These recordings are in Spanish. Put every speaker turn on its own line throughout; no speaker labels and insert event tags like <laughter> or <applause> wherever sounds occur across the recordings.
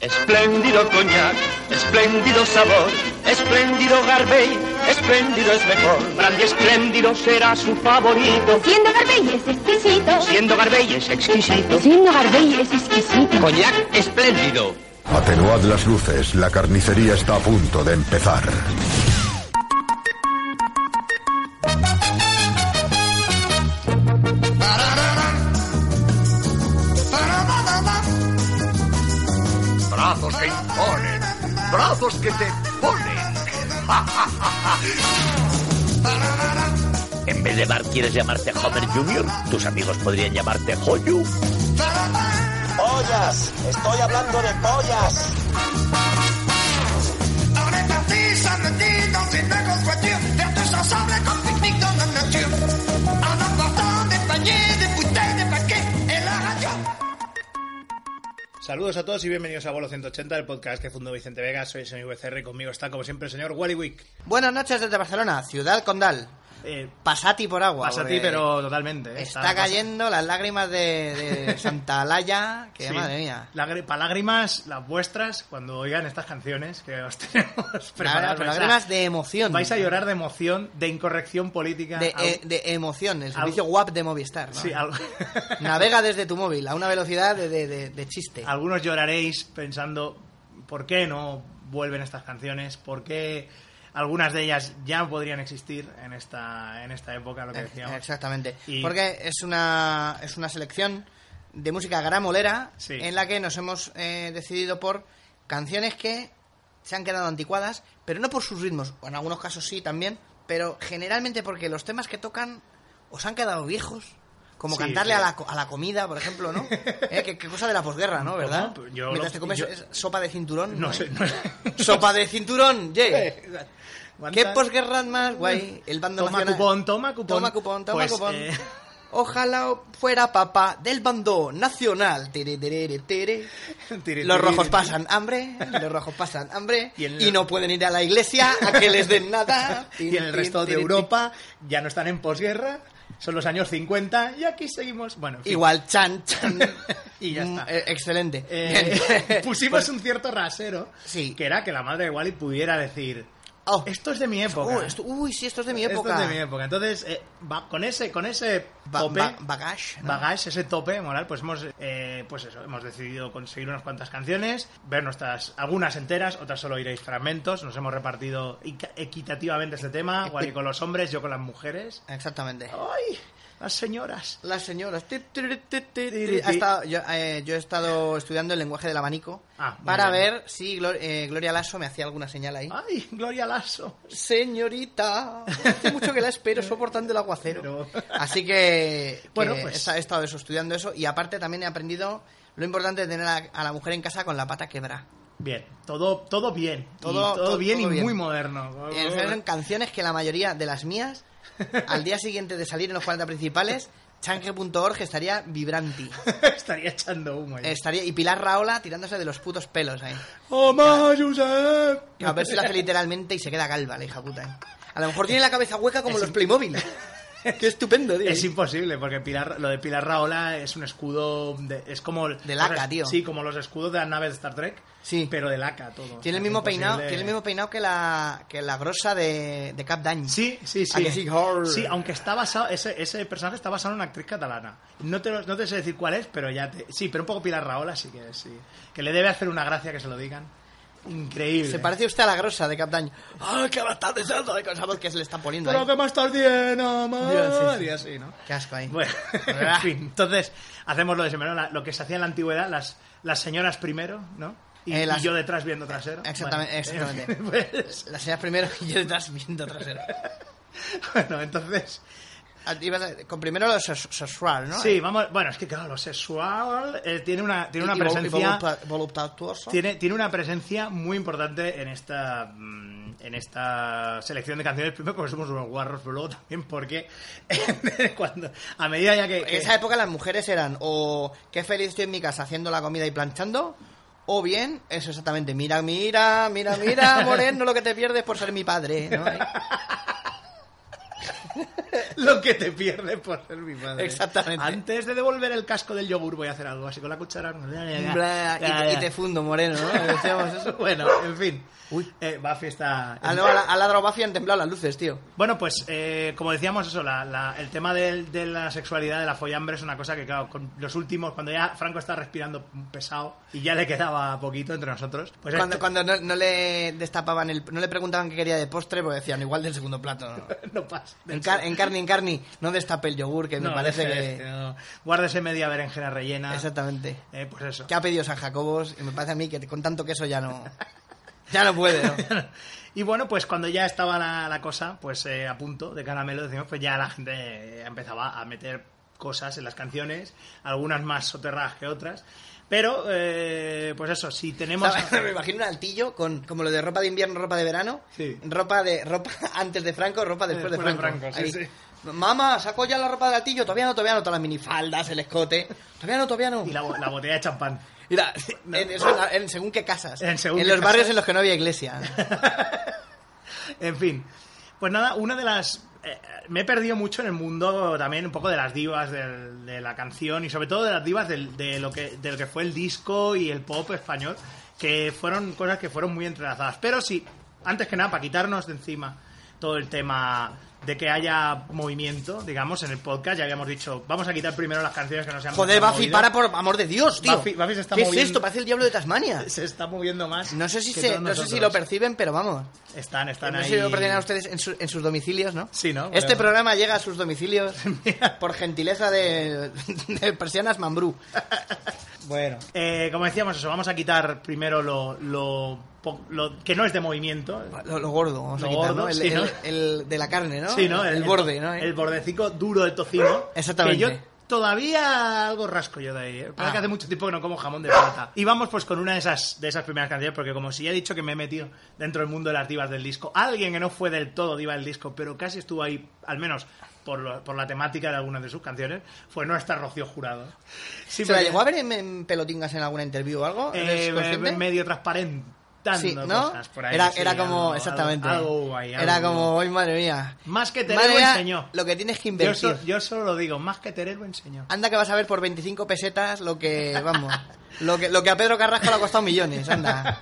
Espléndido coñac, espléndido sabor, espléndido Garbey, espléndido es mejor. Brandy espléndido será su favorito.
Siendo Garbey es exquisito.
Siendo Garbey es exquisito.
Siendo Garbey es exquisito.
Coñac espléndido.
Atenuad las luces, la carnicería está a punto de empezar.
Brazos que imponen, brazos que te ponen.
en vez de Bart, ¿quieres llamarte Homer Jr.? Tus amigos podrían llamarte Hoyu.
¡Pollas! ¡Estoy hablando de pollas!
Saludos a todos y bienvenidos a Bolo 180, el podcast que fundó Vicente Vega. Soy Semi VCR y conmigo está, como siempre, el señor Wally Wick.
Buenas noches desde Barcelona, Ciudad Condal.
Eh,
Pasati por agua.
pasa a ti,
porque
pero totalmente. ¿eh?
Ah, Está cayendo las lágrimas de,
<laughs>
de Santa Laya, que
Sí.
madre mía.
Lagri- pa' lágrimas, las vuestras, cuando oigan estas canciones que os <laughs> tenemos
Lágrimas-
preparadas.
pero
vais a-
lágrimas de emoción.
Vais a llorar de emoción, de incorrección política.
De,
Au-
eh, de emoción, el
Au-
servicio WAP de Movistar. ¿no?
Sí, al-
Navega desde tu móvil a una velocidad de, de- de- de chiste.
Algunos lloraréis pensando, ¿por qué no vuelven estas canciones? ¿Por qué algunas de ellas ya podrían existir en esta, en esta época, lo que
Eh,
decíamos?
Exactamente.
Y-
Porque es una, es una selección de música gramolera
Sí.
en la que nos hemos eh, decidido por canciones que se han quedado anticuadas, pero no por sus ritmos, o en algunos casos sí también, pero generalmente porque los temas que tocan os han quedado viejos. Como
Sí,
cantarle
sí.
a, la, co- a la comida, por ejemplo,
<laughs>
¿no? Eh, que- que cosa de la posguerra, ¿no? ¿Verdad?
¿Cómo? Yo
Mientras
lo-
te comes
yo-
es- sopa de cinturón.
No sé, no sé.
<laughs> ¡Sopa de cinturón!
<laughs>
¡Yeah! ¿Qué
¿Cuántas-
posguerra más guay? El bando
Toma
nacional.
cupón, toma cupón.
Toma cupón, toma
Pues,
cupón.
eh,
Ojalá fuera papá del bando nacional. Tere, tere, tere.
Tiri,
Los
tiri,
rojos
tiri.
pasan hambre, los rojos pasan hambre
<laughs> Y en
y
la-
no pueden ir a la iglesia a que les den
<laughs>
nada.
Y en el resto de Europa ya no están en posguerra, son los años 50 y aquí seguimos. Bueno, en fin.
Igual, chan, chan.
<laughs> Y ya
Mm,
está.
eh, Excelente.
Eh,
Bien.
<laughs>
Pues
pusimos un cierto rasero
Sí.
que era que la madre de Wally pudiera decir
Oh.
esto es de mi época
Uh, esto- uy, sí, esto es de mi época.
Esto es de mi época entonces eh, va- con ese con ese
Ba-
tope
ba- bagage, ¿no?
bagage, ese tope moral pues hemos eh, pues eso hemos decidido conseguir unas cuantas canciones ver nuestras algunas enteras otras solo iréis fragmentos nos hemos repartido ica- equitativamente este tema Wally con los hombres yo con las mujeres
Exactamente.
ay las señoras
Las señoras. Ti, ti, ti, ti, ti,
Tiri,
Ha
ti.
estado- yo, eh, yo he estado estudiando el lenguaje del abanico
Ah, muy
para
bien. Ah.
ver si Glo- eh, Gloria Lasso me hacía alguna señal ahí.
ay Gloria Lasso
Señorita, hace mucho que la
<laughs>
espero soportando el aguacero.
Pero-
Así que, que
<laughs> Bueno, pues.
he esta- he estado eso, estudiando eso y aparte también he aprendido lo importante de tener a, a la mujer en casa con la pata quebra.
Bien, todo, todo bien. Y
Todo-
Todo,
todo-
bien
todo
y
bien.
muy moderno.
En general son canciones que la mayoría de las
<laughs>
mías, al día siguiente de salir en los 40 principales, change.org estaría vibranti.
<laughs> Estaría echando humo. ahí.
Estaría, y Pilar Raola tirándose de los putos pelos ahí.
¡Oh, ma, Josep!
A ver si la hace literalmente y se queda calva, la hija puta. ¿eh? A lo mejor tiene la cabeza hueca como los
<laughs>
Playmobil. Qué estupendo, tío.
Es imposible, porque Pilar, lo de Pilar Raola es un escudo. de- es como.
De laca, tío.
Sí, como los escudos de las naves de Star Trek.
Sí.
Pero de laca todo.
Tiene el
Es
mismo
imposible.
peinado, tiene el mismo peinado que la que la grosa de, de Cap Dany.
Sí, sí,
¿A
sí.
que sí, Jorge?
Sí, aunque está basado. Ese, ese personaje está basado en una actriz catalana. No te, lo- no te sé decir cuál es, pero ya te. Sí, pero un poco Pilar Raola sí que sí. Que le debe hacer una gracia que se lo digan. Increíble.
Se parece usted a la grosa de Cap Dany. Ah, qué ahora está diciendo de cosas que se le está poniendo
Pero
ahí.
que más tarde,
Ya,
no más.
sí, sí.
Y así, ¿no?
Qué asco ahí.
Bueno, <laughs> en fin, entonces hacemos lo de siempre, ¿no? La- lo que se hacía en la antigüedad, las, las señoras primero, ¿no? Y,
Eh, las-
y yo detrás viendo trasero.
<laughs> Exactamente,
Bueno, <laughs> en fin,
exactamente.
pues,
La señora primero y yo detrás viendo trasero.
bueno, entonces.
Ah, ibas a- Con primero lo ses- sexual, ¿no?
Sí, vamos. Bueno, es que claro, lo sexual eh, tiene una, <laughs> tiene
Y-
una
y vol- y
presencia.
volupta- voluptuoso.
Tiene, tiene una presencia muy importante en esta mm, en esta selección de canciones. Primero porque somos unos guarros, pero luego también porque <laughs> cuando a medida ya que, que-
En esa época las mujeres eran o qué feliz estoy en mi casa haciendo la comida y planchando, o bien, eso exactamente, mira,
<laughs>
mira, mira, mira, moreno, lo que te pierdes por ser mi padre, ¿no?
<laughs> lo que te pierdes por ser mi madre.
Exactamente.
Antes de devolver el casco del yogur voy a hacer algo así con la cuchara.
Bla, y, te- y te fundo, Moreno, ¿no? Decíamos eso.
<laughs> Bueno, en fin.
Uy.
Eh, Buffy está...
Ah, no, ha ha ladrado Buffy y han temblado las luces, tío.
Bueno, pues eh, como decíamos eso, la- la- el tema del- de, la sexualidad, de la follambre, es una cosa que, claro, con los últimos, cuando ya Franco está respirando pesado y ya le quedaba poquito entre nosotros, pues
Cuando,
esto-
cuando no, no le destapaban el... No le preguntaban qué quería de postre, porque decían, igual del segundo plato.
<laughs>
¿no?
no pasa.
En, car- en carne, en carne, no destape el yogur, que me
No,
parece
deje
que...
este, no. Guárdese media berenjena rellena.
Exactamente.
Eh, pues eso.
¿Qué ha pedido San Jacobos? Y me parece a mí que con tanto queso ya
<laughs>
no... Ya no puede, ¿no?
Y bueno, pues cuando ya estaba la, la cosa, pues eh, a punto de caramelo, decimos, pues ya la gente eh, empezaba a meter cosas en las canciones, algunas más soterradas que otras. Pero, eh, pues eso, si tenemos...
¿Sabes? <laughs> Me imagino un altillo con como lo de ropa de invierno, ropa de verano,
Sí.
ropa de ropa <laughs> antes de Franco, ropa después,
Después
de
de
Franco.
Franco, sí,
Ahí.
sí.
Mamá, saco ya la ropa del altillo, todavía no, todavía no, todas las minifaldas, el escote, todavía no, todavía no.
Y la, bo- la botella de champán.
Mira, <laughs> en, eso, en la- en según qué casas,
En según qué
los
casas.
barrios en los que no había iglesia.
En fin. Pues nada, una de las... eh, me he perdido mucho en el mundo también un poco de las divas del- de la canción y sobre todo de las divas del- de, lo que, de lo que fue el disco y el pop español, que fueron cosas que fueron muy entrelazadas. Pero sí, antes que nada, para quitarnos de encima todo el tema de que haya movimiento, digamos, en el podcast, ya habíamos dicho, vamos a quitar primero las canciones que no sean...
Joder, Buffy, para por amor de Dios, tío.
Buffy- Buffy se está
¿Qué es
moviendo.
esto? Parece el diablo de Tasmania.
<laughs> Se está moviendo más.
No sé si
que
se,
todos
no sé si
nosotros.
lo perciben, pero vamos.
Están, están
no
ahí.
sé si lo perciben a ustedes en, su- en sus domicilios, ¿no?
Sí, ¿no?
Este
Bueno.
programa llega a sus domicilios
<laughs> Mira.
por gentileza de, de persianas Mambrú.
Bueno. Eh, como decíamos eso, vamos a quitar primero lo, lo, po- lo que no es de movimiento.
Lo, lo gordo, vamos a
Lo
quitar,
gordo,
¿no? El,
sí, ¿no?
el- el de la carne, ¿no?
Sí, ¿no?
El, borde, ¿no?
El bordecico duro del tocino.
Exactamente.
Que yo todavía algo rasco yo de ahí. ¿eh? Parece
Ah.
que hace mucho tiempo que no como jamón de plata. Y vamos pues con una de esas, de esas primeras canciones, porque como si ya he dicho que me he metido dentro del mundo de las divas del disco, alguien que no fue del todo diva del disco, pero casi estuvo ahí, al menos por, lo- por la temática de algunas de sus canciones, fue nuestra Rocío Jurado. Sí,
¿Se la
porque-
llegó a ver en, en pelotingas en alguna interview o algo? ¿Eres
eh,
consciente?
medio transparentando
Sí, ¿no?
cosas por ahí.
era,
sí,
era como,
algo-
exactamente.
algo- algo hubo ahí,
Era
algo.
como, hoy madre mía.
Más que
Madre
Terero
mía,
enseñó.
Lo que tienes que
Yo,
invertir.
so- yo solo lo digo, más que Terero enseñó.
Anda que vas a ver por 25 pesetas lo que, vamos, lo que, lo que a Pedro Carrasco le ha costado millones,
<laughs>
anda.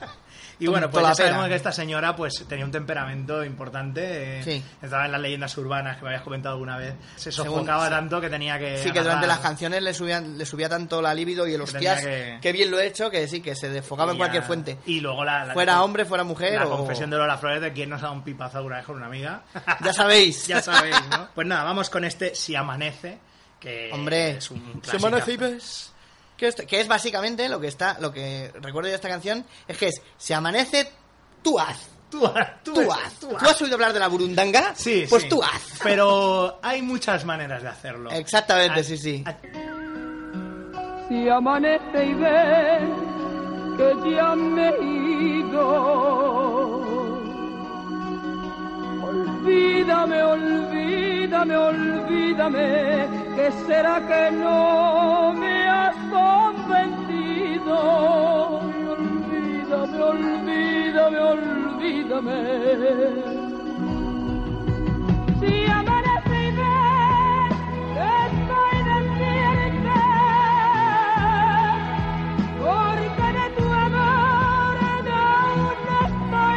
Y bueno, pues
Toda
ya
la pera.
sabemos que esta señora pues tenía un temperamento importante. eh,
Sí.
Estaba en las leyendas urbanas que me habías comentado alguna vez. Se
Según-
sofocaba
sí.
tanto que tenía que.
Sí, que durante
agarrar-
las canciones le, subían, le subía tanto la libido y el
Tenía
hostias.
Eh, que-
Qué bien lo he hecho, que sí, que se desfogaba en
y
cualquier
a-
fuente.
Y luego la. la-
fuera hombre, fuera mujer.
La
o-
confesión de Lola Flores de quien nos da un pipazo alguna vez con una amiga.
<laughs> Ya sabéis.
<laughs> ya sabéis, ¿no? Pues nada, vamos con este Si Amanece, que
Hombre,
es un
si
clásico.
amanece y ves Que, esto- que es básicamente lo que está, lo que recuerdo de esta canción, es que es, se amanece, tú haz,
Tú, haz, tú,
tú
ves,
haz.
tú
¿Tú
haz.
has oído hablar de la burundanga?
Sí,
Pues
sí.
tú haz.
Pero hay muchas maneras de hacerlo.
Exactamente, sí, sí.
A-
Si amanece y ves que ya me he ido, olvídame, olvídame, olvídame, que será que no me has convencido. Olvídame, olvídame, olvídame. Si amanece y ves que estoy despierta, porque de tu amor aún no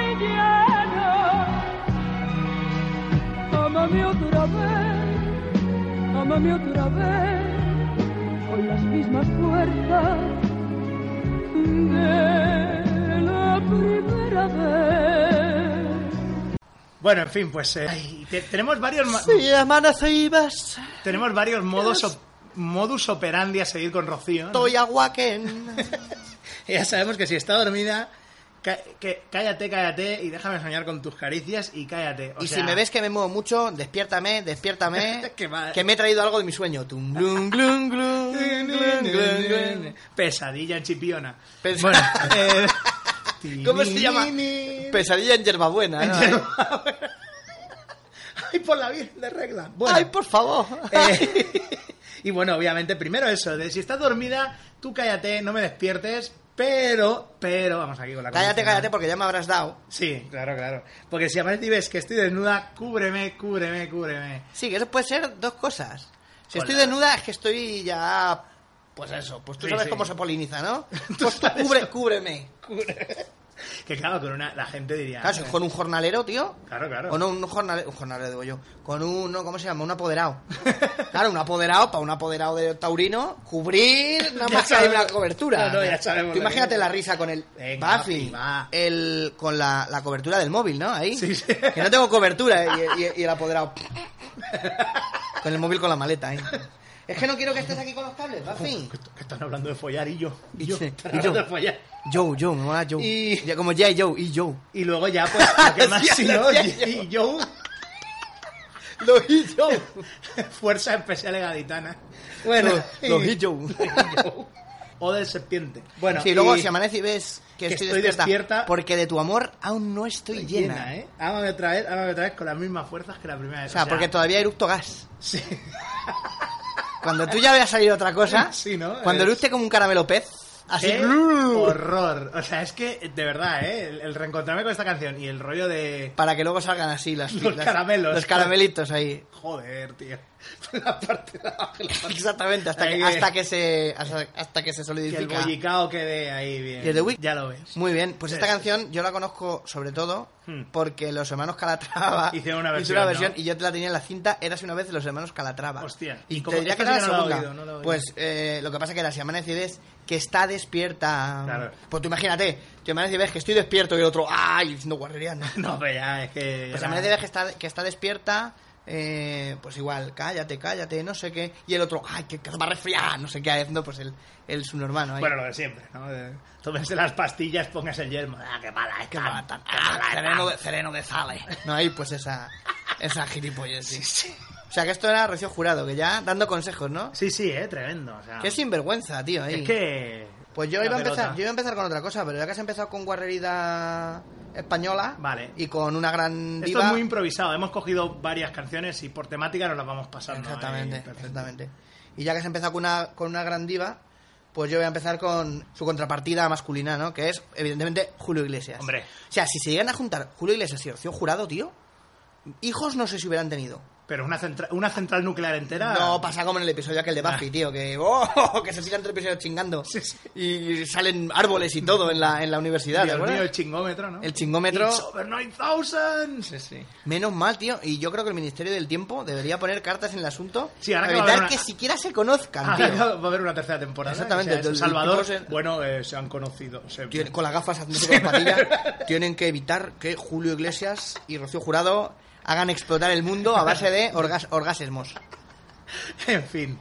estoy lleno. Amame otra vez, amame otra vez, con las mismas fuerzas de la primera vez.
Bueno, en fin, pues eh, ay, te- tenemos varios ma-
Si amanece y ves,
tenemos varios modos op- modus operandi a seguir con Rocío. ¿no?
estoy aguaquen.
Ya sabemos que si está dormida, ca- que, cállate, cállate y déjame soñar con tus caricias y cállate. O
Y
sea,
si me ves que me muevo mucho, despiértame, despiértame,
<laughs> Que va- eh.
que me he traído algo de mi sueño. Tum, glum, glum,
<laughs>
glum, glum, glum, glum.
Pesadilla en Chipiona.
Pes- <laughs>
Bueno, eh,
¿Cómo se llama? Pesadilla en yerbabuena. ¿no?
Ay, por la Virgen de regla. Bueno.
Ay, por
<laughs>
favor.
Eh, y bueno, obviamente, primero eso, de si estás dormida, tú cállate, no me despiertes, Pero, pero, vamos aquí con la
Cállate,
condicional.
cállate, porque ya me habrás dado.
Sí, claro, claro. Porque si aparece y ves que estoy desnuda, cúbreme, cúbreme, cúbreme.
Sí, que eso puede ser dos cosas. Si
Hola.
estoy desnuda es que estoy ya... Pues eso, pues tú
Sí,
sabes
sí.
cómo se poliniza, ¿no?
<laughs> Tú
Pues tú
sabes
cubre,
cómo-
cúbreme.
<laughs> Que claro, con una, la gente diría. "Eh".
Claro, si con un jornalero, tío.
Claro, claro.
Con un jornalero, un jornalero digo yo. Con un, no, ¿cómo se llama? Un apoderado. <laughs> Claro, un apoderado, para un apoderado de taurino,
<laughs>
cubrir, nada
Ya
más que hay
sabemos.
una cobertura.
No, no, ya sabemos
Tú
lo que
imagínate
es.
la risa con el
Venga,
baffling,
va.
el con la, la cobertura del móvil, ¿no? Ahí.
Sí, sí.
Que no tengo cobertura
<laughs>
eh, y, y- y el apoderado. con el móvil con la maleta, ¿eh? ahí. Es que no quiero que estés aquí con los cables, Baffin.
Que est- que están hablando de follar y yo. Y
Y
yo.
sí,
están
y yo.
hablando de follar.
Joe, Joe, me mola Joe.
Y-
Ya Como J. Joe, y Joe.
Y luego ya, pues,
<laughs>
lo que más
Decía-
si no,
decía
y yo,
<laughs> Lo y Joe.
<laughs> fuerza especial gaditana.
Bueno, <laughs>
y-
lo y Joe.
O del serpiente. Bueno,
sí, luego
y-
si amanece y ves que,
que
estoy,
estoy
despierta,
despierta-
porque de tu amor aún no estoy, llena.
llena, ¿eh? Ámame otra vez, ámame otra vez con las mismas fuerzas que la primera vez.
O sea, porque todavía eructo gas.
Sí,
<laughs> Cuando tú ya veas salir otra cosa,
<laughs> Sí, ¿no?
cuando
Eh,
eructe como un caramelo pez, así...
qué
¡bluu!
horror. O sea, es que, de verdad, ¿eh? El, el reencontrarme con esta canción y el rollo de...
Para que luego salgan así las,
Los
las-
caramelos.
Los caramelitos ahí.
Joder, tío. <laughs> La parte de abajo. la parte-
Exactamente, hasta
Ahí,
que,
eh.
hasta que se hasta, hasta que se
Que el
solidifica.
bollicao quede ahí bien.
¿Y el de Wick?
Ya lo ves.
Muy bien, pues
Sí,
esta
sí.
canción yo la conozco sobre todo
Hmm.
porque los hermanos Calatrava
<laughs> Hicieron una versión, ¿no?
y yo te la tenía en la cinta, eras una vez los hermanos Calatrava.
Hostia, ¿y
Y
cómo-
te diría que
esta
era la
sí que no la he
segunda.
oído, no la he oído.
pues eh, lo que pasa que era si amanecides que está despierta.
Claro.
Pues tú imagínate, tú amaneces y ves que estoy despierto y el otro, ay, diciendo guarrerías, no.
<laughs> No, pero ya, es que...
Pues
era-
amanece y ves que está, que está despierta, eh, pues igual, cállate, cállate, no sé qué. Y el otro, ay, que, que se va a resfriar, no sé qué, haciendo pues el, el subnormal, ¿no? Ahí.
Bueno, lo de siempre, ¿no? De- Tómense las pastillas, pongas el yelmo. Ah, qué mala, es
Que va tan- ah, sereno, de, sereno de Zale. No hay pues esa, esa gilipollez.
<laughs>
sí. O sea que esto era Recio Jurado, que ya dando consejos, ¿no?
Sí, sí, eh, tremendo. O sea,
Qué sinvergüenza, tío. ahí.
es que...
Pues yo
La
iba, a
pelota.
empezar, yo iba a empezar con otra cosa, pero ya que has empezado con guarrerida española
Vale.
y con una gran
Esto
diva...
es muy improvisado. Hemos cogido varias canciones y por temática nos las vamos pasando. ahí,
Exactamente,
perfecto.
exactamente. Y ya que has empezado con una, con una gran diva, pues yo voy a empezar con su contrapartida masculina, ¿no? Que es, evidentemente, Julio Iglesias.
Hombre.
O sea, si se llegan a juntar Julio Iglesias y Rocío Jurado, tío, hijos no sé si hubieran tenido.
Pero una, centra- una central nuclear entera. Ah.
No, pasa como en el episodio aquel de Buffy, tío, que, oh, <laughs> que se tiran tres episodios chingando.
Sí, sí.
Y salen árboles y todo en la, en la universidad, ¿te
Dios
acuerdas?
mío, el chingómetro, ¿no?
El chingómetro-
It's over 9000. Sí, sí.
Menos mal, tío. Y yo creo que el Ministerio del Tiempo debería poner cartas en el asunto.
Sí, ahora
para
que va a
evitar
haber
que
una-
siquiera se conozcan,
Ahora
tío.
va a haber una tercera temporada.
Exactamente,
que sea eso.
el- el
Salvador,
tipo se-
bueno, eh, se han conocido. se-
Tiene- con las gafas haciéndose con las
<laughs>
patillas, tienen que evitar que Julio Iglesias y Rocío Jurado hagan explotar el mundo a base de orgas, orgasmos.
En fin.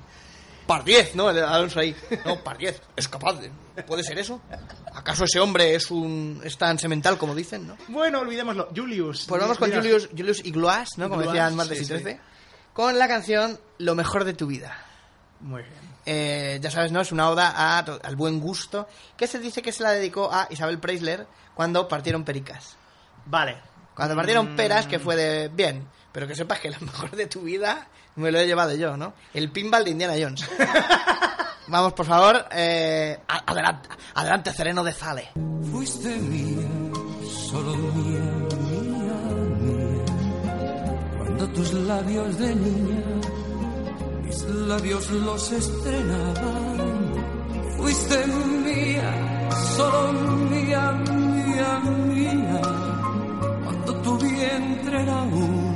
Par 10, ¿no? El Alonso ahí. No, par 10. Es capaz de... ¿Puede ser eso? ¿Acaso ese hombre es un es tan semental como dicen, no?
<laughs> Bueno, olvidémoslo. Julius.
Pues vamos con
Dinos-
Julius, Julius Igloas, ¿no? Como
Igloas,
decían martes
sí,
y
sí.
13. Con la canción Lo mejor de tu vida.
Muy bien.
Eh, ya sabes, ¿no? Es una oda a to- al buen gusto que se dice que se la dedicó a Isabel Preisler cuando partieron pericas.
Vale. Mm.
Cuando partieron peras, que fue de bien, pero que sepas que lo mejor de tu vida me lo he llevado yo, ¿no? El pinball de Indiana
<laughs>
Jones. Vamos, por favor, eh, a- adelante, adelante, Sereno de Zale.
Fuiste mía, solo mía, mía, mía. Cuando tus labios de niña, mis labios los estrenaban. Fuiste mía, solo mía, mía, mía. Cuando tu vientre era aún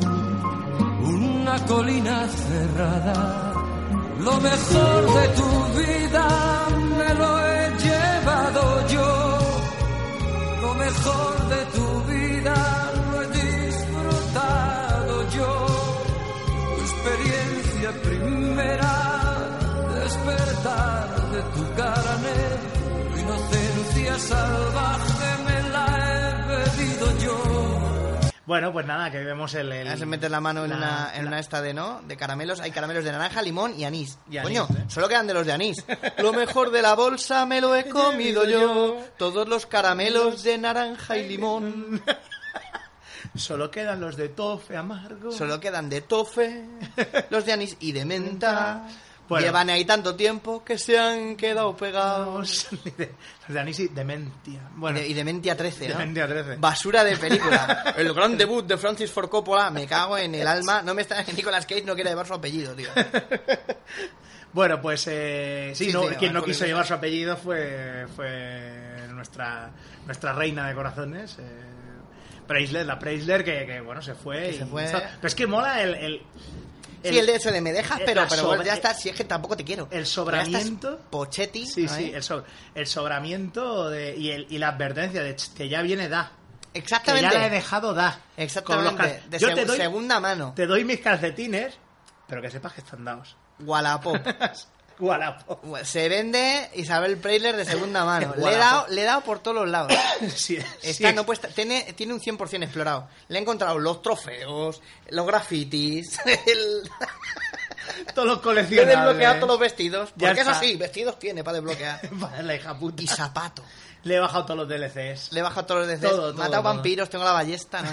una colina cerrada. Lo mejor de tu vida me lo he llevado yo. Lo mejor de tu vida lo he disfrutado yo. Tu experiencia primera, despertar de tu carne. Tu inocencia salvaje me la he bebido yo.
Bueno, pues nada, que vemos el. el-
Ahora se mete la mano en,
la-
una, en
la-
una esta de, ¿no? De caramelos. Hay caramelos de naranja, limón y anís.
Y anís,
Coño,
¿eh?
solo quedan de los de
<laughs>
anís. Lo mejor de la bolsa me lo he comido yo. Todos los caramelos de naranja y limón.
Solo quedan los de tofe amargo.
Solo quedan de tofe, los de anís y de menta.
Bueno.
Llevan ahí tanto tiempo que se han quedado pegados.
<laughs> Vamos, de, de Anisi, dementia. Bueno,
De- y Dementia 13, ¿no?
Dementia 13.
Basura de
<laughs>
película. El gran debut de Francis Ford Coppola. Me cago en el alma. No me está... <laughs> Nicolas Cage no quiere llevar su apellido, tío.
bueno pues eh, sí,
Sí,
no,
sí,
quien no
Michael
quiso
Jackson.
llevar su apellido fue, fue nuestra, nuestra reina de corazones. eh, Preisler, la Preisler que, que, bueno, se fue.
Que se
y
fue.
está- Pero es que mola el- el,
Sí, el de eso de me dejas,
eh,
pero,
la
pero
sobre-
ya está. Si es que tampoco te quiero.
el
Ya
sobramiento.
estás Pochetti.
Sí,
¿no,
sí,
eh?
el, so- el sobramiento de- y, el- y la advertencia de "Ch, que ya viene da. Que ya
Exactamente.
la he dejado da.
Exactamente.
Con los cal-
De
Yo
seg-
te doy,
segunda mano.
te doy mis calcetines, pero que sepas que están dados. <laughs>
Wallapop.
Gualapo.
Se vende Isabel Preisler de segunda
<laughs>
mano. le, he
Wallapop.
dado, le he dado por todos los lados.
<coughs> Sí,
Está
sí.
no puesta, tiene, tiene un 100% explorado. Le he encontrado los trofeos, los grafitis, <laughs> el,
<laughs> Todos los
le he
coleccionables.
desbloqueado todos los vestidos.
Ya
Porque eso
está.
sí, vestidos tiene para desbloquear.
<laughs> Vale, la hija puta.
Y zapato.
Le he bajado todos los DLCs.
Le he bajado todos los deseos.
Todo, todo,
matado
todo.
vampiros, tengo la ballesta. ¿no?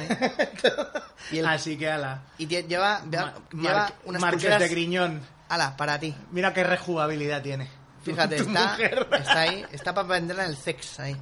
Y el-
Así que, ala.
Y tie- lleva, lleva,
Ma-
lleva
Mar-
unas
Marqués
pulseras-
de Griñón.
Ala, para ti.
Mira qué rejugabilidad tiene.
<laughs>
Tu-
Fíjate,
<laughs> tu
está,
mujer.
está ahí, está para venderla en el sex ahí.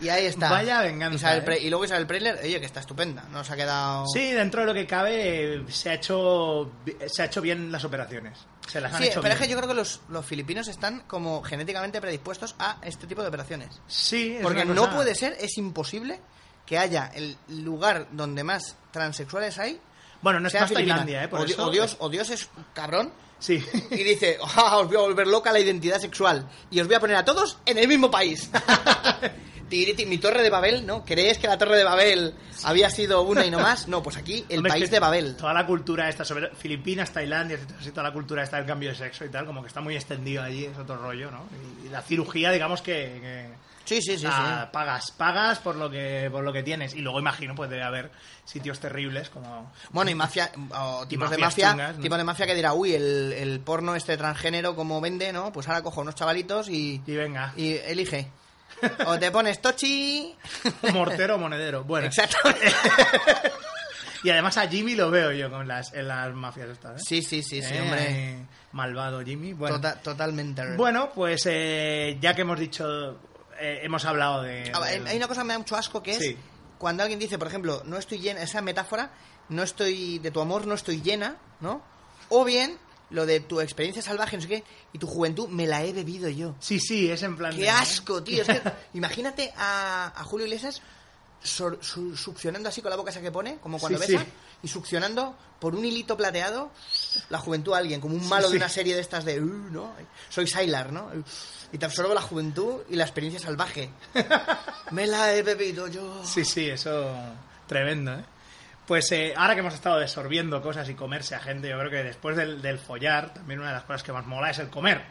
Y ahí está.
Vaya venganza,
Isabel
eh.
Pre- Y luego Isabel Preisler, oye, que está estupenda. Nos ha quedado.
Sí, dentro de lo que cabe eh, se ha hecho bi- se ha hecho bien las operaciones. Se las han
Sí,
hecho
pero es
bien.
que yo creo que los, los filipinos están como genéticamente predispuestos a este tipo de operaciones.
Sí, es
Porque
una
no
cosa-
puede ser, es imposible que haya el lugar donde más transexuales hay.
Bueno, no es
sea
más
Filipina.
Tailandia, eh, por
o, di-
eso.
o Dios, o Dios es cabrón
Sí.
y dice, <laughs> "Ah, os voy a volver loca la identidad sexual y os voy a poner a todos en el mismo
<laughs>
país. Tiriti, mi torre de Babel, ¿no? ¿Creéis que la torre de Babel había sido una
<laughs>
y no más? No, pues aquí, el
Hombre, es
país
que
de Babel.
Toda la cultura esta sobre Filipinas, Tailandia, etcétera, así, toda la cultura esta del cambio de sexo y tal, como que está muy extendido allí, es otro rollo, ¿no? Y, y la cirugía, digamos que, que-
Sí, sí, sí,
ah,
sí.
pagas, pagas por lo que por lo que tienes y luego imagino pues debe haber sitios terribles como
Bueno, y mafia,
<laughs>
o tipos de mafia,
mafias chungas, ¿no?
tipos de mafia que dirá, uy, el, el porno este transgénero, como vende, ¿no? Pues ahora cojo unos chavalitos y,
y venga,
y elige. O te pones tochi.
<laughs> mortero o monedero. Bueno,
Exactamente.
Y además a Jimmy lo veo yo con las, en las mafias estas, ¿eh?
Sí, sí, sí, sí,
Eh,
hombre.
eh, Malvado Jimmy. Bueno,
Tota- totalmente.
bueno pues eh, ya que hemos dicho, eh, hemos hablado de...
Ah, Hay
del-
hay una cosa que me da mucho asco que es
Sí.
cuando alguien dice, por ejemplo, no estoy llena, esa metáfora, no estoy de tu amor, no estoy llena, ¿no? O bien lo de tu experiencia salvaje, no sé qué, y tu juventud me la he bebido yo.
Sí, sí, es en plan... de-
Qué asco, tío.
<laughs>
Es que, imagínate a, a Julio Iglesias sor- su- succionando así con la boca esa que pone, como cuando
Sí,
besa,
sí.
y succionando por un hilito plateado la juventud a alguien, como un malo
sí.
de una serie de estas de, "Uh, ¿no? Soy Sylar, ¿no? Y te absorbo la juventud y la experiencia salvaje. Me la he bebido yo.
Sí, sí, eso... Tremendo, ¿eh? Pues eh, ahora que hemos estado desorbiendo cosas y comerse a gente, yo creo que después del, del follar, también una de las cosas que más mola es el comer.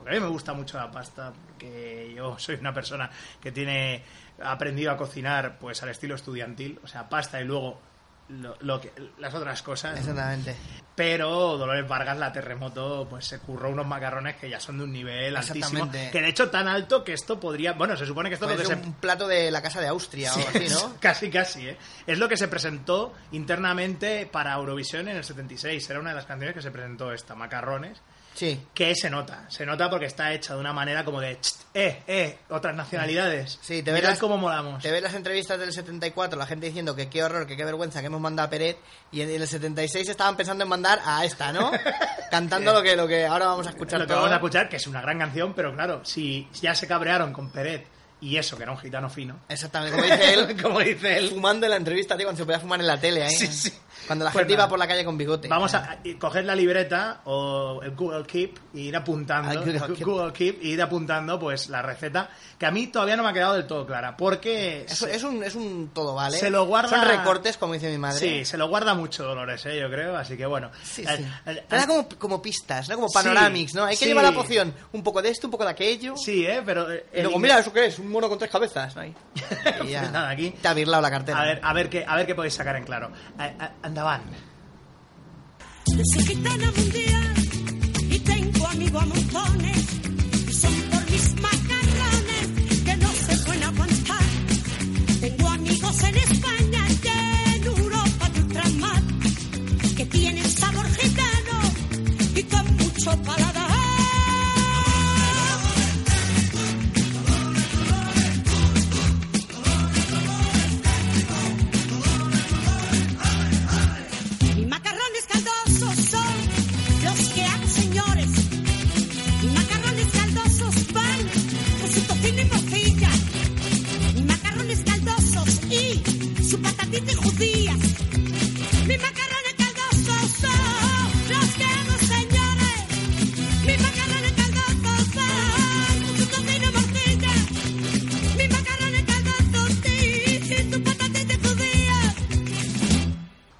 Porque a mí me gusta mucho la pasta, porque yo <laughs> soy una persona que tiene ha aprendido a cocinar pues al estilo estudiantil, o sea, pasta y luego lo, lo que, las otras cosas.
Exactamente.
Pero Dolores Vargas, la terremoto, pues se curró unos macarrones que ya son de un nivel altísimo.
Exactamente.
Que de hecho tan alto que esto podría... Bueno, se supone que esto es lo que
Parece
se
un plato de la casa de Austria o algo así,
<laughs>
¿no?
Casi, casi, ¿eh? Es lo que se presentó internamente para Eurovisión en el 76. Era una de las canciones que se presentó esta, Macarrones.
Sí.
Que se nota, se nota porque está hecha de una manera como de, "Chst, eh, eh, otras nacionalidades.
Sí, te
Mirad
verás-
cómo molamos.
Te ves las entrevistas del 74, la gente diciendo que qué horror, que qué vergüenza que hemos mandado a Peret, y en el 76 estaban pensando en mandar a esta,
<laughs>
¿no? Cantando lo que, lo que ahora vamos a escuchar.
Lo que
todo.
vamos a escuchar, que es una gran canción, pero claro, si ya se cabrearon con Peret y eso, que era un gitano fino.
Exactamente, como dice él,
<laughs> como dice él.
fumando en la entrevista, tío, cuando se podía fumar en la tele, ¿eh?
Sí, sí.
Cuando la
Pues
gente
nada.
iba por la calle con bigote.
Vamos a a coger la libreta o el Google Keep y ir apuntando.
Al Google Keep.
Google Keep y ir apuntando pues la receta que a mí todavía no me ha quedado del todo clara porque
Es, es un, es un todo, ¿vale?
Se lo guarda-
Son recortes, como dice mi madre.
sí se lo guarda mucho Dolores eh, yo creo así que bueno
Sí,
Eh,
sí.
eh,
Te da como, como pistas, ¿no? Como panoramics, ¿no? Hay que
sí.
llevar la
<laughs>
poción. Un poco de esto, un poco de aquello.
sí eh pero eh,
Y luego,
el-
mira, ¿eso qué es? Un mono con tres cabezas. ¿no? Y ya.
Pues nada, aquí.
Te ha birlado la cartera.
a ver a ver qué a ver qué podéis sacar en claro Eh, eh, andaban
Yo soy gitana mundial y tengo amigos a montones. Y son por mis macarrones que no se pueden aguantar. Tengo amigos en España y en Europa de ultramar que tienen sabor gitano y con mucho bendita y judía. Mi macarrones caldosos son los que hago, señores. Mi macarrones caldosos son tu tocino morcilla. Mi macarrones caldosos y tu patatita judía.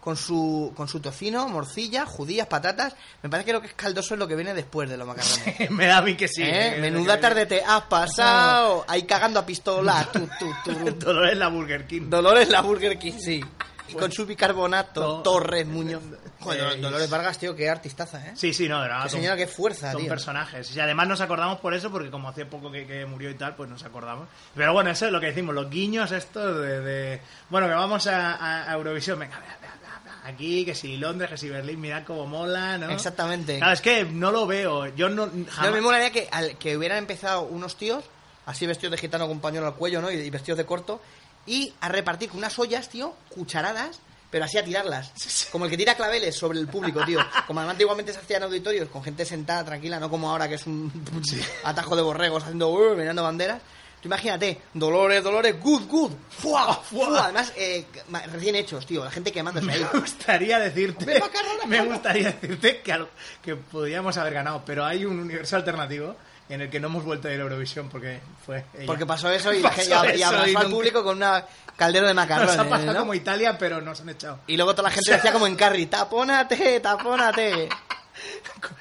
Con su, con su tocino, morcilla, judías, patatas. Me parece que lo que es caldoso es lo que viene después de los macarrones.
<laughs> Me da a mí que sí.
¿Eh?
que-
Menuda
que-
tarde te has pasado. Ahí cagando a pistola. Tú, tú,
<laughs>
tú.
Dolores la Burger King.
Dolores la Burger King, sí. Y con su bicarbonato,
No.
Torres, Muñoz.
Eh,
Joder, Dolores Vargas, tío, qué artistaza, ¿eh?
Sí, sí, no, era.
Qué señora, qué fuerza,
son
tío.
personajes. Y además nos acordamos por eso, porque como hace poco que, que murió y tal, pues nos acordamos. Pero bueno, eso es lo que decimos, los guiños estos de... de- Bueno, que vamos a, a- a Eurovisión, venga, venga, venga, venga, aquí, que si Londres, que si Berlín, mirad cómo mola, ¿no?
Exactamente.
Claro, es que no lo veo, yo no...
No,
Jamás...
me molaría que, al- que hubieran empezado unos tíos, así vestidos de gitano con pañuelo al cuello, ¿no? Y, y vestidos de corto, y a repartir con unas ollas, tío, cucharadas, pero así a
<laughs>
tirarlas. Como el que tira claveles sobre el público, tío. Como además antiguamente se hacían auditorios, con gente sentada, tranquila, no como ahora que es un <laughs> atajo de borregos haciendo uh, mirando banderas. Tú imagínate, Dolores, Dolores, good, good, fuá, fuá. Además, eh, ma- recién hechos, tío, la gente
<laughs>
quemándose ahí.
Me gustaría decirte,
Hombre, macarrona,
me
macarrona.
gustaría decirte que, al- que podíamos haber ganado, pero hay un universo alternativo en el que no hemos vuelto a ir a Eurovisión porque fue... ella.
Porque pasó eso y, la gente- y
<laughs> Pasó
ab- y
eso
abrazó
y
al
nunca-
público con una caldero de macarrones.
<laughs> Nos ha pasado
¿no?
como Italia, pero nos han echado.
Y luego toda la gente decía como en carry, tapónate,
<laughs>
tapónate.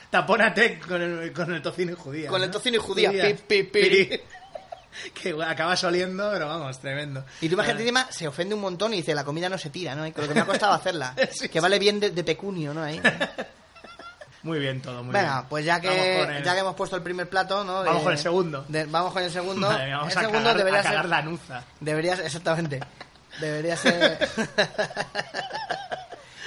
Tapónate con el, con el tocino y judía.
Con el
¿no?
tocino y judía, pi, pi, pi.
Pi. Que bueno, acaba soliendo, pero vamos, tremendo.
Y tú imagínate, encima se ofende un montón y dice, la comida no se tira, ¿no? Y Con lo que me ha costado hacerla.
<laughs> Sí,
que vale bien de, de pecunio, ¿no? Ahí.
<laughs> Muy bien todo, muy
Venga,
bien.
pues ya que,
Vamos con el-
ya que hemos puesto el primer plato, ¿no? De-
Vamos con el segundo.
de- vamos con el segundo.
Madre mía, vamos
el
a
segundo
cagar,
debería
a cagar
ser...
la nuza.
Debería ser, exactamente. Debería ser... <laughs>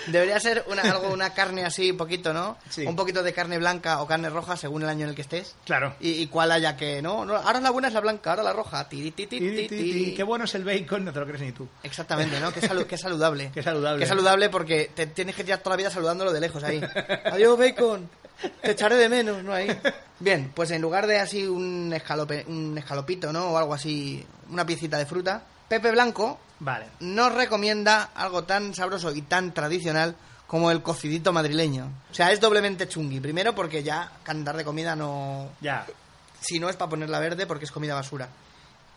Debería ser una, algo, una carne así, poquito, ¿no?
Sí.
Un poquito de carne blanca o carne roja, según el año en el que estés.
Claro.
Y, y cuál haya que, ¿no? no, Ahora la buena es la blanca, ahora la roja. Tiri, ti, ti,
Ti,
ti,
ti, ti,
ti.
Qué bueno es el bacon, no te lo crees ni tú.
Exactamente, ¿no? Qué, salu- qué
<laughs>
saludable.
Qué saludable.
Qué saludable porque te tienes que tirar toda la vida saludándolo de lejos
<laughs>
ahí. Adiós, bacon. Te echaré de menos, ¿no? Ahí. <laughs> Bien, pues en lugar de así un, escalope, un escalopito, ¿no? O algo así, una piecita de fruta, Pepe Blanco
Vale.
nos recomienda algo tan sabroso y tan tradicional como el cocidito madrileño. O sea, es doblemente chungui. Primero porque ya cantar de comida no,
Ya.
si no es para ponerla verde porque es comida basura.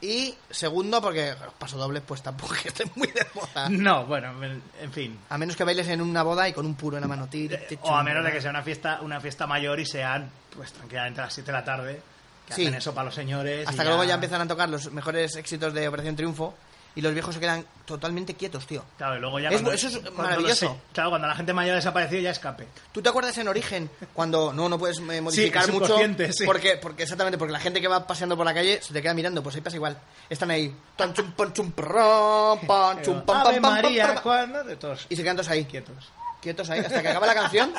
Y segundo, porque los pasodobles pues tampoco <laughs> es que estén muy de moda.
No, bueno, en en fin.
A menos que bailes en una boda y con un puro en la mano. Ti, ti,
O a
chum,
menos de
¿no?
que sea una fiesta, una fiesta mayor y sean, pues tranquilamente a las 7 de la tarde. Que
Sí.
hacen eso para los señores. y
Hasta que luego ya empiezan a tocar los mejores éxitos de Operación Triunfo y los viejos se quedan totalmente quietos, tío.
Claro, y luego ya
Es-
cuando-
eso es
cuando
maravilloso.
los se- claro, cuando la gente mayor ha desaparecido ya escape.
¿Tú te acuerdas en Origen cuando no no puedes eh, modificar
es
mucho?
subconsciente, sí.
Porque porque exactamente porque la gente que va paseando por la calle se te queda mirando, pues ahí pasa igual. Están ahí tan chum pan chum prrón, pan chum pam, pam,
Ave
pam, pam,
María,
pam, pam.
cuando- de todos <laughs>
y se quedan todos ahí
quietos.
quietos ahí hasta que acaba la canción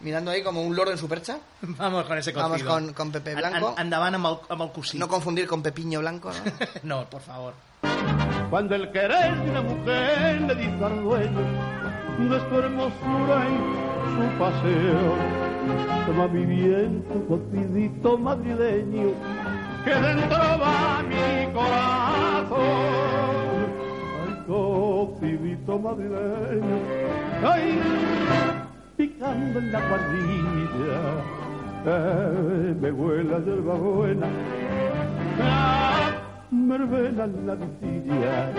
mirando ahí como un loro en su percha.
Vamos con ese cocido.
Vamos
<laughs>
con- con Pepe
An-
Blanco.
an- andaban a, Mau- a Maucusí.
No
No,
confundir con Pepiño Blanco, ¿no?
por favor.
Cuando el querer de una mujer le dice al dueño de su hermosura y su paseo, toma mi viento cocidito madrileño que dentro va mi corazón. Ay, cocidito madrileño, ay, picando en la cuadrilla, eh, me vuela yerba buena. Mervela en la vitilla,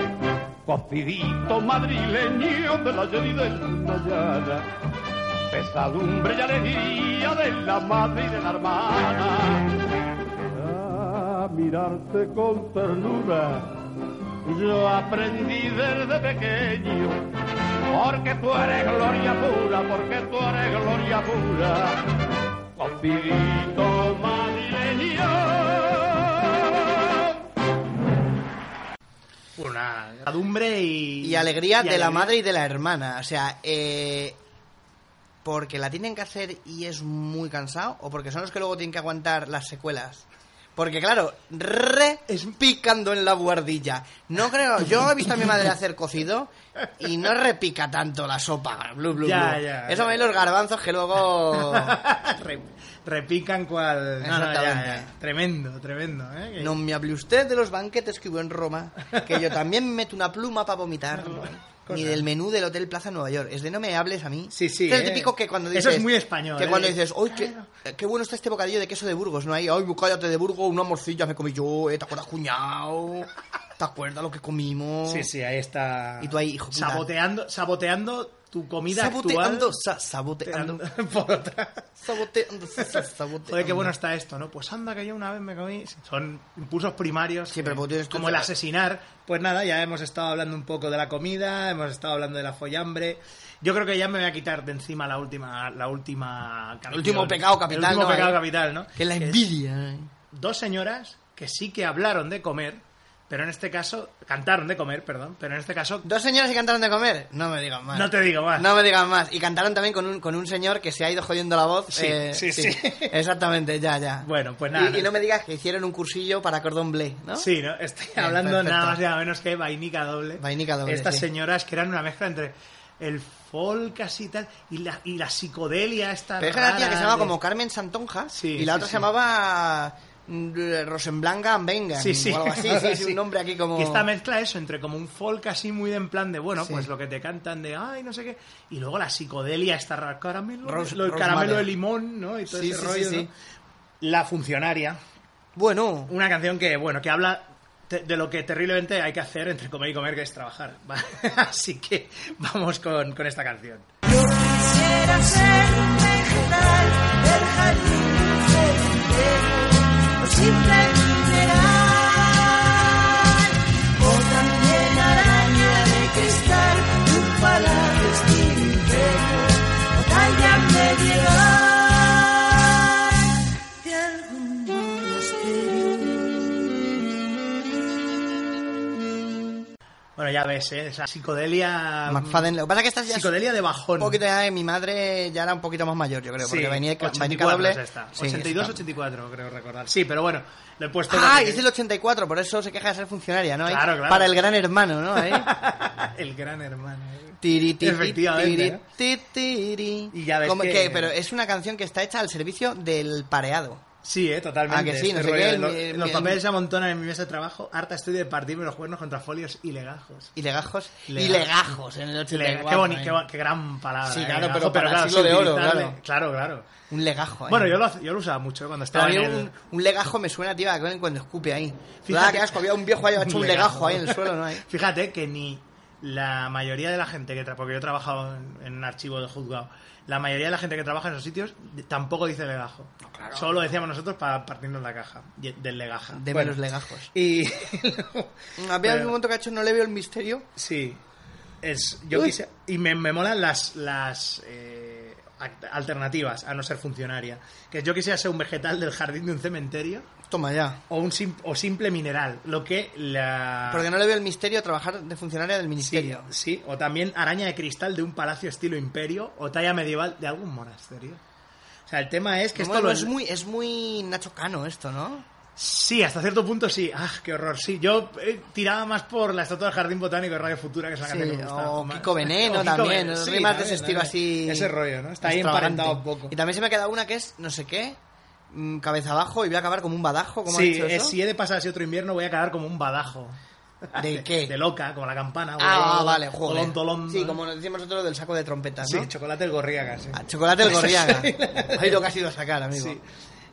cocidito madrileño de la ayer y de la llana, pesadumbre y alegría de la madre y de la hermana. A mirarte con ternura, yo aprendí desde pequeño, porque tú eres gloria pura, porque tú eres gloria pura. Cocidito madrileño.
Una cadumbre y...
Y alegría de la madre y de la hermana. O sea, eh, porque la tienen que hacer y es muy cansado, o porque son los que luego tienen que aguantar las secuelas. Porque claro, re es picando en la buhardilla. No creo, yo he visto a mi madre hacer cocido y no repica tanto la sopa. Blu, blu,
Ya,
blu.
ya,
Eso
ya.
me los garbanzos que
<laughs>
luego
Re- repican cual... No, no, ya,
Exactamente.
ya. Tremendo, tremendo. ¿eh? Que- <laughs>
no me hable usted de los banquetes que hubo en Roma, que yo también meto una pluma para vomitar. ni del menú del Hotel Plaza Nueva York. Es de no me hables a mí.
Sí,
Este
sí,
Es
eh.
el típico que cuando
Eso
dices.
es muy español,
Que
eh.
cuando dices, uy, qué, qué bueno está este bocadillo de queso de Burgos, ¿no? Hay, ay, cállate de Burgos, una morcilla me comí yo, eh, ¿te acuerdas, cuñado? ¿Te acuerdas lo que comimos?
Sí, sí, ahí está.
Y tú ahí, hijo puta.
Saboteando, saboteando tu comida
Saboteando,
actual.
sa- saboteando.
Por otra.
Saboteando, sa- sa- <laughs> saboteando.
Joder, qué bueno está esto, ¿no? Pues anda, que yo una vez me comí. Son impulsos primarios.
Sí,
que-
pero pues, porque tienes que-
como el asesinar. Pues nada, ya hemos estado hablando un poco de la comida, hemos estado hablando de la follambre. Yo creo que ya me voy a quitar de encima la última, la última canción.
último pecado capital,
El último
¿no?
pecado
Ahí.
capital, ¿no?
Que la
es-
envidia. eh.
dos señoras que sí que hablaron de comer, pero en este caso, cantaron de comer, perdón, pero en este caso,
Dos señoras que cantaron de comer. No me digan más.
no te digo más.
No me digan más. Y cantaron también con un, con un señor que se ha ido jodiendo la voz.
Sí,
eh,
sí, sí.
Exactamente, ya, ya.
Bueno, pues nada,
Y,
no-
y no me digas que hicieron un cursillo para cordón blé, ¿no?
Sí, ¿no? estoy
Bien,
hablando nada
perfecto.
más y nada menos que vainica doble.
Vainica doble,
Estas
sí.
señoras que eran una mezcla entre el folk así y tal y la, y la psicodelia esta.
Pero es que era una tía que
rara
se llamaba
de-
como Carmen Santonja
Sí,
y la
sí,
otra
sí.
se llamaba mm, Rosenblanca Ambenga
Sí, <laughs> sí.
o algo así, sí, sí, un nombre aquí como...
Y esta mezcla eso, entre como un folk así muy de en plan de, bueno,
Sí.
pues lo que te cantan de, ay, no sé qué, y luego la psicodelia esta rara, caramelo,
Rose-
lo- el
Rosemary.
caramelo de limón, ¿no? Y todo
Sí,
ese
sí, sí,
rollo,
sí.
¿no? La funcionaria,
Bueno,
una canción que, bueno, que habla te- de lo que terriblemente hay que hacer entre comer y comer, que es trabajar. ¿va? <laughs> Así que vamos con, con esta canción.
Quisiera ser un vegetal del jardín celestial, o simple mineral, o también araña de cristal, tu palacio es mi imperio, o talla medieval de algún monasterio.
Bueno, ya ves, ¿eh? Esa psicodelia... mm,
McFadden, lo que pasa es que estas ya es
Psicodelia de
un
bajón.
poquito ya de mi madre, ya era un poquito más mayor, yo creo, porque
Sí,
venía de
84
doble...
es esta.
Sí,
82,
esta.
84, creo recordar. Sí, pero bueno, lo he puesto...
Ah,
porque-
y es el 84, por eso se queja de ser funcionaria, ¿no? Ahí,
Claro, claro.
Para el gran hermano, ¿no?
<laughs>
Ahí.
el gran hermano. ¿eh?
Tiri, tiri,
Efectivamente, ¿eh?
tiri,
¿no?
ti, tiri.
Y ya ves
Como
que-
Pero es una canción que está hecha al servicio del pareado.
Sí, eh, totalmente.
Ah, que sí, no sé
rollo
qué,
de
el-
lo-
el-
los
el-
papeles se amontonan en mi mesa de trabajo. Ah, Harta estoy de partirme los cuernos contra folios y legajos.
Y legajos. Y
Legajos.
legajos en el 84.
qué, boni-
¿eh?
qué, bo- qué gran palabra.
Sí,
eh,
claro,
legajo,
pero para el siglo
sí,
de oro,
utilizarle-
claro.
Claro, claro.
Un legajo. ¿eh?
Bueno, yo lo, yo lo usaba mucho cuando
Pero
estaba
a mí
en el...
un, un legajo me suena, tío, a que cuando escupe
<laughs>
ahí.
Fíjate-
Fíjate que asco, había un viejo
<laughs>
ahí, hecho un legajo ahí en el suelo, ¿no? Ahí.
Fíjate que ni la mayoría de la gente que trabaja, porque yo he trabajado en, en un archivo de juzgado, la mayoría de la gente que trabaja en esos sitios de- tampoco dice legajo. Solo decíamos nosotros para partirnos la caja, y- e, del legaja.
Deme los legajos.
Y <laughs>
Había
Pero-
un momento que ha hecho, no le veo el misterio.
Sí. Es, yo
Uy.
quise- y me, me molan las, las eh, act- alternativas a no ser funcionaria. Que yo quisiera ser un vegetal del jardín de un cementerio
Toma ya.
o un sim- o simple mineral. Lo que la...
Porque no le veo el misterio a trabajar de funcionaria del
sí,
ministerio.
sí, o también araña de cristal de un palacio estilo imperio o talla medieval de algún monasterio. O sea, el tema es que esto
Bueno,
lo-
es muy, es muy Nacho Cano esto, ¿no?
Sí, hasta cierto punto sí. ¡Ah, qué horror! Sí, yo eh, tiraba más por la estatua del Jardín Botánico de Radio Futura, que es la
Sí,
canción que me gusta.
o Kiko
<laughs>
Veneno también, ¿no? rimas de ese estilo así.
Ese rollo, ¿no? Está ahí
extravagante.
emparentado un poco.
Y también se me ha quedado una que es no sé qué, mm, cabeza abajo y voy a acabar como un badajo, como ha
Sí,
dicho
eh,
eso.
si he de pasar así otro invierno voy a quedar como un badajo. <laughs>
¿De qué?
De loca, como la campana.
Ah,
Olón,
vale, joder.
olón, olón,
sí,
¿no?
como nos decimos nosotros del saco de trompetas,
Sí,
¿no?
chocolate el gorriaga, sí.
Ah, chocolate el gorriaga.
<laughs> Sí.
Ahí lo que has ido a sacar, amigo.
Sí.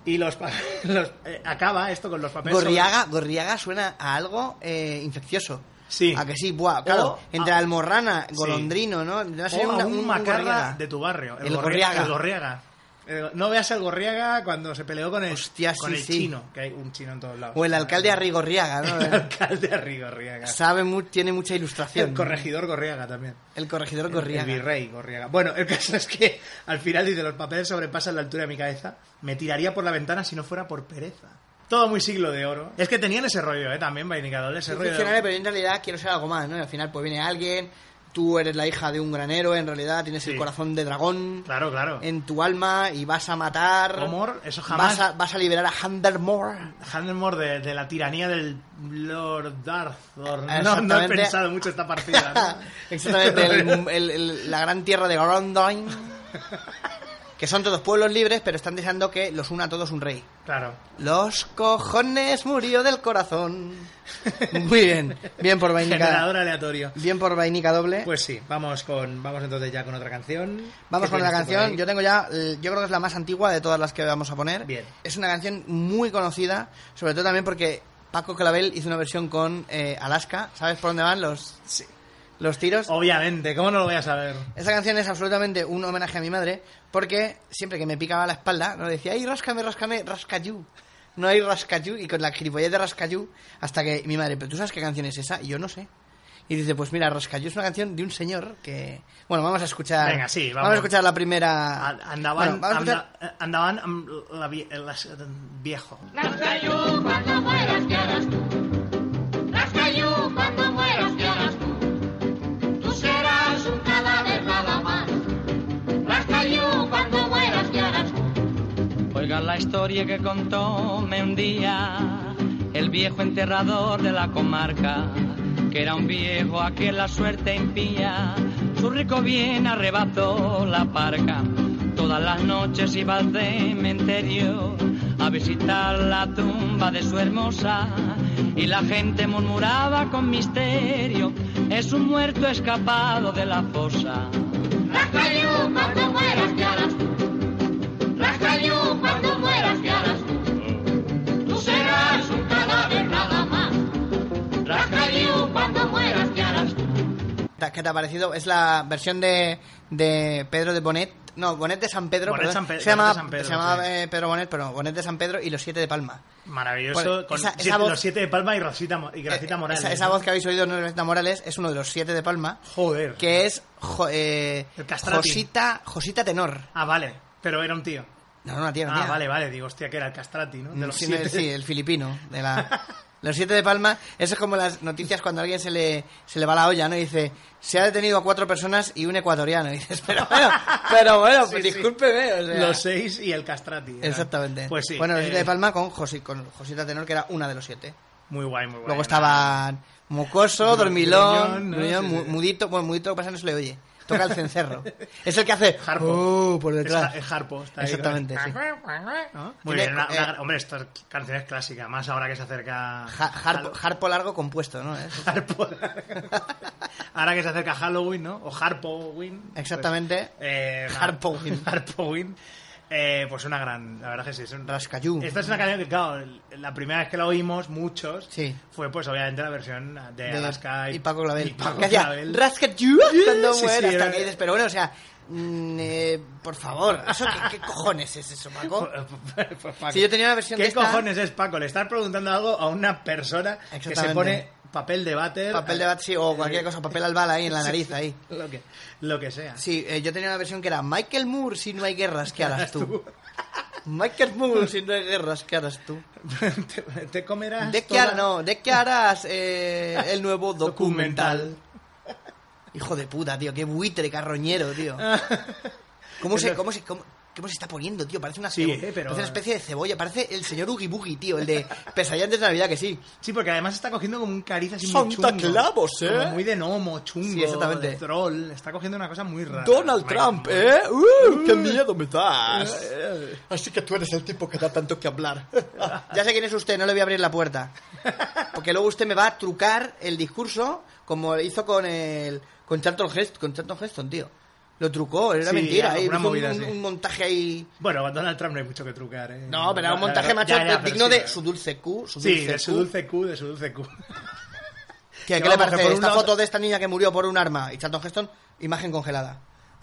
Y los, pa- <laughs> los- eh, acaba esto con los papeles. sobre-
Gorriaga, gorriaga suena a algo eh, infeccioso.
Sí.
A que sí, buah, claro.
O
entre
a-
almorrana,
Sí.
golondrino, ¿no? No sé,
o
una-
a un, macarra
gorriaga.
de tu barrio.
El
gorri-
gorriaga.
El gorriaga. Eh, No veas el gorriaga cuando se peleó con el,
Hostia,
con
sí,
el
sí.
chino, que hay un chino en todos lados. Ah,
O el alcalde Arrigorriaga,
El
¿no?
alcalde Arrigo Gorriaga.
Sabe, mu- tiene mucha
El
ilustración.
corregidor Gorriaga también.
El corregidor
El
Gorriaga.
virrey Gorriaga. Bueno, el caso es que al final dice, los papeles sobrepasan la altura de mi cabeza, me tiraría por la ventana si no fuera por pereza. Todo muy siglo de oro. Es que tenían ese rollo, ¿eh? También, Vainicador, ese
Es
rollo. de-
funcionario, pero en realidad quiero ser algo más, ¿no? Y al final, pues viene alguien, tú eres la hija de un granero, en realidad tienes
Sí.
el corazón de dragón
Claro, claro.
en tu alma y vas a matar.
Amor, eso jamás.
Vas a, vas a liberar a Huntermore.
Handlemore de, de la tiranía del Lord Arthur. No, no he
Ah, Exactamente.
pensado mucho
<laughs>
esta partida. ¿no? <laughs>
Exactamente, el- el- el- la gran tierra de Grondheim. que son todos pueblos libres, pero están deseando que los una a todos un rey.
Claro.
Los cojones murió del corazón. Muy bien, bien por
Generador
vainica.
aleatorio.
Bien por vainica doble.
Pues sí, vamos con vamos entonces ya con otra canción.
Vamos
¿Qué
con la
tienes tú por
canción.
ahí?
Yo tengo ya, eh, yo creo que es la más antigua de todas las que vamos a poner.
Bien.
Es una canción muy conocida, sobre todo también porque Paco Clavel hizo una versión con eh, Alaska. ¿Sabes por dónde van los, los tiros?
Obviamente, ¿cómo no lo voy a saber?
Esa canción es absolutamente un homenaje a mi madre, porque siempre que me picaba la espalda, no decía, ay, ráscame, ráscame, rascayú. No hay rascayú, y con la gilipollez de rascayú, hasta que mi madre, pero tú sabes qué canción es esa, y yo no sé. Y dice, pues mira, rascayú es una canción de un señor que. Bueno, vamos a escuchar.
Venga, sí, vamos.
a escuchar la primera.
A-
Bueno,
Andaban,
vamos a escuchar-
anda- eh, andaban am, la vie- eh, las- eh, viejo.
Rascayú, cuando mueras te harás tú. Rascayú, cuando mueras te harás tú. Tú serás un cadáver nada más. Rascayú, cuando mueras te harás tú.
Oigan la historia que contóme un día el viejo enterrador de la comarca, que era un viejo a quien la suerte impía, su rico bien arrebató la parca. Todas las noches iba al cementerio a visitar la tumba de su hermosa y la gente murmuraba con misterio, es un muerto escapado de la fosa.
Rascayú, cuando mueras te harás tú. Rascayú, cuando mueras te harás tú. Tú serás un cadáver nada más. Rascayú, cuando mueras te harás tú.
Ta- ¿Qué te ha parecido? Es la versión de, de Pedro de Bonet. No, Bonet de San Pedro.
Bonet
perdón.
San Pe-
se llama,
Bonet de San Pedro,
se llamaba,
sí.
eh, Pedro Bonet, pero Bonet de San Pedro y Los Siete de Palma.
Maravilloso.
Bueno,
con
esa- esa
siete-
voz-
los siete de Palma y Rosita, Mo- y Gracita
Eh,
Morales.
Esa, esa
¿no?
voz que habéis oído no es Gracita Morales, es uno de los siete de Palma.
Joder.
Que es jo- eh,
El castrati.
Josita, Josita Tenor.
Ah, vale. Pero era un tío.
No, no, una tía, una
Ah,
tía.
vale, vale. Digo, hostia, que era el castrati, ¿no? De los
sí,
siete.
el- sí,
<laughs>
el filipino. De la... Los siete de Palma, eso es como las noticias cuando a alguien se le, se le va la olla, ¿no? Y dice, se ha detenido a cuatro personas y un ecuatoriano. <laughs> Y dices, pero bueno, pero bueno, pues
Sí, sí.
discúlpeme. o sea.
Los seis y el castrati. eran.
Exactamente.
Pues sí.
bueno, los
eh,
siete de Palma con, Josi- con Josita Tenor, que era una de los siete.
Muy guay, muy guay.
Luego estaban Mocoso,
Gru-
Dormilón,
gruñón, ¿no?
gruñón,
Sí,
mu-
sí.
Mudito. Bueno, Mudito lo que pasa es que no se le oye. Toca el
<laughs>
cencerro. es el que hace...
Harpo.
"Oh", por
Es
detrás.
ja- es harpo. está ahí.
Exactamente, sí.
¿No? Muy
Tiene-
bien. una- una-
eh,
hombre, esta canción es clásica. Más ahora que se acerca.
Ja- harpo, harpo largo compuesto,
<laughs>
¿no? Es-
Harpo. Ahora que se acerca Halloween, ¿no? O Harpoween.
Exactamente.
Pues, eh, <laughs>
Harpoween.
Harpoween. Eh, pues una gran. La verdad que sí, es un
Rascayú.
Esta es una canción que, claro, la primera vez que la oímos, muchos,
Sí.
fue pues obviamente la versión de,
de-
Alaska
y Paco Clavel.
y Paco
que hacía
Clavel.
"Rasca you up", cuando
Sí,
muera,
sí, eh.
hasta
era-
que dices, pero bueno, o sea, mm, eh, por favor, ¿eso qué, qué cojones es eso,
<laughs>
Paco?
Paco.
Si yo tenía una versión
¿Qué
de esta-
cojones es Paco? Le estás preguntando algo a una persona que se
Exactamente.
pone papel de váter. eh,
Papel de Batsy o cualquier cosa, papel al bala ahí en la nariz, ahí.
Lo que, lo que sea.
Sí, eh, yo tenía una versión que era Michael Moore, si no hay guerras, ¿qué harás
<laughs>
tú? Michael Moore, si no hay guerras, ¿qué harás tú?
te, te comerás.
¿De qué,
toda-
harás, no, ¿de qué harás eh, el
<laughs>
nuevo documental? Hijo de puta, tío, qué buitre carroñero,
<laughs>
tío. ¿Cómo se, cómo se, cómo, cómo se está poniendo, tío? Parece una,
Sí,
cebo-
eh, pero-
parece una especie de cebolla, parece el señor Oogie Boogie, tío, el de Pesadilla antes de Navidad, que sí.
Sí, porque además está cogiendo como un cariz así muy chungo.
Santa Claus, ¿eh?
Como muy de gnomo, chungo,
Sí, exactamente.
de troll. Está cogiendo una cosa muy Eh. rara. Ah,
Donald
Mike
Trump,
Moore.
¿eh? ¡Uh, ¡Qué miedo me das! Así que tú eres el tipo que da tanto que hablar. <laughs> ya sé quién es usted, no le voy a abrir la puerta. Porque luego usted me va a trucar el discurso como hizo con el con Charlton Heston, con Charlton Heston, tío. Lo trucó, era
Sí,
mentira. eh,
alguna
hizo un-
movida,
un,
sí.
un montaje ahí...
Bueno, con Donald Trump no hay mucho que trucar, ¿eh?
No, pero era un montaje,
Ya,
macho, eh,
ya, pero
digno
sí,
de
¿verdad?
su dulce Q. Su
Sí, de su
Q.
dulce Q, de su
<laughs>
dulce Q.
Tía,
Que
¿Qué le
vamos, que
parece
por un
esta
lado-
foto de esta niña que murió por un arma? Y Charlton Heston, imagen congelada.
<laughs>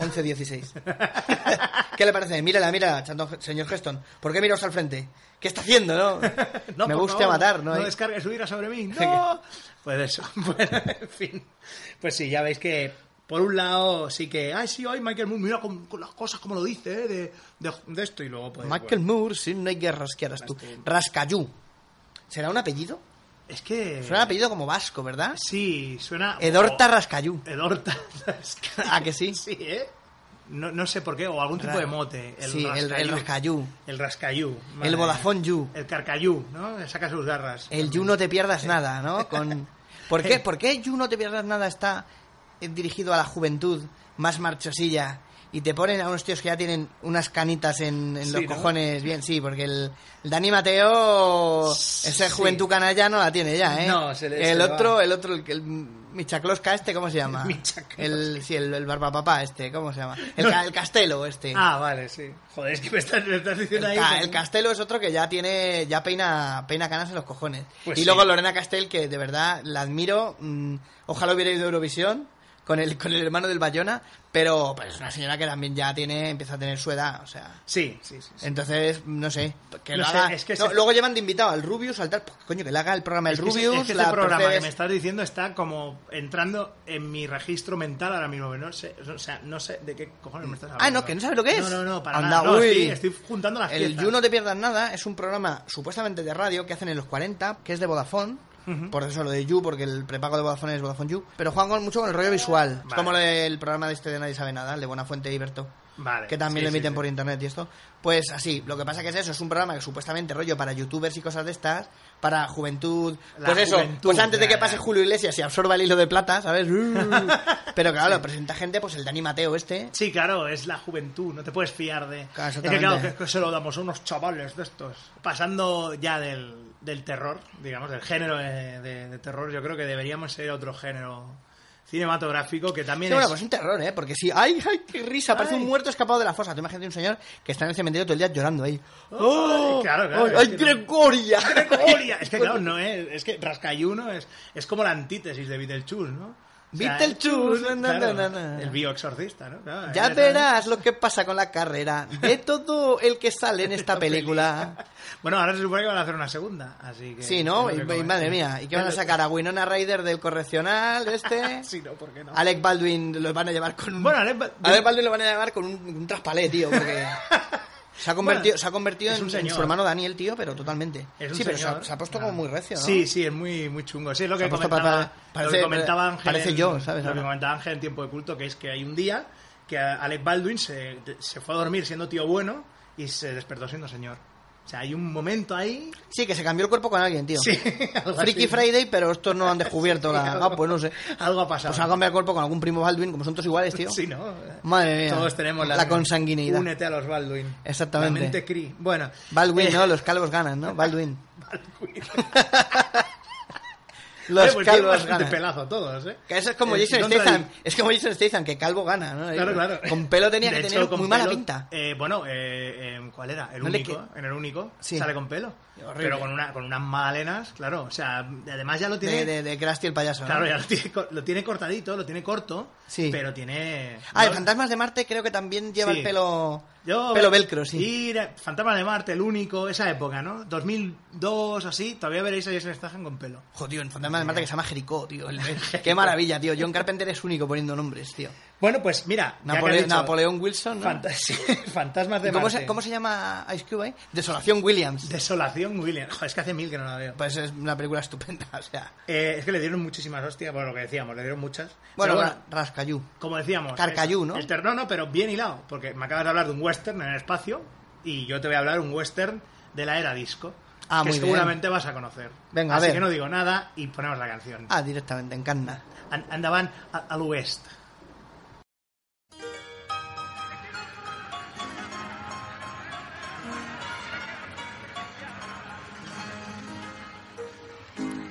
11-16. ¿Qué le parece? Mírala, mírala, Charlton He- señor Heston. ¿Por qué miraos al frente? ¿Qué está haciendo, no?
<laughs> No,
Me
por
gusta
favor,
matar, ¿no?
No
Ahí.
descargue su ira
<laughs>
sobre mí. ¡No! Pues eso. <laughs> Bueno, en fin. Pues sí, ya veis que. Por un lado, sí que. Ay, sí, ay, Michael Moore, mira con, con las cosas como lo dice, ¿eh? De, de, de esto y luego, pues.
Michael
bueno.
Moore, si no hay guerras, ¿qué harás tú? Rascayú. ¿Será un apellido?
Es que.
Suena un apellido como vasco, ¿verdad?
Sí, suena.
Edorta
o-
Rascayú.
Edorta.
¿A que sí?
<laughs> Sí, ¿eh? No, no sé por qué, o algún tipo
Ra-
de mote. El
Sí, el- el rascayú.
El rascayú. madre
El Vodafone Yu.
mía. El carcayú, ¿no? Saca sus garras.
El You no te pierdas nada, ¿no?
<laughs>
Con... ¿Por qué? ¿Por qué You no te pierdas nada está eh, dirigido a la juventud más marchosilla y y te ponen a unos tíos que ya tienen unas canitas en, en
Sí,
los
¿no?
cojones bien, sí, porque el, el Dani Mateo, ese
Sí.
juventud canalla no la tiene ya, ¿eh?
No, se le- se
el
le
otro,
va.
el otro, el, que- el <laughs> Michaclosca este, ¿cómo se llama? el, sí, el, el barbapapá este, ¿cómo se llama? El,
<laughs>
ca- el Castelo este.
Ah, vale, sí. Joder, es que me estás, me estás diciendo
El,
ahí.
ca-
que-
el Castelo es otro que ya tiene, ya peina, peina canas en los cojones.
Pues
y
sí.
luego Lorena Castel, que de verdad la admiro. mm, ojalá hubiera ido a Eurovisión con el, con el hermano del Bayona, pero pues, es una señora que también ya tiene, empieza a tener su edad, o sea.
Sí, sí, sí.
Entonces, no sé. Que
No
lo
sé,
haga-
es que
no,
se-
Luego llevan de invitado al Rubius, al tal. pues, Coño, que le haga el programa el
Es que ese-
Rubius.
es que
la
este programa que
Mercedes-
me estás diciendo está como entrando en mi registro mental ahora mismo. que No sé, o sea, no sé de qué cojones me estás hablando.
Ah, no, que no sabes lo que es.
No, no, no, para
Anda,
nada. No,
uy.
estoy, estoy juntando las
El
piezas.
You No Te Pierdas Nada es un programa supuestamente de radio que hacen en los 40, que es de Vodafone.
Ujú.
Por eso lo de You, porque el prepago de Vodafone es Vodafone You. Pero juegan con- mucho con el rollo visual. Es
Vale.
como el programa de este de Nadie Sabe Nada, el de Buenafuente y Berto.
Vale.
Que también
Sí,
lo
sí,
emiten
sí.
por internet y esto. Pues así, lo que pasa que es eso, es un programa que supuestamente rollo para youtubers y cosas de estas, para juventud.
La
pues eso,
juventud,
pues antes de
ya,
que pase
ya.
Julio Iglesias y absorba el hilo de plata,
<laughs>
¿sabes? Uh. Pero claro, lo presenta gente, pues el Dani Mateo este.
Sí, claro, es la juventud, no te puedes fiar de...
Claro,
es que claro,
exactamente.
que, que se lo damos a unos chavales de estos. Pasando ya del, del terror, digamos, del género de, de- de terror, yo creo que deberíamos ser otro género cinematográfico que también
Sí,
es...
bueno, pues un terror, ¿eh? Porque sí, ¡ay, ay, qué risa! Parece
Ay.
un muerto escapado de la fosa. Te imaginas un señor que está en el cementerio todo el día llorando ahí.
¡Oh! Claro, claro,
¡Ay,
es
ay,
que no-
Gregoria!
<laughs> Gregoria. Es que
pues,
claro, no es. Es que Rascayuno es, es como la antítesis de Beetlejuice, ¿no? O sea,
Beetlejuice,
claro,
na, na, na, na.
El bioexorcista, ¿no?
<laughs>
Claro,
Ya
eh,
verás lo que pasa con la carrera de todo el que sale en
<laughs>
esta película.
Bueno, ahora se supone que van a hacer una segunda, así que...
Sí, ¿no?
es
Y,
lo que
y madre mía, ¿y qué van a sacar? ¿A Winona Ryder del correccional este?
<laughs> Sí, ¿no? ¿Por qué no?
Alec Baldwin lo van a llevar con...
Bueno, Alec Ba-
Alec Baldwin lo van a llevar con un, un traspalé, tío, porque... Se ha convertido,
Bueno,
se ha convertido
es
en,
un
en su
señor.
hermano Daniel, tío, pero totalmente.
Es un
sí, pero se ha,
señor. Ah.
se ha puesto como muy recio, ¿no?
Sí, sí, es muy, muy chungo. Sí, es lo
Se
que,
ha puesto
comentaba,
pa- pa-
lo que
parece-
comentaba Ángel.
parece
en-
yo, ¿sabes?
Lo que
Ahora.
comentaba Ángel en tiempo de culto, que es que hay un día que a- Alec Baldwin se, se fue a dormir siendo tío bueno y se despertó siendo señor. O sea, hay un momento ahí.
Sí, que se cambió el cuerpo con alguien, tío.
Sí, <laughs> algo
Freaky
así.
Friday, pero estos no han descubierto
Sí, sí,
la...
<laughs> algo-
Ah, pues no sé.
Algo ha pasado.
Pues se han cambiado el cuerpo con algún primo Baldwin, como son todos iguales, tío.
Sí, ¿no?
Madre mía.
Todos tenemos la,
La consanguineidad.
Únete a los Baldwin.
Exactamente.
La mente Cree. Bueno.
Baldwin,
eh,
¿no? Los calvos ganan, ¿no? Baldwin.
<laughs>
<laughs>
Baldwin.
Los
Eh, pues tienen
calvos
bastante
ganan.
pelazo todos, ¿eh?
Que eso es como
Eh,
Jason
no
Statham.
tradic-
Es como Jason Statham, que calvo gana, ¿no? Eh,
Claro, claro.
Con pelo tenía
De
que
hecho,
tener
con
muy mala
pelo,
pinta.
eh, bueno, eh, eh, ¿cuál era? El
No le
único. En el único
Sí.
sale con pelo.
Horrible.
Pero con, una, con unas magdalenas, claro. O sea, además ya lo tiene.
De, de, de Krusty el payaso. ¿no?
Claro, ya lo tiene, co- lo tiene cortadito, lo tiene corto.
Sí.
Pero tiene.
Ah, el
no-
Fantasmas de Marte creo que también lleva
Sí.
el pelo...
Yo,
Pelo velcro, sí.
Ir a- Fantasma de Marte, el único, esa época, ¿no? 2002, así, todavía veréis a Jason Statham con pelo.
Joder, tío, en Fantasmas de Marte que se llama Jericó,
<laughs>
tío. El- Qué maravilla, tío. John Carpenter es único poniendo nombres, tío.
Bueno, pues mira, ya que
Napole-
has dicho-
Napoleón Wilson, ¿no?
<laughs> Fantas- Fantasmas de
¿Cómo
Marte.
se, ¿Cómo se llama Ice Cube ahí? Desolación Williams.
Desolación William. Joder, es que hace mil que no la veo.
Pues es una película estupenda, <laughs> o sea.
Eh, es que le dieron muchísimas hostias, por lo que decíamos, le dieron muchas.
Bueno,
Pero
Ra- Rascayú.
como decíamos.
Carcayú,
es-
¿no?
El terreno, no, pero bien hilado, porque me acabas de hablar de un western en el espacio y yo te voy a hablar un western de la era disco.
Ah,
que
muy bien.
seguramente vas a conocer.
Venga, a
Así
ver.
que no digo nada y ponemos la canción.
Ah, directamente, en Canna.
An- andaban a- al oeste.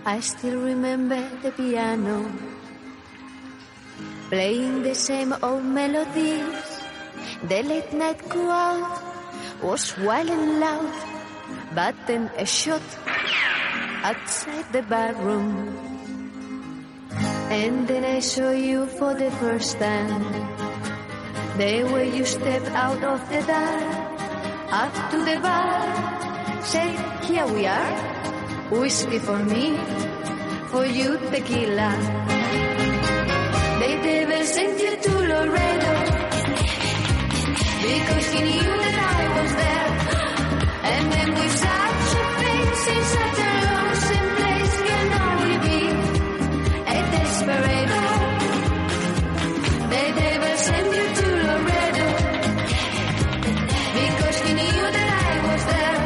I still remember the piano playing the same old melodies. The late night crowd was wild and loud, but then a shot outside the barroom. And then I saw you for the first time. The way you stepped out of the dark, up to the bar, say, here we are. Whiskey for me, for you tequila. They never sent you to Laredo because he knew that I was there. And then with such a face in such a lonesome place, can only be a desperado. They never sent you to Laredo because he knew that I was there.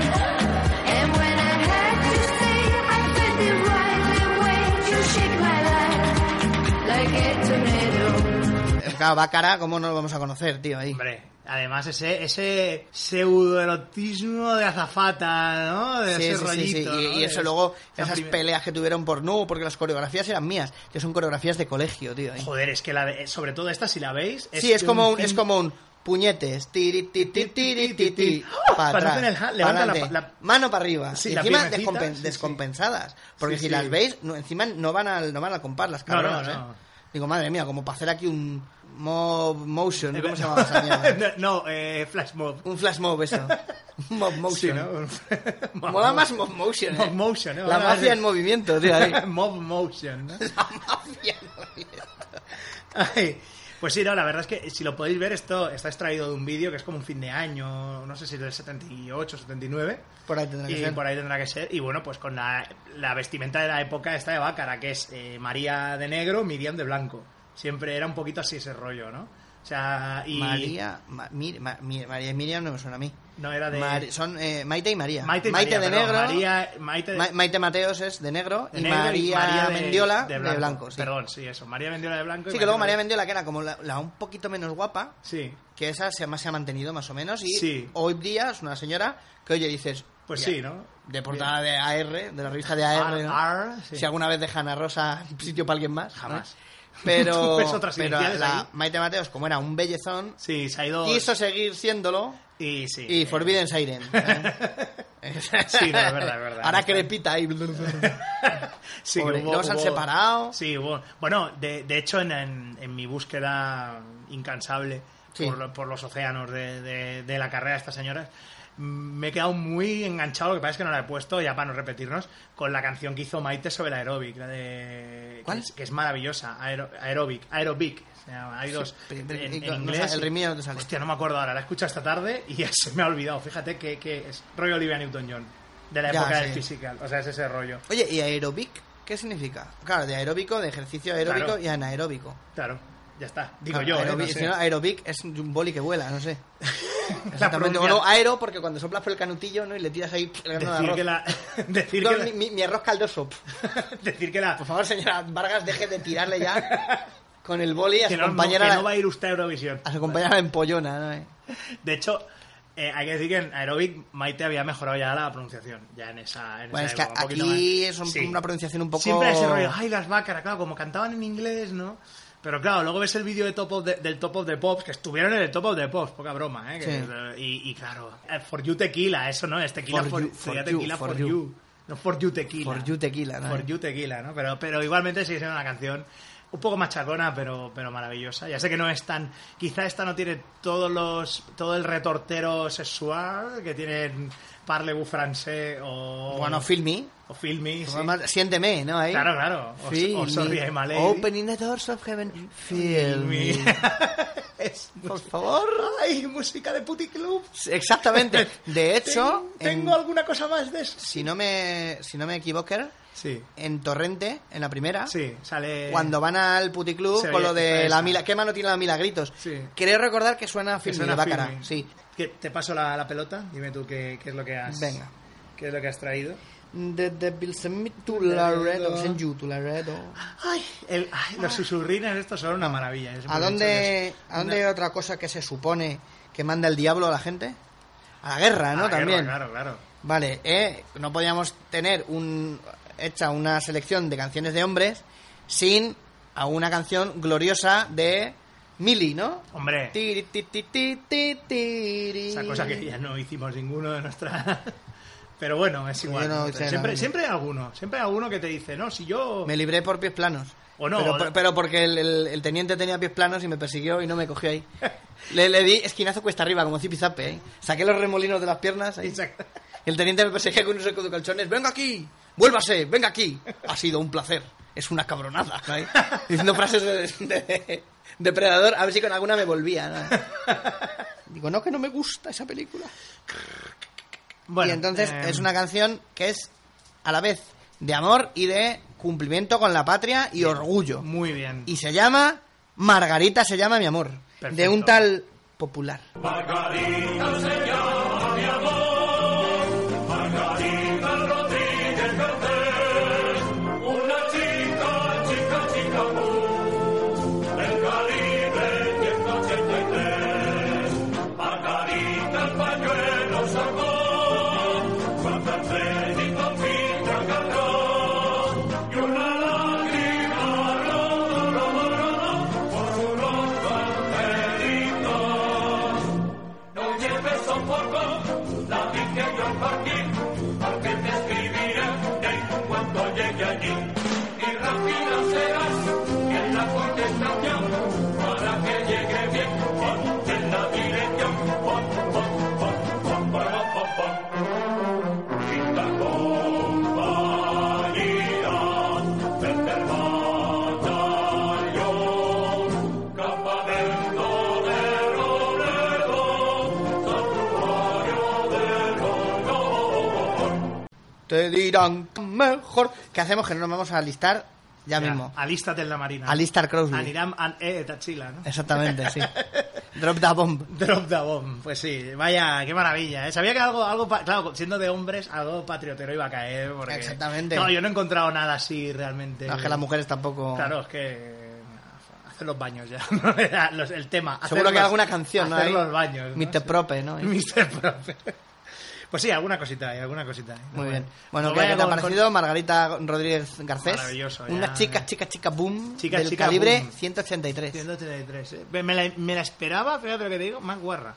And when I heard you say, I felt it right the way you shake my life like a tornado.
Eh, claro, Bácara, ¿cómo no lo vamos a conocer, tío? Ahí.
Hombre, además ese, ese pseudoerotismo de azafata, ¿no? De
Sí,
ese
sí, sí,
rollito.
sí. Y,
¿no?
y eso
Es-
luego,
esa
esas
primer-
peleas que tuvieron por no, porque las coreografías eran mías. Que son coreografías de colegio, tío. ahí.
Joder, es que la de- sobre todo esta, si la veis.
sí, es
de
como un,
cin-
es como un puñetes. Tiri, ti, ti, tiri, ti,
<laughs>
ti,
Para
para atrás.
hacer el ja-
para
levanta la-
adelante,
la-
mano para arriba.
Sí,
y
la
encima
piernecita,
descompen-
sí, sí.
descompensadas. Porque
Sí,
si
sí.
las veis, no- encima no van al, no van al compás las
No, no,
cabronas,
no.
¿eh? Digo, madre mía, como para hacer aquí un mob
<laughs>
motion. ¿Cómo se llama esa mierda?
no, no, eh, flash mob.
Un flash mob, eso. Un <laughs> mob
Sí,
motion.
¿no? <laughs> Mob
Mola
mob.
más mob motion, ¿eh?
Mob motion, ¿eh?
La
Ahora
mafia
sí.
en movimiento, tío. ahí.
<laughs> mob
<laughs>
motion, ¿no?
Mafia en movimiento.
Ay, Pues sí, no, la verdad es que si lo podéis ver, esto está extraído de un vídeo que es como un fin de año, no sé si del 78, 79.
Por ahí tendrá que
Y
ser.
por ahí tendrá que ser. Y bueno, pues con la, la vestimenta de la época esta de Bácara, que es eh, María de negro, Miriam de blanco. Siempre era un poquito así ese rollo, ¿no? O sea, Ah, y...
María, Ma- Mir- Ma- Mir- María y Miriam no me suena a mí.
No, era de...
Mari- son eh, Maite y María.
Maite, y María,
de
perdón,
negro.
María, Maite de-
Ma- Maite Mateos es de negro
de
y,
negro
María
de-
Mendiola
de
de
blanco.
blanco. sí.
Perdón, sí, eso. María Mendiola de blanco. y
Sí, que luego María
de-
Mendiola, que era como la, la un poquito menos guapa,
Sí.
que esa se, más se ha mantenido más o menos. Y
Sí.
hoy día es una señora que, oye, dices.
Pues
"Mira,
sí, ¿no?
De portada de AR, de la revista de AR.
Ar-
¿no?
ar, sí.
Si alguna vez dejan a Rosa sitio para alguien más. ¿no?
Jamás. <laughs> Pues
Pero,
Ves otras
pero
iniciales
la
ahí.
Maite Mateos, como era un bellezón,
Sí, se ha ido...
quiso seguir siéndolo
Y sí.
y
eh,
Forbidden Siren.
<laughs>
<laughs>
Sí, no, es verdad, es verdad.
Ahora crepita ahí.
<laughs> Sí,
Pobre,
que
luego se han separado.
Sí, hubo- bueno, de, de hecho en, en- en mi búsqueda incansable
Sí.
por, lo- por los océanos de, de- de la carrera de estas señoras, mm, me he quedado muy enganchado, lo que pasa es que no la he puesto, ya para no repetirnos, con la canción que hizo Maite sobre el aeróbic, la de...
¿Cuál?
Que es, que es maravillosa, aero- aeróbic, aeróbic. se llama, Hay dos
pero-
en,
pero-
en
y con- no
inglés.
sa- el ritmo no te sale.
Hostia, no me acuerdo ahora. La he escuchado esta tarde y <laughs> ya se me ha olvidado. Fíjate que, que es rollo Olivia Newton-John. De la
Ya,
época
sí.
del physical. O sea, es ese rollo.
Oye, ¿y aeróbic? ¿Qué significa? Claro, de aeróbico, de ejercicio aeróbico
Claro.
y anaeróbico.
Claro, ya está. Digo
Ah,
yo, ¿eh?
aeróbic,
No sé.
si no, aeróbic es un boli que vuela, no sé.
<laughs> La
Exactamente.
pronuncia-
O no, aero, porque cuando soplas por el canutillo ¿no? y le tiras ahí el grano de
decir
arroz.
que la... <laughs> decir,
No,
que la-
mi, mi- mi arroz caldoso.
<laughs> decir que la...
Por favor, señora Vargas, deje de tirarle
<laughs>
ya con el boli a
que
su
no,
compañera,
que no va a ir usted a Eurovisión.
a su compañera empollona. ¿no? eh?
De hecho, eh, hay que decir que en Aerobic Maite había mejorado ya la pronunciación. Ya en esa, en
Bueno, es
esa
que
época, un poquito
aquí
más.
es un-
Sí.
una pronunciación un poco...
Siempre ese rollo, ay, las vacas, claro, como cantaban en inglés, ¿no? Pero claro, luego ves el vídeo de Top of the- del Top of the Pops, que estuvieron en el Top of the Pops, poca broma, ¿eh? Que- y, y claro, eh, For You Tequila, eso no es Tequila
For
For,
you,
sería
for you,
tequila
for
for
you.
you, no For You Tequila.
For you tequila, ¿no?
For You Tequila, ¿no? Pero, pero igualmente sigue siendo una canción un poco machacona, pero, pero maravillosa. Ya sé que no es tan... Quizá esta no tiene todos los, todo el retortero sexual que tienen Parlez-vous francés o...
Bueno, filmy.
o Filmi, sí.
Siénteme, ¿no? Ahí.
Claro, claro. O-
Feel
o Sorry,
me.
I'm a Lady.
Opening the doors of heaven. Feel me.
<laughs> es
Por favor.
Ay, música de puticlub.
Exactamente.
<laughs>
De hecho,
tengo,
en-
tengo alguna cosa más de eso.
si no me si no me equivoco,
Sí,
en Torrente, en la primera,
sí, sale.
cuando van al puticlub
Se ve
con lo de
esa.
la mila, ¿qué mano tiene la milagritos?
Sí.
Creo recordar que suena
que
Feel me
suena
de Bácara.
Filmi.
Sí.
¿Qué- te paso la, la pelota. Dime tú qué, qué es lo que has.
Venga.
¿Qué es lo que has traído?
The devil sent me to Laredo. Send you to Laredo. Ah.
Ay, el- ay, los susurrines estos son una maravilla. yo siempre
¿A
he dicho
dónde,
eso.
¿A dónde hay otra cosa que se supone que manda el diablo a la gente? A la guerra,
A
¿no?
la guerra,
También.
Claro, claro.
Vale, eh, no podíamos tener un, hecha una selección de canciones de hombres sin a una canción gloriosa de Mili, ¿no?
Hombre.
Tiri, ti, ti, ti, ti, tiri.
Esa cosa que ya no hicimos ninguno de nuestra. <laughs> Pero bueno, es igual.
no hice
siempre,
nada.
siempre hay alguno. Siempre hay alguno que te dice, no, si yo.
Me libré por pies planos.
O no,
pero,
o no.
pero porque el, el- el teniente tenía pies planos y me persiguió y no me cogió
<laughs>
ahí. Le, le di esquinazo cuesta arriba, como zipizape. ¿eh? Saqué los remolinos de las piernas. ahí.
Exacto.
El teniente me perseguía con un saco de calzones. ¡Venga aquí! ¡Vuélvase! ¡Venga aquí! Ha sido un placer. Es una cabronada. ¿no? ¿Eh? Diciendo frases de, de- depredador. A ver si con alguna me volvía. ¿no? Digo, no, que no me gusta esa película.
Bueno,
y entonces
eh,
es una canción que es a la vez de amor y de cumplimiento con la patria y orgullo.
Muy bien.
Y se llama Margarita se llama mi amor. De
Perfecto.
un tal popular.
Margarita se llama mi amor, Margarita Rodríguez Cortés, una chica, chica, chica, muy del Caribe,
te dirán mejor. ¿Qué hacemos? Que no nos vamos a alistar ya, mismo.
Alístate en la marina.
Alistar Crosby.
Aniram an e Tachila, ¿no?
Exactamente, sí. Drop the bomb.
Drop the bomb. Pues sí, vaya, qué maravilla. ¿eh? Sabía que algo, algo pa- claro, siendo de hombres, algo patriotero iba a caer. Porque...
Exactamente.
<laughs> No, yo no he encontrado nada así realmente.
No, es que las mujeres tampoco.
Claro, es que. Hacer los baños ya. <laughs> ¿no? Era los- el tema. hacer
Seguro que
los-
alguna canción, ¿no?
Hacer
Ahí.
los baños. ¿no?
Mr. Prope,
<laughs>
¿no?
Mr. Profe. Pues sí, alguna cosita hay, alguna cosita hay.
Muy bien. Bueno,
Pues
¿qué,
vaya
qué te ha
con- con-
parecido Margarita Rodríguez Garcés?
Maravilloso, ya,
Una chica,
ya.
chica, chica, boom.
Chica,
del
chica,
calibre
boom.
183.
133, ¿eh? Me- Me la, me la esperaba, fíjate lo que te digo, más guarra.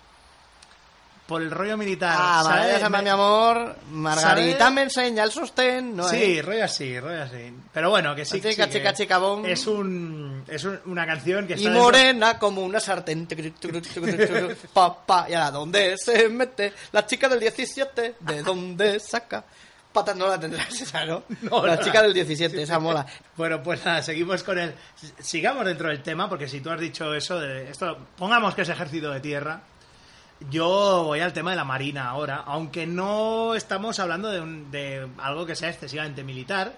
Por el rollo militar.
Ah,
¿sabes?
Margarita,
Me-
mi amor. Margarita
¿Sabe?
me enseña el sostén, ¿no?
sí,
eh?
rollo así, rollo así. Pero bueno, que sí.
Chica,
sí, que
chica, chica, bom.
Es, un, es un- una canción que
Y
está. dentro-
morena como una sartén. Tucru, tucru, tucru, tucru. Papá, ¿y a la dónde se mete? La chica del 17, ¿de dónde saca? Patas no la tendrás <laughs> esa, ¿no?
No,
la
no.
chica del 17, esa mola.
Bueno, pues nada, seguimos con el. Sigamos dentro del tema, porque si tú has dicho eso, de esto, pongamos que es ejército de tierra. Yo voy al tema de la marina ahora, aunque no estamos hablando de, un- de algo que sea excesivamente militar,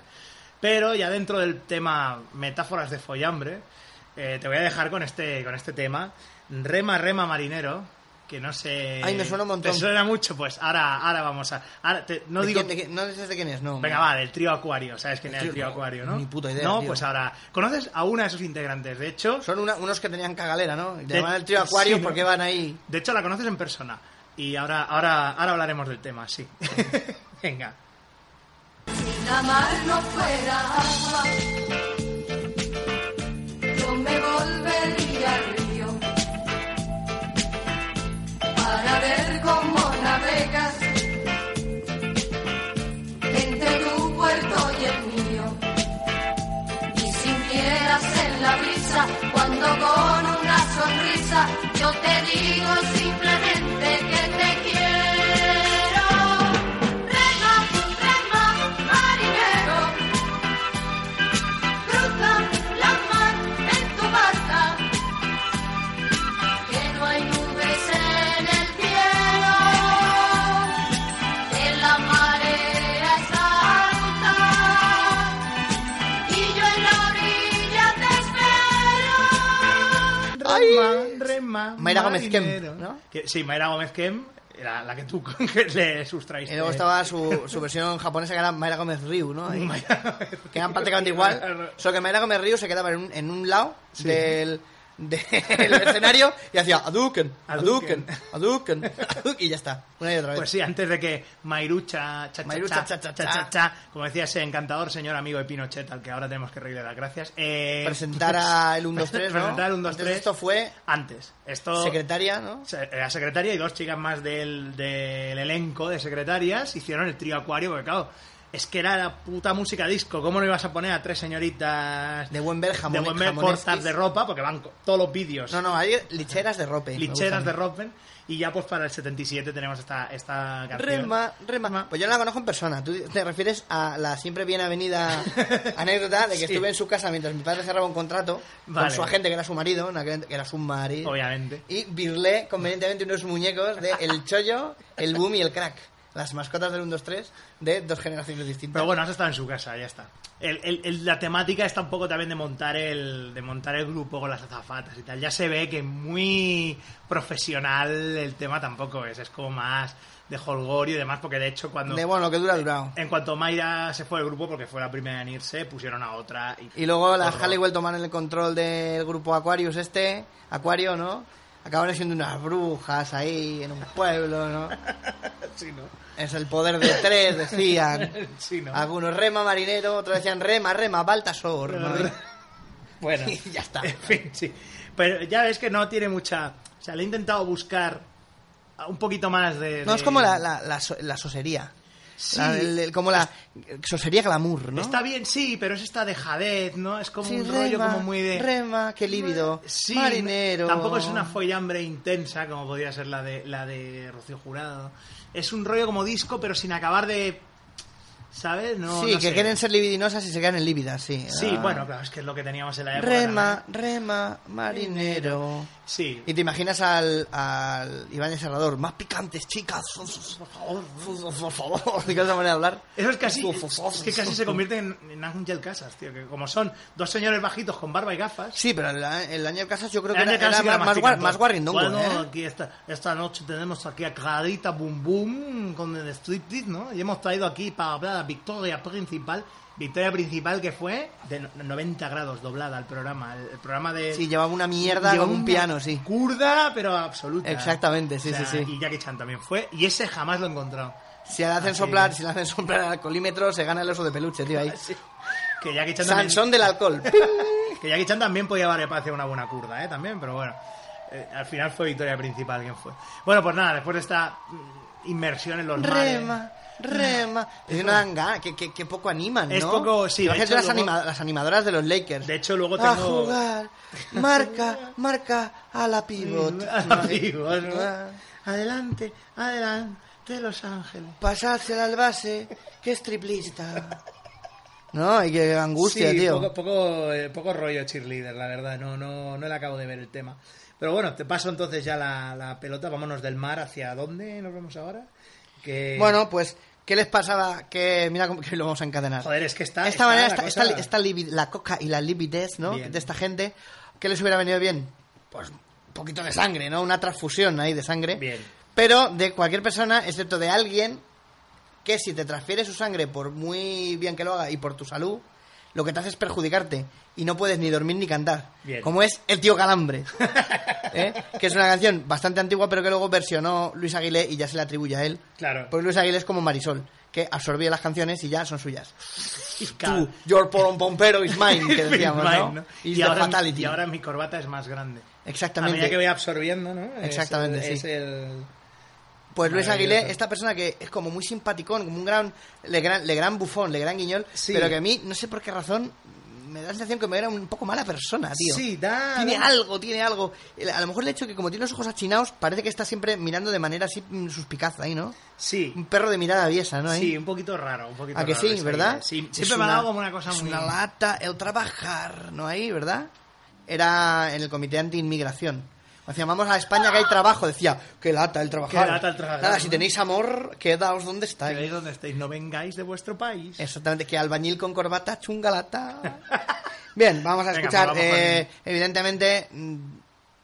pero ya dentro del tema metáforas de follambre, eh, te voy a dejar con este, con este tema. Rema, rema marinero, que no sé.
Ay, me suena un montón.
¿Te suena mucho? Pues ahora, ahora vamos a. ahora te- no
¿De
digo.
quién- de quién- no dices de quién es, no.
Venga, va, del trío Acuario. ¿Sabes
El
quién era el
trío-
trío Acuario, no?
ni puta idea,
No,
tío.
pues ahora. ¿Conoces a una de sus integrantes? De hecho,
Son una- unos que tenían cagalera, ¿no? Y
De-
Llamaban el trío Acuario
sí, ¿no?
porque van ahí.
de hecho la conoces en persona. Y ahora, ahora, ahora hablaremos del
<laughs>
tema, sí. Venga.
la mar no fuera agua, yo me volvería al río para ver cómo navegas entre tu puerto y el mío. Y sintieras en la brisa cuando con una sonrisa yo te digo simplemente que te quiero. Rema, rema, marinero, cruza la mar en tu barca, que no hay nubes en el cielo, que la marea está alta y yo en la orilla te espero.
Rema, rema.
Mayra Gómez Kem,
marinero.
¿no?
Que- sí, Mayra Gómez Kem, la, la que tú que le
Y
sustraíste.
luego estaba su, su versión japonesa que era Mayra Gómez Ryu, ¿no? Y- <laughs> que eran prácticamente igual. Solo que Mayra Gómez Ryu se quedaba en un, en un lado del, del escenario y hacía Aduken, Aduken, Aduken, Aduken, <laughs> y ya está. Una y otra vez.
Pues sí, antes de que Mairucha, cha, cha,
¿eh? Mairucha,
cha,
cha, cha,
cha, cha,
cha,
cha, como decía ese encantador señor amigo de Pinochet, al que ahora tenemos que reírle las gracias. eh, <laughs>
Presentara el 1, 2, 3, ¿no?
Presentara el 1, 2,
Antes
3.
Esto fue
Antes. Esto...
secretaria, ¿no?
Se- eh, La secretaria y dos chicas más del, del elenco de secretarias hicieron el trío Acuario, porque claro, es que era la puta música disco. ¿Cómo no ibas a poner a tres señoritas
De buen ver jamón,
de buen ver
jamonesquis.
cortas de ropa? Porque van co- todos los vídeos,
No, no, hay licheras de rope. me
licheras
gusta
de
a mí.
Robben, y ya pues para el 77 tenemos esta, esta canción.
Rema, rema. Pues yo no la conozco en persona. Tú te refieres a la siempre bien
<laughs>
avenida anécdota de que
Sí.
estuve en su casa mientras mi padre cerraba un contrato
Vale.
con su agente, que era su marido, en aquel- que era su marido.
Obviamente.
Y birlé convenientemente unos muñecos de El Chollo, El Boom y El Crack. Las mascotas del 1, 2, 3 de dos generaciones distintas.
Pero bueno, has estado en su casa, ya está. El- el- el- la temática está un poco también de montar el de montar el grupo con las azafatas y tal. Ya se ve que muy profesional el tema tampoco es. Es como más de holgorio y demás, porque de hecho cuando...
De bueno, lo que dura, ha durado.
En cuanto Mayra se fue del grupo, porque fue la primera en irse, pusieron a otra. Y,
Y luego la
Horror. <laughs>
Halliwell tomaron el control del grupo Aquarius este, Acuario, ¿no? Acabaron siendo unas brujas ahí en un pueblo, ¿no?
Sí, ¿no?
Es el poder de tres, decían.
<laughs>
Sí, ¿no?
Algunos rema marinero, otros decían rema, rema, Baltasor. ¿no?
Bueno,
Y ya está.
En fin, sí. Pero ya ves que no tiene mucha... O sea, le he intentado buscar un poquito más de...
<laughs> No, es
de-
como la, la, la, so- la sosería.
Sí.
La- el- el- como la sosería glamour, ¿no?
Está bien, sí, pero es esta dejadez, ¿no? Es como
Sí,
un rollo
rema,
como muy de...
Rema, qué lívido.
Sí,
marinero.
Tampoco es una follambre intensa como podría ser la de la de Rocío Jurado. Es un rollo como disco, pero sin acabar de ¿sabes? No,
sí,
no
que
sé.
quieren ser libidinosas y se quedan en líbidas, sí.
Sí,
Ah.
bueno, claro, es que es lo que teníamos en la época.
Rema, rema, marinero.
Sí.
Y te imaginas al, al Iván Encerrador, más picantes, chicas, por favor,
Oh,
por favor. ¿Qué otra manera de hablar?
Eso es casi, es que casi se convierte en, en Ángel Casas, tío, que como son dos señores bajitos con barba y gafas.
Sí, pero el, el Ángel Casas yo creo que
Ángel
era,
Casas
era
sí que era
más, más,
picantón.
guar- más guarrindongo,
Bueno,
¿eh?
aquí esta, esta noche tenemos aquí a Clarita Boom Boom con el striptease, ¿no? Y hemos traído aquí para hablar a Victoria Principal. Victoria Principal que fue de no- 90 grados doblada al programa. El, el programa de...
Sí, llevaba una mierda
Llevaba
con un
una
piano, sí.
Curda, pero absoluta.
Exactamente, sí,
O sea,
sí, sí.
Y Jackie Chan también fue. Y ese jamás lo he encontrado.
Si le hacen
Así.
soplar, si le hacen soplar al colímetro, se gana el oso de peluche, tío, ahí.
Ah, Sí. Que Jackie Chan también...
Sansón del alcohol.
Que Jackie Chan también podía valer para hacer una buena curda, ¿eh? También, pero bueno. Eh, al final fue victoria principal quien fue. Bueno, pues nada, después de esta mm, inmersión en los mares...
Rema, rema. Es que no dan ganas, que, que- que poco animan, ¿no?
Es poco- sí, de
Imagínate
hecho,
las,
luego-
anima- las animadoras de los Lakers.
De hecho, luego
A
tengo...
jugar, marca, marca a la pivot.
<laughs>
Ah,
A la pivot, ¿no?
Adelante, adelante, Los Ángeles. Pasársela al base, que es triplista. No, y que angustia,
Sí,
tío.
Poco, poco, eh, poco rollo cheerleader, la verdad. No, no, no le acabo de ver el tema. Pero bueno, te paso entonces ya la, la pelota. Vámonos del mar hacia dónde nos vemos ahora. Que...
Bueno, pues, ¿qué les pasaba? Que mira cómo que lo vamos a encadenar.
Joder, es que está.
esta
está
manera,
la
esta,
cosa-
esta- esta libi- la coca y la libidez, ¿no?
Bien.
De esta gente, ¿qué les hubiera venido bien? Pues un poquito de sangre, ¿no? Una transfusión ahí de sangre.
Bien.
Pero de cualquier persona, excepto de alguien que si te transfiere su sangre, por muy bien que lo haga y por tu salud, lo que te hace es perjudicarte y no puedes ni dormir ni cantar.
Bien.
Como es El Tío Calambre, <laughs> ¿eh? que es una canción bastante antigua, pero que luego versionó Luis Aguilé y ya se le atribuye a él.
Claro.
Porque Luis Aguilé es como Marisol, que absorbía las canciones y ya son suyas.
Ca-
Tú, your pom- pompero is
<laughs>
mine, que
It's
decíamos,
mine,
¿no?
¿no?
Is
Y,
the
ahora,
fatality.
y ahora mi corbata es más grande. A
Exactamente.
medida que voy absorbiendo, ¿no? Es
Exactamente,
el-
sí.
es el-
Pues Luis
Maravilloso.
Aguilé, esta persona que es como muy simpaticón, como un gran, le gran, le gran bufón, le gran guiñol,
Sí.
pero que a mí, no sé por qué razón, me da la sensación que me era un poco mala persona, tío.
Sí, da.
Tiene
da-
algo, tiene algo. A lo mejor el hecho que como tiene los ojos achinados, parece que está siempre mirando de manera así mm, suspicaz ahí, ¿no?
Sí.
Un perro de mirada aviesa, ¿no? Ahí.
Sí, un poquito raro. Un poquito
¿A que
raro
sí,
esa
verdad?
idea. Sí,
Es
siempre me ha dado como una cosa
es
muy.
una lata el trabajar, ¿no? Ahí, ¿verdad? Era en el comité anti-inmigración. Decía, vamos a España que hay trabajo. Decía, qué lata el trabajar.
Qué lata el trabajar,
Nada,
¿no?
si tenéis amor, quedaos donde estáis.
Veis donde estáis, no vengáis de vuestro país.
Exactamente, que albañil con corbata, chunga
<laughs>
lata. Bien, vamos a
Venga,
escuchar.
pues vamos
eh, evidentemente, mm,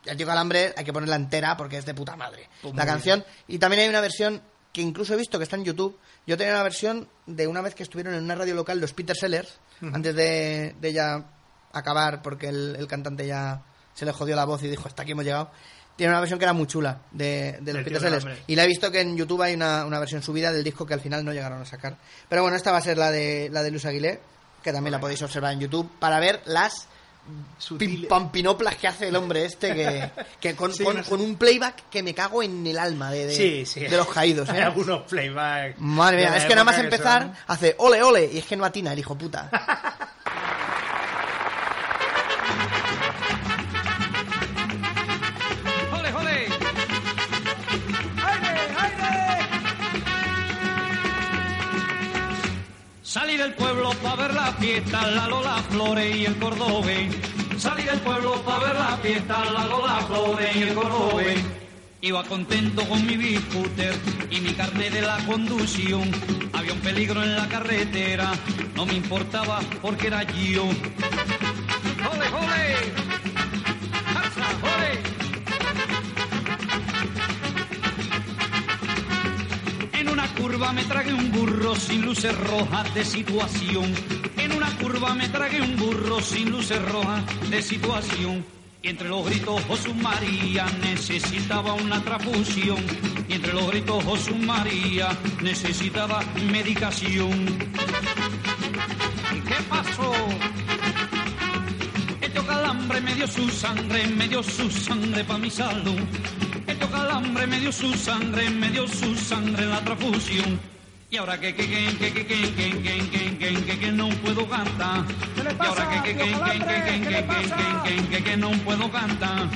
el tío Calambre hay que ponerla entera porque es de puta madre.
Pues muy
la
bien.
canción. Y también hay una versión que incluso he visto que está en YouTube. Yo tenía una versión de una vez que estuvieron en una radio local los Peter Sellers, antes de, de ya acabar porque el, el cantante ya se le jodió la voz y dijo, hasta aquí hemos llegado. Tiene una versión que era muy chula de, de los
Del tío
Peter Sellers.
Calambre.
Y la he visto que en YouTube hay una, una versión subida del disco que al final no llegaron a sacar. Pero bueno, esta va a ser la de, la de Luis Aguilé, que también la podéis observar en YouTube, para ver las pim-
Sutiles.
pampinoplas que hace el hombre este, que, que con,
Sí,
con-
no sé.
con un playback que me cago en el alma de, de-
Sí, sí.
de los
<laughs>
caídos. ¿eh?
Hay algunos playback.
Madre
de
mía,
la
es que nada
época
más empezar
son-
hace ole ole y es que no atina el hijo puta.
¡Ole, ole! ¡Aire, aire! Salí del pueblo para ver la fiesta, la Lola Flores y el Cordobés. Salí del pueblo para ver la fiesta, la Lola Flores y el Cordobés. Iba contento con mi bicúter y mi carnet de la conducción. Había un peligro en la carretera, no me importaba porque era yo. ¡Ole, ole! ¡Alza, ole! En una curva me tragué un burro sin luces rojas de situación. En una curva me tragué un burro sin luces rojas de situación. Y entre los gritos Josu María necesitaba una transfusión. Y entre los gritos Josu María necesitaba medicación. ¿Qué pasó? Esto calambre me dio su sangre, me dio su sangre pa' mi salud. Esto calambre me dio su sangre, me dio su sangre en la transfusión. Y ahora que que que que que que que que que que que que no puedo cantar. Y ahora que que que que que que que que que que que no puedo cantar.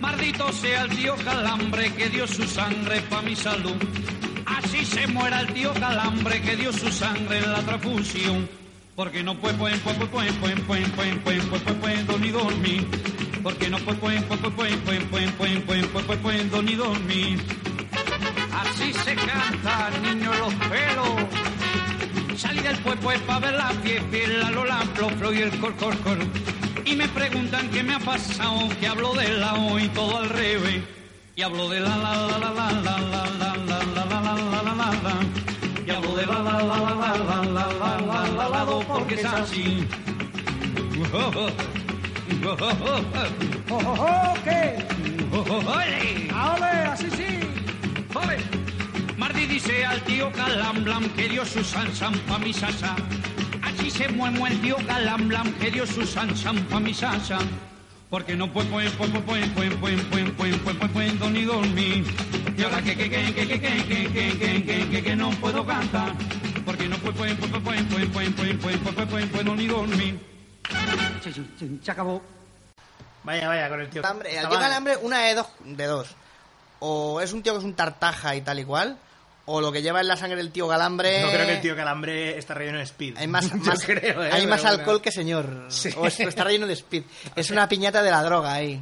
Maldito Bendito sea el tío Calambre que dio su sangre pa' mi salud. Así se muera el tío Calambre que dio su sangre en la transfusión. Porque no puedo, puedo, puedo, puedo, puedo, puedo, puedo, puedo, puedo, puedo ni dormir. Porque no puedo, puedo, puedo, puedo, puedo, puedo, puedo, puedo, puedo, puedo, puedo ni dormir. Así se canta, niño, los pelos. Salí del pueblo para ver la pie, piel, la lola, flo, flo y el cor, cor, cor. Y me preguntan qué me ha pasado, que hablo de la O y todo al revés. Y hablo de la la la la la la la la la la la la la la la la. Y hablo de la la la la la la la la la la la do, porque es así. ¡Ole! ¡Así sí! ¡Ole! Mardi dice al tío Calamblam que dio su salsa pa' mi salsa. Así se mueve el tío Calamblam que dio su salsa pa' mi salsa. Porque no puedo, puedo, puedo, puedo, puedo, puedo, puedo, puedo, puedo, puedo, puedo ni dormir. Y ahora que, que, que, que, que, que, que, que, que, que, que, que no puedo cantar. Porque no puedo, puedo, puedo, puedo, puedo, puedo, puedo, puedo, puedo, puedo, puedo ni dormir. Se- se- se- Se acabó.
Vaya, vaya, con el tío.
Calambre, al tío Calambre, una de dos, de dos. O es un tío que es un tartaja y tal y cual, o lo que lleva en la sangre el tío Calambre...
No creo que el tío Calambre está relleno de speed.
Hay más,
<laughs> Yo
más-
creo, ¿eh?
hay más
Pero
alcohol
bueno.
que señor.
Sí.
O es- está relleno de speed. Es una piñata de la droga ahí.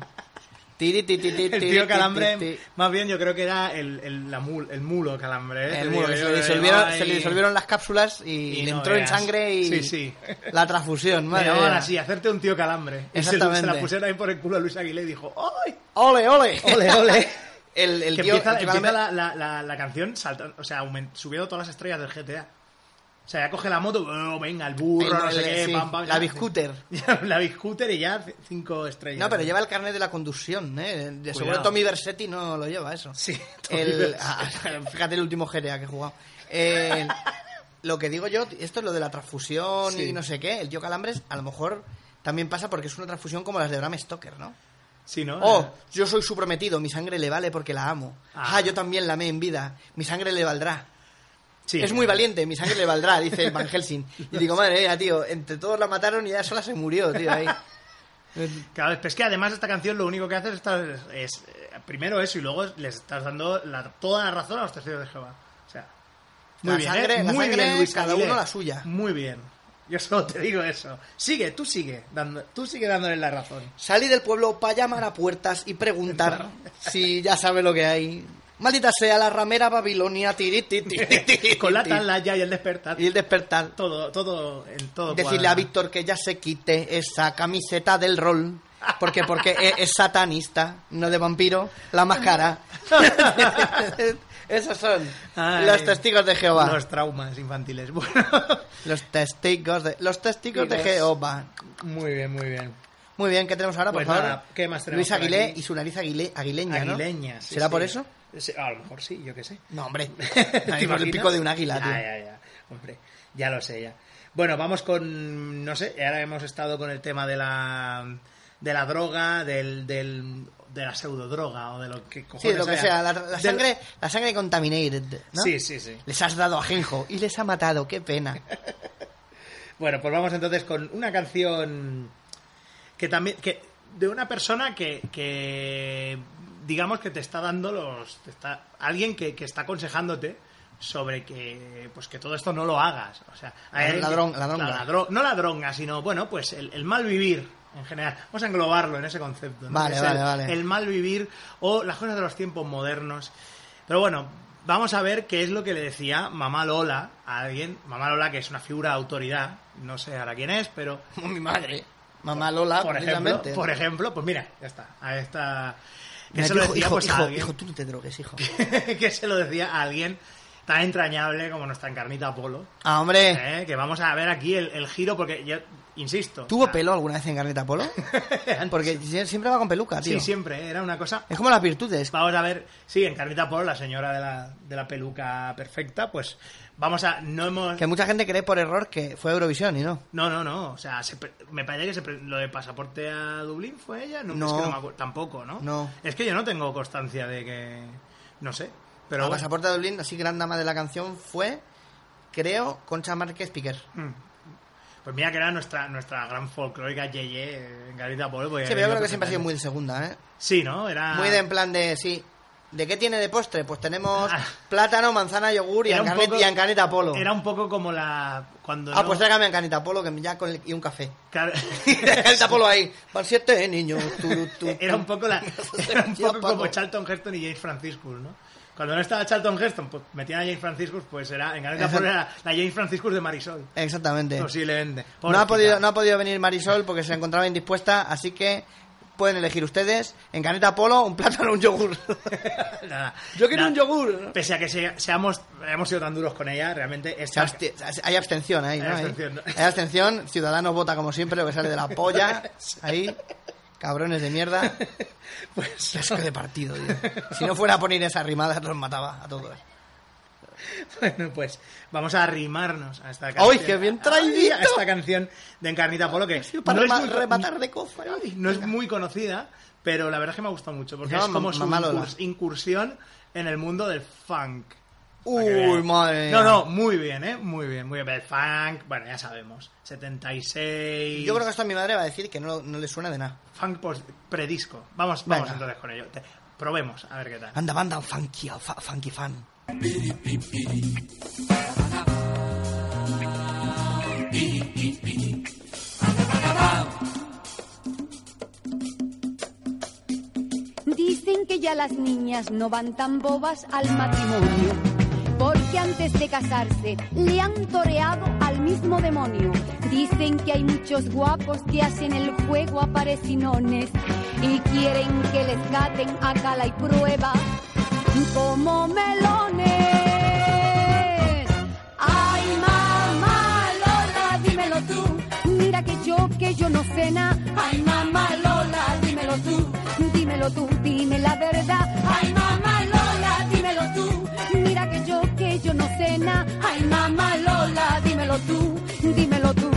Tiri, ti, ti, ti,
El
tiri,
tío
ti,
Calambre, eh,
ti, ti.
más bien yo creo que era el, el, la mul- el mulo Calambre. ¿eh?
El
Te
muro, que se,
digo yo,
le
que
disolvieron,
llevaba
se le
ahí-
disolvieron las cápsulas y,
Y
le
no
entró en
veas.
sangre y
Sí, sí.
la transfusión.
Me
Madre
llamaban
mía.
así, hacerte un tío calambre. Y se-
Exactamente.
Se, la pusieron ahí por el culo a Luis Aguilé y dijo, ¡ay!
¡Ole, ole!
¡Ole, ole!
<laughs> El, el
que
tío,
empieza,
el tío
empieza
Calambre-
la, la, la, la canción saltando, o sea, aument- subiendo todas las estrellas del GTA. O sea, ya coge la moto, oh, venga, el burro,
El-
no sé
el-
qué,
sí,
pam, pam.
la
ya.
biscooter.
Ya, <laughs> la biscooter y ya c- cinco estrellas.
No, pero lleva el carnet de la conducción, ¿eh? De seguro
Cuidado.
Tommy Versetti no lo lleva eso.
Sí, Tommy
el,
Versetti.
<laughs> ah, Fíjate el último GTA que he jugado. Eh, lo que digo yo, esto es lo de la transfusión
Sí.
y no sé qué. El tío Calambres a lo mejor también pasa porque es una transfusión como las de Bram Stoker, ¿no?
Sí, ¿no?
Oh, yo soy su prometido, mi sangre le vale porque la amo.
Ah.
Ah, yo también la amé en vida, mi sangre le valdrá.
Sí.
Es muy valiente, mi sangre le valdrá, dice Van Helsing. Y digo, madre mía, tío, entre todos la mataron y ella sola se murió, tío, ahí.
Claro, es que además esta canción lo único que haces es, es, eh, primero eso y luego les estás dando la- toda la razón a los testigos de Jehová. O sea, muy
La
bien,
sangre-
¿eh?
la
muy
sangre,
bien, Luis
cada
Aguilé.
uno la suya.
Muy bien. Yo solo te digo eso. Sigue, tú sigue, dando, tú sigue dándole la razón.
Salí del pueblo para llamar a puertas y
<laughs>
preguntar si ya sabe lo que hay. Maldita sea la ramera Babilonia, tiri, ti, ti, ti, ti,
<laughs> Con la
ti.
ya y el despertar.
Y el despertar.
Todo, todo, el todo.
Decirle
cuadra.
a Víctor que ya se quite esa camiseta del rol. Porque, porque e- es, satanista, no de vampiro, la
<laughs>
máscara. <laughs> Esos son
Ay,
los testigos de Jehová.
Los traumas infantiles. Bueno,
Los testigos de, los testigos de
Los-
Jehová.
muy bien, muy bien.
Muy bien, ¿qué tenemos ahora, por
Pues
favor?
nada, ¿qué más tenemos
Luis
por
Aguilé
aquí?
y su nariz aguile- aguileña, ¿no?
Aguileña. sí,
¿Será
sí.
por eso?
Sí, a lo mejor sí, yo qué sé.
No,
<laughs>
hombre.
¿Te
Tipo el
imaginas?
pico de un águila,
Ya,
tío.
ya, ya. Hombre, ya lo sé, ya. Bueno, vamos con. No sé, ahora hemos estado con el tema de la. de la droga, del. del de la pseudodroga o de lo que
Sí,
cojones
lo que
haya.
sea, la, la
Del-
sangre, la sangre contaminated, ¿no?
Sí, sí, sí.
Les has dado ajenjo y les ha matado, qué
<laughs>
pena.
Bueno, pues vamos entonces con una canción que también que de una persona que, que digamos que te está dando los te está alguien que, que está aconsejándote sobre que pues que todo esto no lo hagas, o sea, hay alguien que-
Ladrón- ladronga.
la ladro- no ladronga, sino bueno, pues el, el mal vivir en general. Vamos a englobarlo en ese concepto, ¿no?
Vale,
Es
vale,
el,
vale.
el mal vivir o las cosas de los tiempos modernos. Pero bueno, vamos a ver qué es lo que le decía Mamá Lola a alguien. Mamá Lola, que es una figura de autoridad, no sé ahora quién es, pero.
<laughs> Como mi madre. Mamá Lola,
Por ejemplo,
precisamente.
por ejemplo, pues mira, ya está. A esta. Que
Mira,
se lo
hijo,
decía
hijo,
pues, a
hijo,
alguien. <laughs>
hijo, tú no te drogues, hijo.
que se lo decía a alguien tan entrañable como nuestra encarnita Polo.
Ah, hombre.
¿eh? Que vamos a ver aquí el, el giro, porque yo insisto.
¿Tuvo
ah,
pelo alguna vez en Garneta
<laughs>
Polo? Porque sie- siempre va con peluca, tío.
Sí, siempre, ¿eh? era una cosa
Es como las virtudes.
Vamos a ver, sí, en Carnita Polo, la señora de la, de la peluca perfecta, pues vamos a. No hemos.
Que mucha gente cree por error que fue Eurovisión y no.
No, no, no. O sea, se pre- me parece que se pre- lo de pasaporte a Dublín fue ella. No,
No.
Es que no me acuerdo. Tampoco, ¿no?
No.
Es que yo no tengo constancia de que. No sé. Pero.
la
bueno.
pasaporte de Dublín, así gran dama de la canción, fue, creo, Concha Márquez Piquer.
Mm. Pues mira que era nuestra, nuestra gran folclórica Yeye en pues Garita Polvo.
Sí, pero yo creo que siempre ha sido muy de segunda, ¿eh?
Sí, ¿no? Era...
Muy de en plan de, sí. ¿De qué tiene de postre? Pues tenemos plátano, manzana, yogur y,
Ah. Era un
encarnet-
poco-
y encaneta polo.
Era un poco como la... Cuando
Ah,
no-
pues tráigame encaneta polo que ya con el- y un café. <laughs>
Claro.
encaneta polo ahí. Van siete niños. turu, tu, tu.
Era un poco la...
<laughs>
Era un
Tío,
poco
Paco.
como Charlton Heston y James Franciscus, ¿no? Cuando no estaba Charlton Heston, pues metían a James Franciscus, pues era... En Garita
Exacto.
Polvo era la James Franciscus de Marisol.
Exactamente.
Posiblemente.
No ha,
Pobrecita.
podido, no ha podido venir Marisol porque se encontraba indispuesta, así que pueden elegir ustedes encaneta polo, un plátano, un
<laughs>
yogur.
Nada.
Yo quiero
Nada.
un yogur.
Pese a que se- seamos, hayamos sido tan duros con ella, realmente
Se
esta,
absti- Hay abstención ahí, ¿no?
Hay
Ahí.
abstención, ¿no?
Hay abstención, Ciudadanos vota como siempre, lo que sale de la polla.
<laughs>
Ahí, cabrones de mierda. Pues Qué asco de partido,
<laughs>
tío. <laughs> Si no fuera a poner esas rimadas, los mataba a todos.
Bueno, pues vamos a arrimarnos a esta canción.
¡Ay, qué bien traído!
A esta canción de Encarnita Polo que
Para
no,
rema-
es muy,
rematar de cofa.
no es muy conocida, pero la verdad es que me ha gustado mucho porque
No,
es como
ma-
su
mamá Lola.
incurs- incursión en el mundo del funk. Para
Uy,
que veas.
madre
No,
mía.
no, muy bien, ¿eh? Muy bien, muy bien. El funk, bueno, ya sabemos. 76.
Yo creo que esto a mi madre va a decir que no, no le suena de nada.
Funk post- predisco. Vamos, vamos
Venga.
entonces con ello. Te- probemos, a ver qué tal.
Anda, banda, funky, fa- funky fan.
Dicen que ya las niñas no van tan bobas al matrimonio, porque antes de casarse le han toreado al mismo demonio. Dicen que hay muchos guapos que hacen el juego a parecinones y quieren que les caten a cala y prueba como melones. Ay, mamá Lola, dímelo tú. Mira que yo, que yo no sé nada. Ay, mamá Lola, dímelo tú. Dímelo tú, dime la verdad. Ay, mamá Lola, dímelo tú. Mira que yo, que yo no sé nada. Ay, mamá Lola, dímelo tú. Dímelo tú.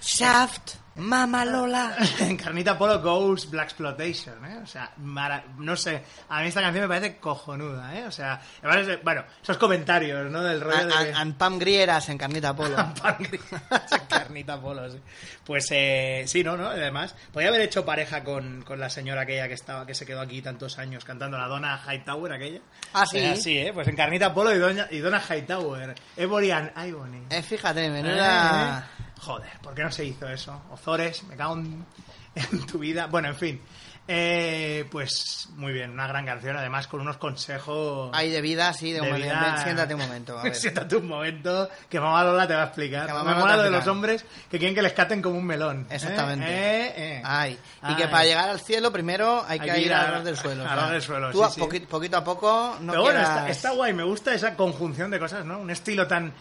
Shaft, Mama Lola.
<laughs> Encarnita Polo Goes Black Exploitation, ¿eh? O sea, mara- no sé. A mí esta canción me parece cojonuda, ¿eh? O sea, además es de- bueno, esos comentarios, ¿no? Del rollo de.
An- an- Pam Grieras en carnita
<laughs>
polo.
Encarnita Polo, sí. Pues eh, sí, ¿no? ¿no? Además, podía haber hecho pareja con, con la señora aquella que estaba que se quedó aquí tantos años cantando la Donna Hightower aquella.
Ah, sí.
Eh, sí, ¿eh? Pues Encarnita Polo y, Doña, y Donna Hightower. Every and Ibony.
Eh, fíjate, menuda.
Eh, Joder, ¿por qué no se hizo eso? Ozores, me cago en, <laughs> en tu vida. Bueno, en fin. Eh, pues muy bien, una gran canción, además con unos consejos.
Hay de vida, sí, de, humanidad.
vida.
Ven, Siéntate un
<laughs>
momento, a ver.
Siéntate un momento, que mamá Lola te va a explicar.
Que
Me
mamá Lola
mola
te
lo de
explica.
los hombres que quieren que les caten como un melón. ¿eh?
Exactamente.
Eh, eh.
Ay. Y que
Ay.
para llegar al cielo primero hay que ir a ras del suelo. o
a
sea,
ras del suelo,
Tú
sí,
a
sí.
poqui- poquito a poco no
Pero bueno,
quieras-
está, está guay, me gusta esa conjunción de cosas, ¿no? Un estilo tan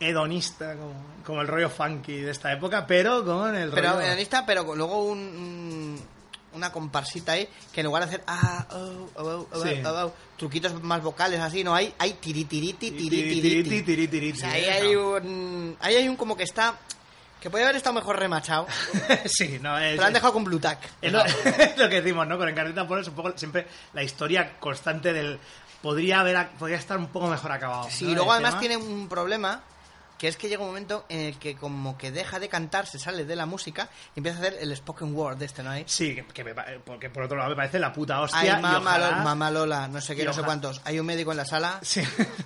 hedonista como, como el rollo funky de esta época, pero con el
Pero
rollo...
hedonista, pero con- luego un, un- una comparsita ahí que en lugar de hacer ah, oh, oh, oh, oh,
Sí.
oh, oh, truquitos más vocales así, no hay, hay tiritiriti, tiritiriti. O sea, ahí hay un, ahí hay un como que está que podría haber estado mejor
<laughs>
remachado.
<laughs> Sí, no, es,
Pero lo han dejado con Blutac.
es lo, <laughs> es lo que decimos, ¿no? Con Encarnita Polo es un poco siempre la historia constante del... Podría, haber, podría estar un poco mejor acabado.
Sí,
¿no?
y
El
luego además
tema.
tiene un problema que es que llega un momento en el que como que deja de cantar, se sale de la música y empieza a hacer el spoken word de este, ¿no? Ahí.
Sí, que, que me pa- porque por otro lado me parece la puta
Ay,
hostia. y
mamá,
ojalá-
Lola, mamá Lola, no sé qué,
y
no sé
ojalá-
cuántos. Hay un médico en la sala.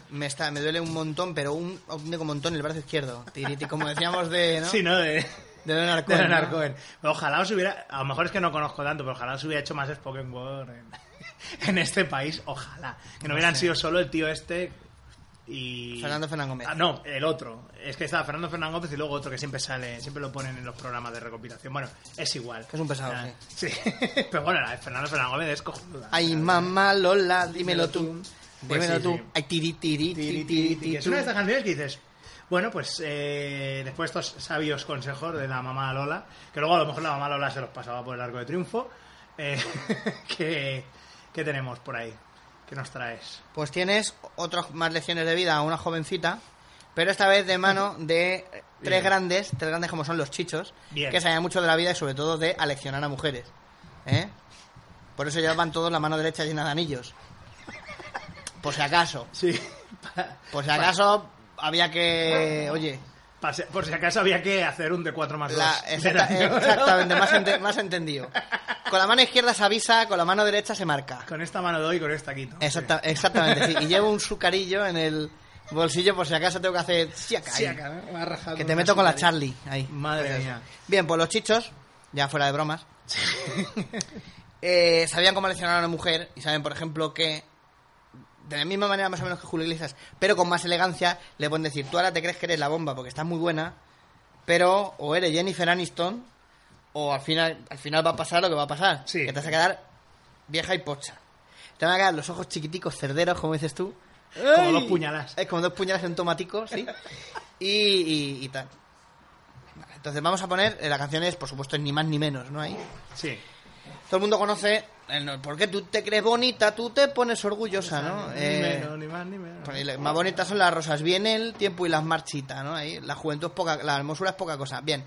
Me está, me duele un montón, pero un, un médico montón en el brazo izquierdo. Tiriti, como decíamos de, ¿no?
Sí, ¿no? De,
De Leonard
de
Cohen,
Leonard
¿no?
Cohen. Pero Ojalá os hubiera... A lo mejor es que no conozco tanto, pero ojalá os hubiera hecho más spoken word en, <laughs> en este país. Ojalá. Que
No
no, hubieran
sé.
sido solo el tío este y...
Fernando Fernán Gómez.
Ah, no, el otro. Es que está Fernando Fernán Gómez y luego otro que siempre sale, siempre lo ponen en los programas de recopilación. Bueno, es igual.
Que es un pesado,
Ah, <laughs> sí. Pero bueno, la de Fernando Fernán Gómez es cojonuda.
Ay, mamá Lola, dímelo tú.
Pues
Dímelo
sí,
tú.
sí.
Ay, tiriti, tiriti, tiriti,
Que es una de estas canciones que dices, bueno, pues eh, después de estos sabios consejos de la mamá Lola, que luego a lo mejor la mamá Lola se los pasaba por el arco de triunfo, eh, <laughs> que, ¿qué tenemos por ahí? ¿Qué nos traes?
Pues tienes otras más lecciones de vida a una jovencita, pero esta vez de mano
<laughs>
de eh, tres
Bien.
grandes, tres grandes como son los chichos,
Bien.
que sabían mucho de la vida y sobre todo de aleccionar a mujeres. ¿Eh? Por eso llevaban todos la mano derecha llena de anillos. Por si acaso.
Sí.
Por si acaso había que. Oye.
Pa- Por si acaso había que hacer un de 4 más 2.
la-
<laughs>
exacta- exactamente, más, ente- más entendido. Con la mano izquierda se avisa, con la mano derecha se marca.
Con esta mano doy, con esta quito.
Exacta- Exactamente, sí. Y llevo
<laughs>
un sucarillo en el bolsillo por si acaso tengo que hacer... siaca ahí.
Siaca, ¿no? Me ha rajado
que
un
te meto con la
sucarillo.
Charlie. Ahí.
Madre mía.
Bien, pues los chichos, ya fuera de bromas, <laughs> eh, sabían cómo lesionar a una mujer y saben, por ejemplo, que de la misma manera más o menos que Julio Iglesias, pero con más elegancia, le pueden decir, tú ahora te crees que eres la bomba porque estás muy buena, pero o eres Jennifer Aniston o al final, al final va a pasar lo que va a pasar, que te vas a quedar vieja y pocha. Te van a quedar los ojos chiquiticos, cerderos, como dices tú.
Como
¡Ay!
dos puñalas.
Es como dos puñalas en tomatico,
<laughs>
sí. y, y- y tal. Vale, entonces vamos a poner, eh, la canción es, por supuesto, es ni más ni menos, ¿no? Ahí.
Sí.
Todo el mundo conoce el no- por qué tú te crees bonita, tú te pones orgullosa, ¿no?
Ni
Eh,
menos, ni más, ni menos.
pues, y Más bonitas son las rosas. Bien el tiempo y las marchitas, ¿no? Ahí, la juventud es poca, la hermosura es poca cosa. Bien.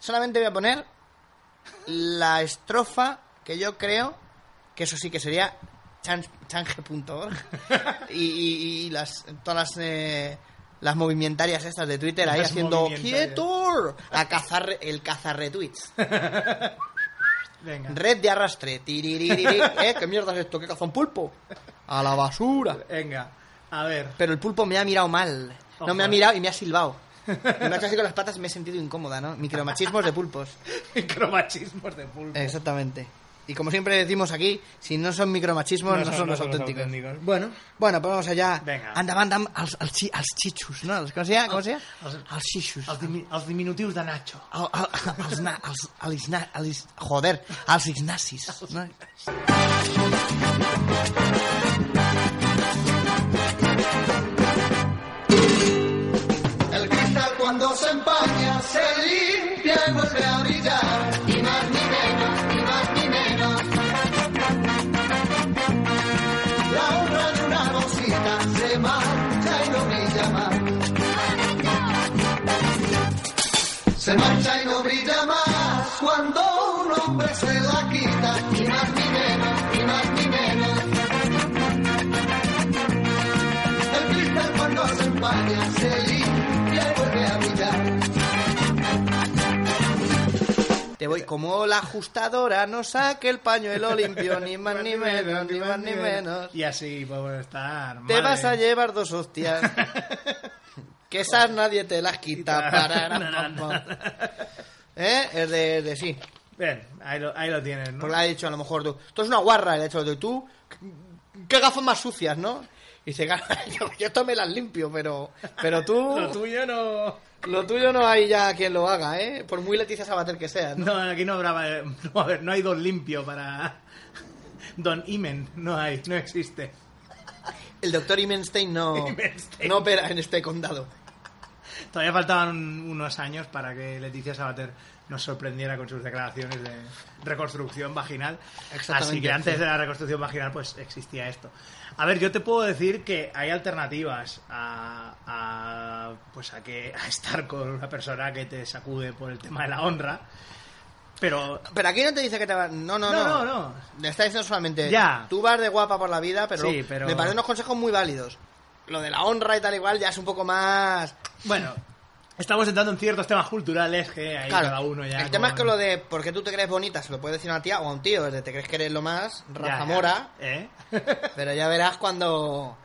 Solamente voy a poner la estrofa que yo creo que eso sí que sería chan-
<laughs>
change.org y, y- y las todas las, eh, las movimentarias estas de Twitter ahí
Las
haciendo
movimentarias.
quieto a cazar el cazar <laughs> retweets
Venga.
red de arrastre <laughs> Tiriririri. ¿Eh? qué mierda es esto qué caza un pulpo a la basura
Venga, a ver.
Pero el pulpo me ha mirado mal. No me ha
Ojo.
mirado y me ha <laughs> silbado. Y me ha hecho así con las patas y me he sentido incómoda, ¿no? Micromachismos de <laughs> pulpos.
Micromachismos de
Eh,
pulpo.
Exactamente. Y como siempre decimos aquí, si no son micromachismos, no, son, los auténticos.
Bueno,
Bueno, pues vamos allá.
Venga.
Anda, van, dan als, als, chi- als chichus, ¿no? Als- ¿Cómo se llama? ¿Cómo se llama?
els,
Als chichus.
els, dimi- els diminutius de Nacho.
Al- al- als na- als- al isna- al is- joder, als ignacis. ¿no?
El cristal cuando se empaña se limpia y vuelve a brillar. Ni más ni menos, ni más ni menos. La honra de una rosita se marcha y no brilla más. Se marcha y no brilla más cuando un hombre se la quita. Ni más ni menos, ni más ni menos. El cristal cuando se empaña se limpia y vuelve a brillar.
Te voy como la ajustadora, no saque el <laughs> pañuelo limpio, ni más ni menos, ni más ni menos. pues,
Y así podemos estar.
Te
madre.
vas a llevar dos hostias.
<laughs>
que esas nadie te las quita. Parará, pam, pam. ¿Eh? Es de, de sí.
Bien, ahí lo, ahí lo tienes, ¿no?
Porque le ha dicho a lo mejor tú. Esto es una guarra, le ha dicho tú. ¿Qué gafas más sucias, no? Y dice, "Claro, <laughs> yo, yo esto me las limpio, pero, pero tú.
Lo tuyo <laughs> no.
Lo tuyo no hay ya quien lo haga, ¿eh? Por muy Leticia Sabater que seas. ¿no?
No, aquí no habrá. eh, No, a ver, no hay don limpio para. <laughs> Don Imen, no hay, no existe.
El doctor Imenstein no,
Imenstein.
no opera en este condado.
Todavía faltaban un- unos años para que Leticia Sabater nos sorprendiera con sus declaraciones de reconstrucción vaginal.
Exactamente,
Así que antes
sí.
de la reconstrucción vaginal, pues existía esto. A ver, yo te puedo decir que hay alternativas a, a, pues a que a estar con una persona que te sacude por el tema de la honra, pero
Pero aquí no te dice que te va. No, no,
No,
no.
no, no.
Le está diciendo solamente.
Ya.
Tú vas de guapa por la vida, pero,
Sí, pero-
me parecen unos consejos muy válidos. Lo de la honra y tal igual ya es un poco más.
bueno, estamos entrando en ciertos temas culturales que hay
claro.
cada uno ya.
el tema es que
con-
lo de porque tú te crees bonita se lo puede decir a una tía o a un tío. Es de te crees que eres lo más,
Ya,
Rafa
ya.
Mora.
¿Eh?
Pero ya verás cuando.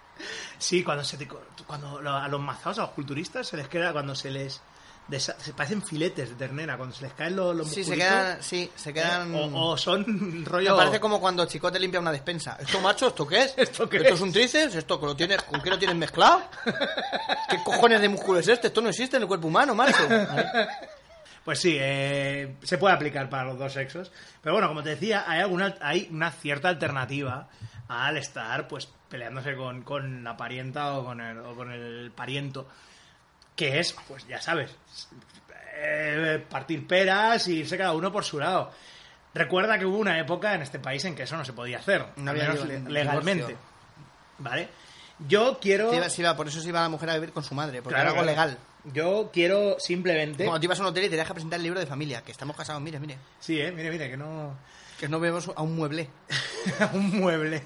Sí, cuando se te co- cuando lo- a los mazaos, a los culturistas, se les queda cuando se les desa- se parecen filetes de ternera, cuando se les caen los, los
Sí, se
musculitos,
quedan. Sí, se
¿eh?
quedan.
o, o son
Me
<laughs> rollo
parece como cuando Chicote limpia una despensa. ¿Esto, macho, esto qué es?
<laughs> ¿Esto qué
¿Esto
es?
es un tríceps? ¿Esto que lo tienes, con qué lo tienes
<laughs>
mezclado? ¿Qué cojones de músculo es este? Esto no existe en el cuerpo humano, macho.
<laughs> Pues sí, eh, se puede aplicar para los dos sexos. Pero bueno, como te decía, hay, alguna, hay una cierta alternativa al estar pues peleándose con, con la parienta o con, el, o con el pariento. Que es, pues ya sabes, eh, partir peras y irse cada uno por su lado. Recuerda que hubo una época en este país en que eso no se podía hacer,
No
al
había
menos
digo-
le- legalmente.
divorcio.
¿Vale? Yo quiero.
Se iba- se iba- por eso se iba la mujer a vivir con su madre, porque
Claro,
era algo
claro.
legal.
Yo quiero simplemente.
Cuando te ibas a un hotel y tenías que presentar el libro de familia, que estamos casados, mire, mire.
Sí, eh, mire, mire, que no.
Que no vemos a un
<laughs>
mueble. <laughs>
un mueble.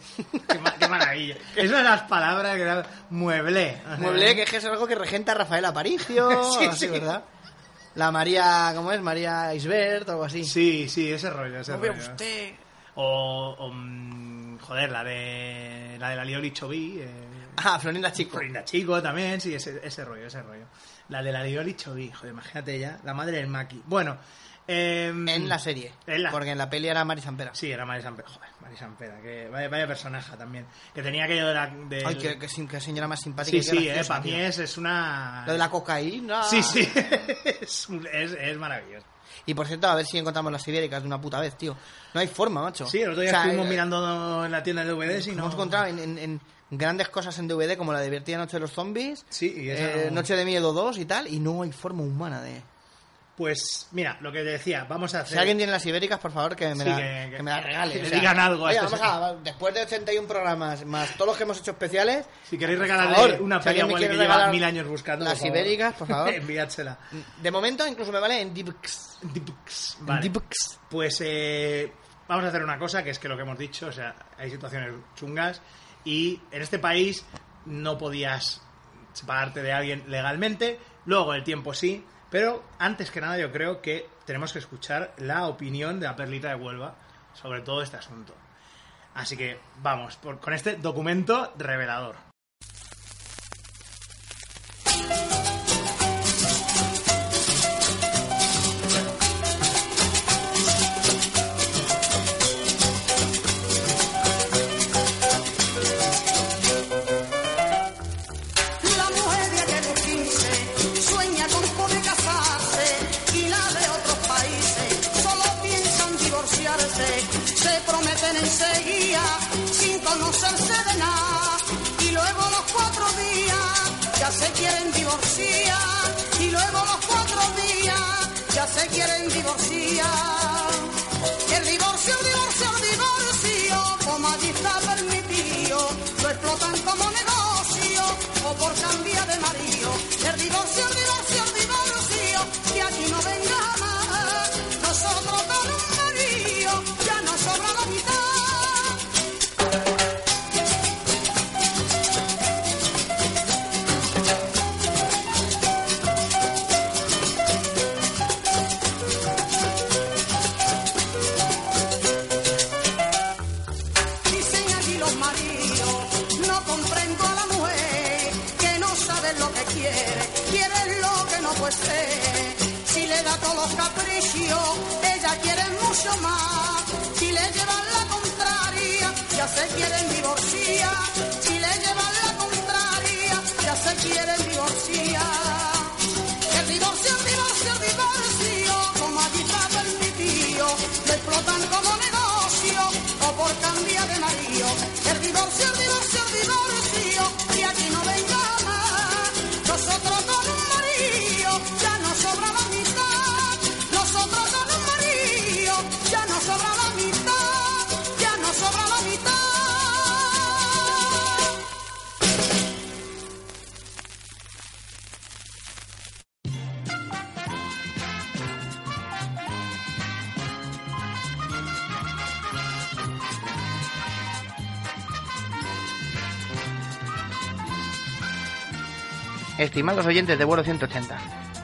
Qué, ma- qué maravilla. Es una de las palabras que da mueble.
Mueble, que es que es algo que regenta Rafael Aparicio.
<laughs> Sí,
así,
sí.
¿verdad? La María, ¿cómo es? María Isbert o algo así.
Sí, sí, ese rollo, ese
No veo
rollo.
usted.
O, o, mm, joder, la de la de la Lioli Chobi. eh.
Ah, Florinda Chico.
Florinda Chico también, sí, ese, ese rollo, ese rollo. La de la Lioli Chobi, joder, imagínate ya, la madre del Maki. Bueno, em,
En la serie. Porque en la peli era Mari Zampera.
Sí, era Mari Sampera, joder, Mari Sampera, que Eh, vaya, vaya personaje también. Que tenía aquello de la... de-
Ay, qué, qué sin- qué señora más simpática.
Sí,
y qué
sí, eh,
graciosa,
para mí
tío.
es, es una...
Lo de la cocaína.
Sí, sí, <laughs> es, un- es- es maravilloso.
Y por cierto, a ver si encontramos las ibéricas de una puta vez, tío. No hay forma, macho.
Sí, el otro día
O sea,
estuvimos
eh,
mirando en la tienda de DVDs y no...
Hemos encontrado en, en- en grandes cosas en DVD como la divertida Noche de los Zombies,
Sí, y esa
eh,
no-
Noche de Miedo 2 y tal, y no hay forma humana de...
Pues mira, lo que te decía, vamos a hacer...
Si alguien tiene las ibéricas, por favor, que me,
Sí,
la,
que- que-
me las regale.
que
o
le
sea,
digan algo a este
oye,
estos-
vamos a- después de 81 programas, más todos los que hemos hecho especiales...
Si queréis
por
regalarle
favor,
una
si alguien
feria
me
Wally que
quiere
lleva
regalar
mil años buscando.
Las
por favor,
ibéricas, por
<laughs>
favor. Mm.
Enviádsela.
De momento incluso me vale en DeepX.
Vale.
En
Pues eh, vamos a hacer una cosa, que es que lo que hemos dicho, o sea, hay situaciones chungas y en este país no podías separarte de alguien legalmente, luego el tiempo sí, pero antes que nada yo creo que tenemos que escuchar la opinión de la perlita de Huelva sobre todo este asunto. Así que vamos por- con este documento revelador.
La mujer de aquellos 15 sueña con poder casarse y la de otros países solo piensan divorciarse. Se prometen enseguida sin conocerse de nada y luego los cuatro días ya se quieren divorciar y luego los cuatro días ya se quieren divorciar. El divorcio, divorcio, divorcio, como allí está permitido, lo explotan como negocio o por cambio de marido. El divorcio, divorcio, divorcio, que aquí no venga más. Nosotros con un marido ya nos sobra la mitad. Dicen allí los maridos, no comprendo a la mujer, que no sabe lo que quiere, quiere lo que no puede ser. Si le da todos los caprichos, ella quiere mucho más. Si le llevan la contraria, ya se quieren divorciar. Si le llevan la contraria, ya se quieren divorciar. El divorcio, el divorcio, el divorcio, como allí está permitido, lo explotan como negocio o por cambio de marido. El divorcio, el divorcio, el divorcio, y aquí no venga más. Nosotros con un marido ya nos sobra la mitad. Nosotros con un marido ya nos sobra la mitad. Ya nos sobra la mitad.
Estimados oyentes de vuelo 180,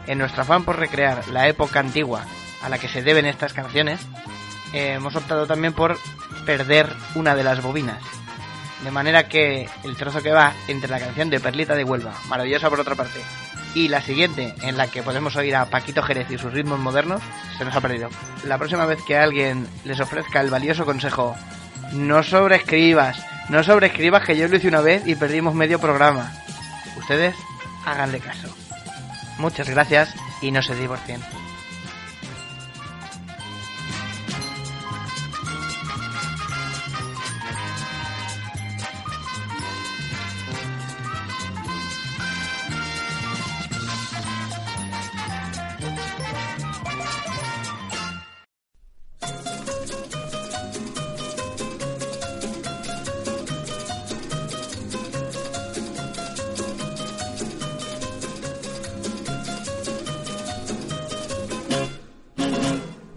en nuestro afán por recrear la época antigua a la que se deben estas canciones, eh, hemos optado también por perder una de las bobinas. De manera que el trozo que va entre la canción de Perlita de Huelva, maravillosa por otra parte, y la siguiente, en la que podemos oír a Paquito Jerez y sus ritmos modernos, se nos ha perdido. La próxima vez que alguien les ofrezca el valioso consejo, no sobreescribas, no sobreescribas que yo lo hice una vez y perdimos medio programa. Ustedes háganle caso. Muchas gracias y no se divorcien.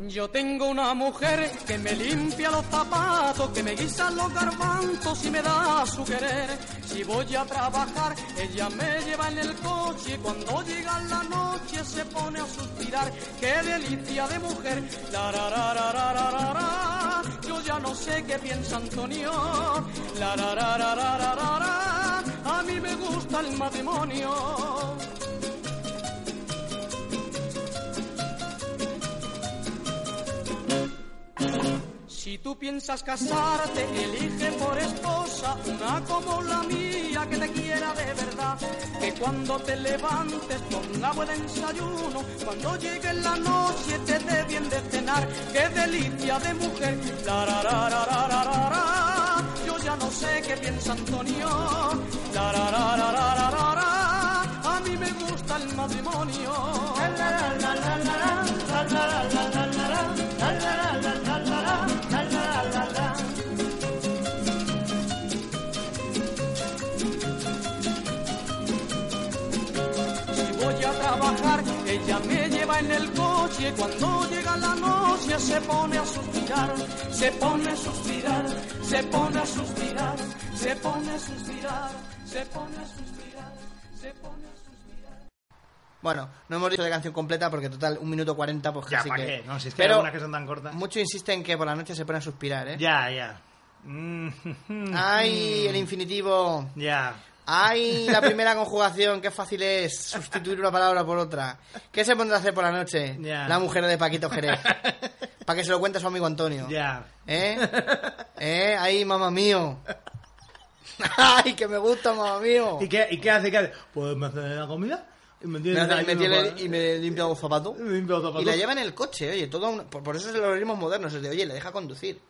Yo tengo una mujer que me limpia los zapatos, que me guisa los garbanzos y me da su querer. Si voy a trabajar, ella me lleva en el coche y cuando llega la noche se pone a suspirar. ¡Qué delicia de mujer! Tararararararara. Yo ya no sé qué piensa Antonio. Lararararararara. A mí me gusta el matrimonio. Si tú piensas casarte, elige por esposa una como la mía que te quiera de verdad. Que cuando te levantes ponga buen desayuno, cuando llegue la noche te dé bien de cenar. ¡Qué delicia de mujer! Tararararararara. Yo ya no sé qué piensa Antonio. Tararararararara. A mí me gusta el matrimonio. Si voy a trabajar, ella me lleva en el coche. Cuando llega la noche se pone a suspirar, se pone a suspirar, se pone a suspirar, se pone a suspirar, se pone a suspirar, se pone a suspirar.
Bueno, no hemos dicho de canción completa porque total, un minuto cuarenta, pues
Ya,
casi
¿para
que...
qué? No, si es que hay
Pero
algunas que son tan cortas.
mucho insisten que por la noche se pone a suspirar, ¿eh?
Ya, ya. Mm.
¡Ay, el infinitivo!
<laughs> Ya.
¡Ay, la primera conjugación! ¡Qué fácil es sustituir una palabra por otra! ¿Qué se pondrá a hacer por la noche?
Ya.
La mujer de Paquito
<laughs>
Jerez. Para que se lo cuente a su amigo Antonio.
Ya.
¿Eh? ¿Eh? ¡Ay, mamá mío! ¡Ay, que me gusta, mamá mío!
¿Y qué, ¿Y qué hace? ¿Qué hace? Pues me hace la comida y me
Me
tiene
hace-
ahí
me
uno
tiene-
para-
y me limpia los zapatos.
zapatos.
Y la lleva en el coche, oye, todo un- por, por eso es de los ritmos modernos, es de, oye, le deja conducir.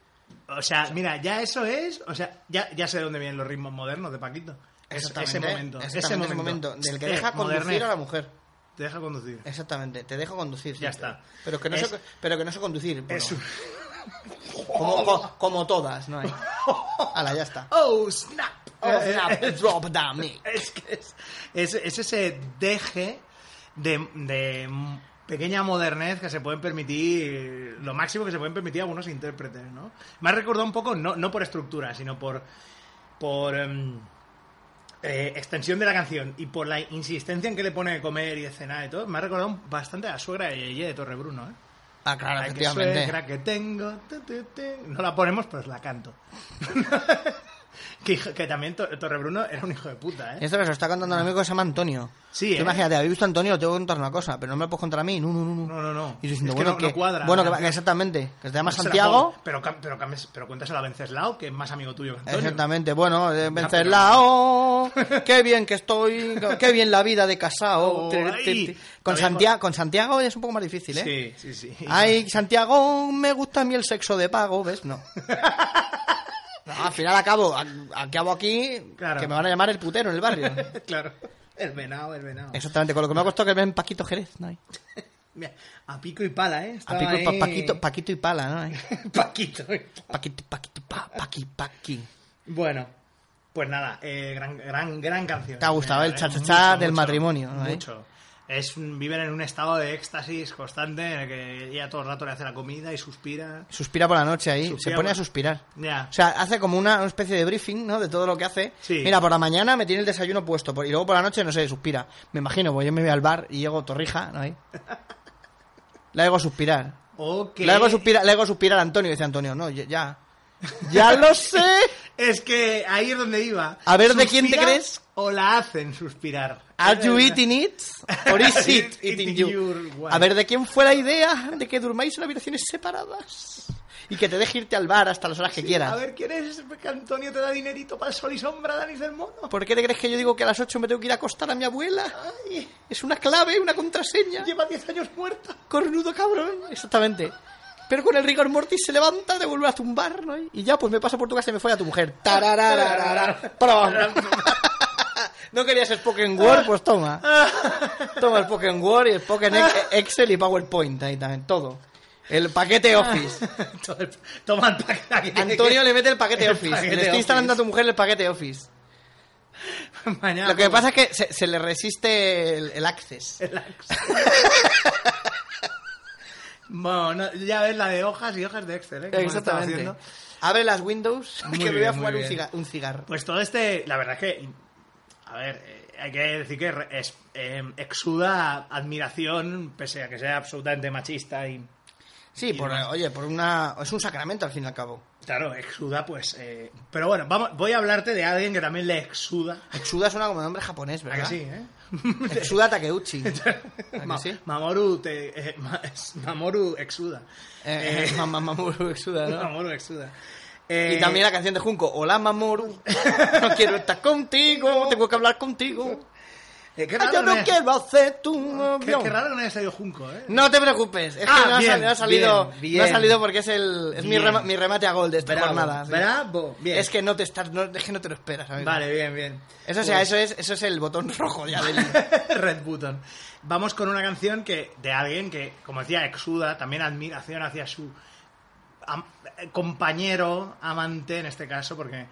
O sea, mira, ya eso es. O sea, ya, ya sé de dónde vienen los ritmos modernos de Paquito. Es-
Exactamente,
ese momento.
exactamente,
ese
ese
momento.
momento, del que
Eh,
deja conducir
modernez.
a la mujer.
Te deja conducir.
Exactamente, te deja conducir.
Ya
siempre.
está.
Pero que no,
Es-
sé, pero que no sé conducir. bueno. como, co- como todas,
<laughs>
no hay. Ala, ya está.
Oh, snap.
Oh, snap. Drop down me.
eh, <laughs> Es que es, es, es ese deje de, de m- pequeña modernez que se pueden permitir, lo máximo que se pueden permitir algunos intérpretes, ¿no? Me ha recordado un poco, no, no por estructura, sino por, por em, eh, extensión de la canción y por la insistencia en que le pone de comer y de cenar y todo, me ha recordado un- bastante a la suegra de Yeye de Torrebruno, ¿eh?
Ah, claro,
Ay, qué
efectivamente.
suegra que ¿eh? tengo. tu, tu, tu. No la ponemos, pero os la canto. <laughs> que, hijo- que también Tor- Torrebruno era un hijo de puta, ¿eh?
Esto que se lo está contando un amigo que se llama Antonio.
Sí,
Tú
¿eh?
Imagínate, habéis visto a Antonio, te voy a contar una cosa, pero no me lo puedes contar a mí. No, no, no. no.
No, no, no.
Y yo diciendo,
Es que
bueno,
no-
que,
no cuadra.
bueno, que- que
la canción.
exactamente, que se llama
No se la
Santiago.
pongo, Pero, cam- pero, cambies- pero cuéntasela a Venceslao, que es más amigo tuyo que Antonio.
Exactamente, bueno, eh,
<laughs>
Venceslao, qué bien que estoy, qué bien la vida de casado.
Oh,
Tri-
ay.
tri- tri- con,
Todavía
Santiago, con Santiago es un poco más difícil, ¿eh?
Sí, sí, sí.
Ay, Santiago, me gusta a mí el sexo de pago, ¿ves?
<laughs>
No. No, al final acabo, ac- acabo aquí,
Claro.
que me van a llamar el putero en el barrio.
<laughs> claro. El venado, el venado.
Exactamente, con lo que me ha costado que ven Paquito Jerez, ¿no?
Mira, a pico y pala, ¿eh?
A
Estaba
pico y pa-
ahí.
Paquito, Paquito y Pala,
<laughs>
¿no?
Paquito.
Paquito, Paquito, pa, Paqui, Paqui.
Bueno, pues nada, eh, gran, gran, gran canción.
¿Te ha gustado
Eh,
el
eh,
cha-cha-cha
mucho,
del
mucho,
matrimonio, no, eh?
Mucho. Es, un- viven en un estado de éxtasis constante en el que ella todo el rato le hace la comida y suspira.
Suspira por la noche ahí, se
Suspira
pone a
por-
suspirar.
Ya.
O sea, hace como una una especie de briefing, ¿no? De todo lo que hace.
Sí.
Mira, por la mañana me tiene el desayuno puesto por- y luego por la noche, no sé, suspira. Me imagino, pues yo me voy al bar y llego torrija, ¿no?
<laughs>
Ahí. La hago suspirar.
O que-
Le hago suspirar, le hago suspirar a Antonio, dice Antonio, no, ya- ya. ¡Ya lo sé!
<laughs> Es que ahí es donde iba.
A ver, ¿de quién te
¿Suspira
crees?
O la hacen suspirar.
¿Are
<laughs>
you eating it? ¿Or is it eating
Eating
you?
your wife.
A ver, ¿de quién fue la idea de que durmáis en habitaciones separadas? Y que te deje irte al bar hasta las horas que quieras.
A ver, ¿quién es que Antonio te da dinerito para el sol y sombra, Dani del Mono?
¿Por qué te crees que yo digo que a las 8 me tengo que ir a acostar a mi abuela? Es una clave, una contraseña.
Lleva 10 años muerta.
Cornudo cabrón. Exactamente. Pero con el rigor mortis se levanta, te vuelve a tumbar, ¿no? Y ya, pues me paso por tu casa y me fue a tu mujer.
<laughs>
Tararararara. Prom. <laughs> No querías Spoken Word, pues toma. Toma Spoken Word y Spoken Ex- Excel y PowerPoint ahí también, todo. El paquete Office.
Toma el paquete.
Antonio le mete el paquete
<laughs> El
Office.
paquete
le estoy
Office.
instalando a tu mujer el paquete Office.
Mañana.
Lo que pasa es que se, se le resiste el, el access.
El access. Bueno, ya ves la de hojas y hojas de Excel, ¿eh? Como
Exactamente.
estaba haciendo.
Abre las Windows, <laughs>
Muy
que me voy
bien,
a
muy
fumar un,
bien.
ciga- un cigarro.
Pues todo este, la verdad es que, a ver, eh, hay que decir que re- es- eh, exuda admiración, pese a que sea absolutamente machista y...
Sí, por, oye, por una, es un sacramento al fin y al cabo.
Claro, exuda pues... eh, pero bueno, vamos, voy a hablarte de alguien que también le exuda.
Exuda suena como nombre japonés, ¿verdad?
que sí, eh?
<laughs> Exuda
<laughs>
Takeuchi.
Ma- Mamoru, te- eh, ma- es- Mamoru exuda.
Eh, <laughs>
Eh,
ma-
<laughs>
ma- Mamoru Exuda, ¿no?
Mamoru exuda.
Y
Eh,
también la canción de Junco, Hola
<laughs>
Mamoru, no quiero estar contigo, tengo que hablar contigo.
eh, qué
Ay,
raro
yo
no
no
es-
quiero hacer tu
qué,
novio.
qué raro que no haya salido Junco, ¿eh?
No te preocupes, es que
Ah,
no, ha
bien,
sal- no ha salido,
bien, bien.
no ha salido porque es el es mi,
Bien.
rema- mi remate a gol de esta
Bravo,
jornada. sí.
bravo, bien.
Es que no te estás, no- es que no te lo esperas. amigo.
Vale, bien, bien.
Eso, o sea,
Pues-
eso es, eso es el botón rojo ya
<laughs>
del.
Red Button. Vamos con una canción que de alguien que, como decía, exuda también admiración hacia su am- eh, compañero, amante en este caso, porque eh,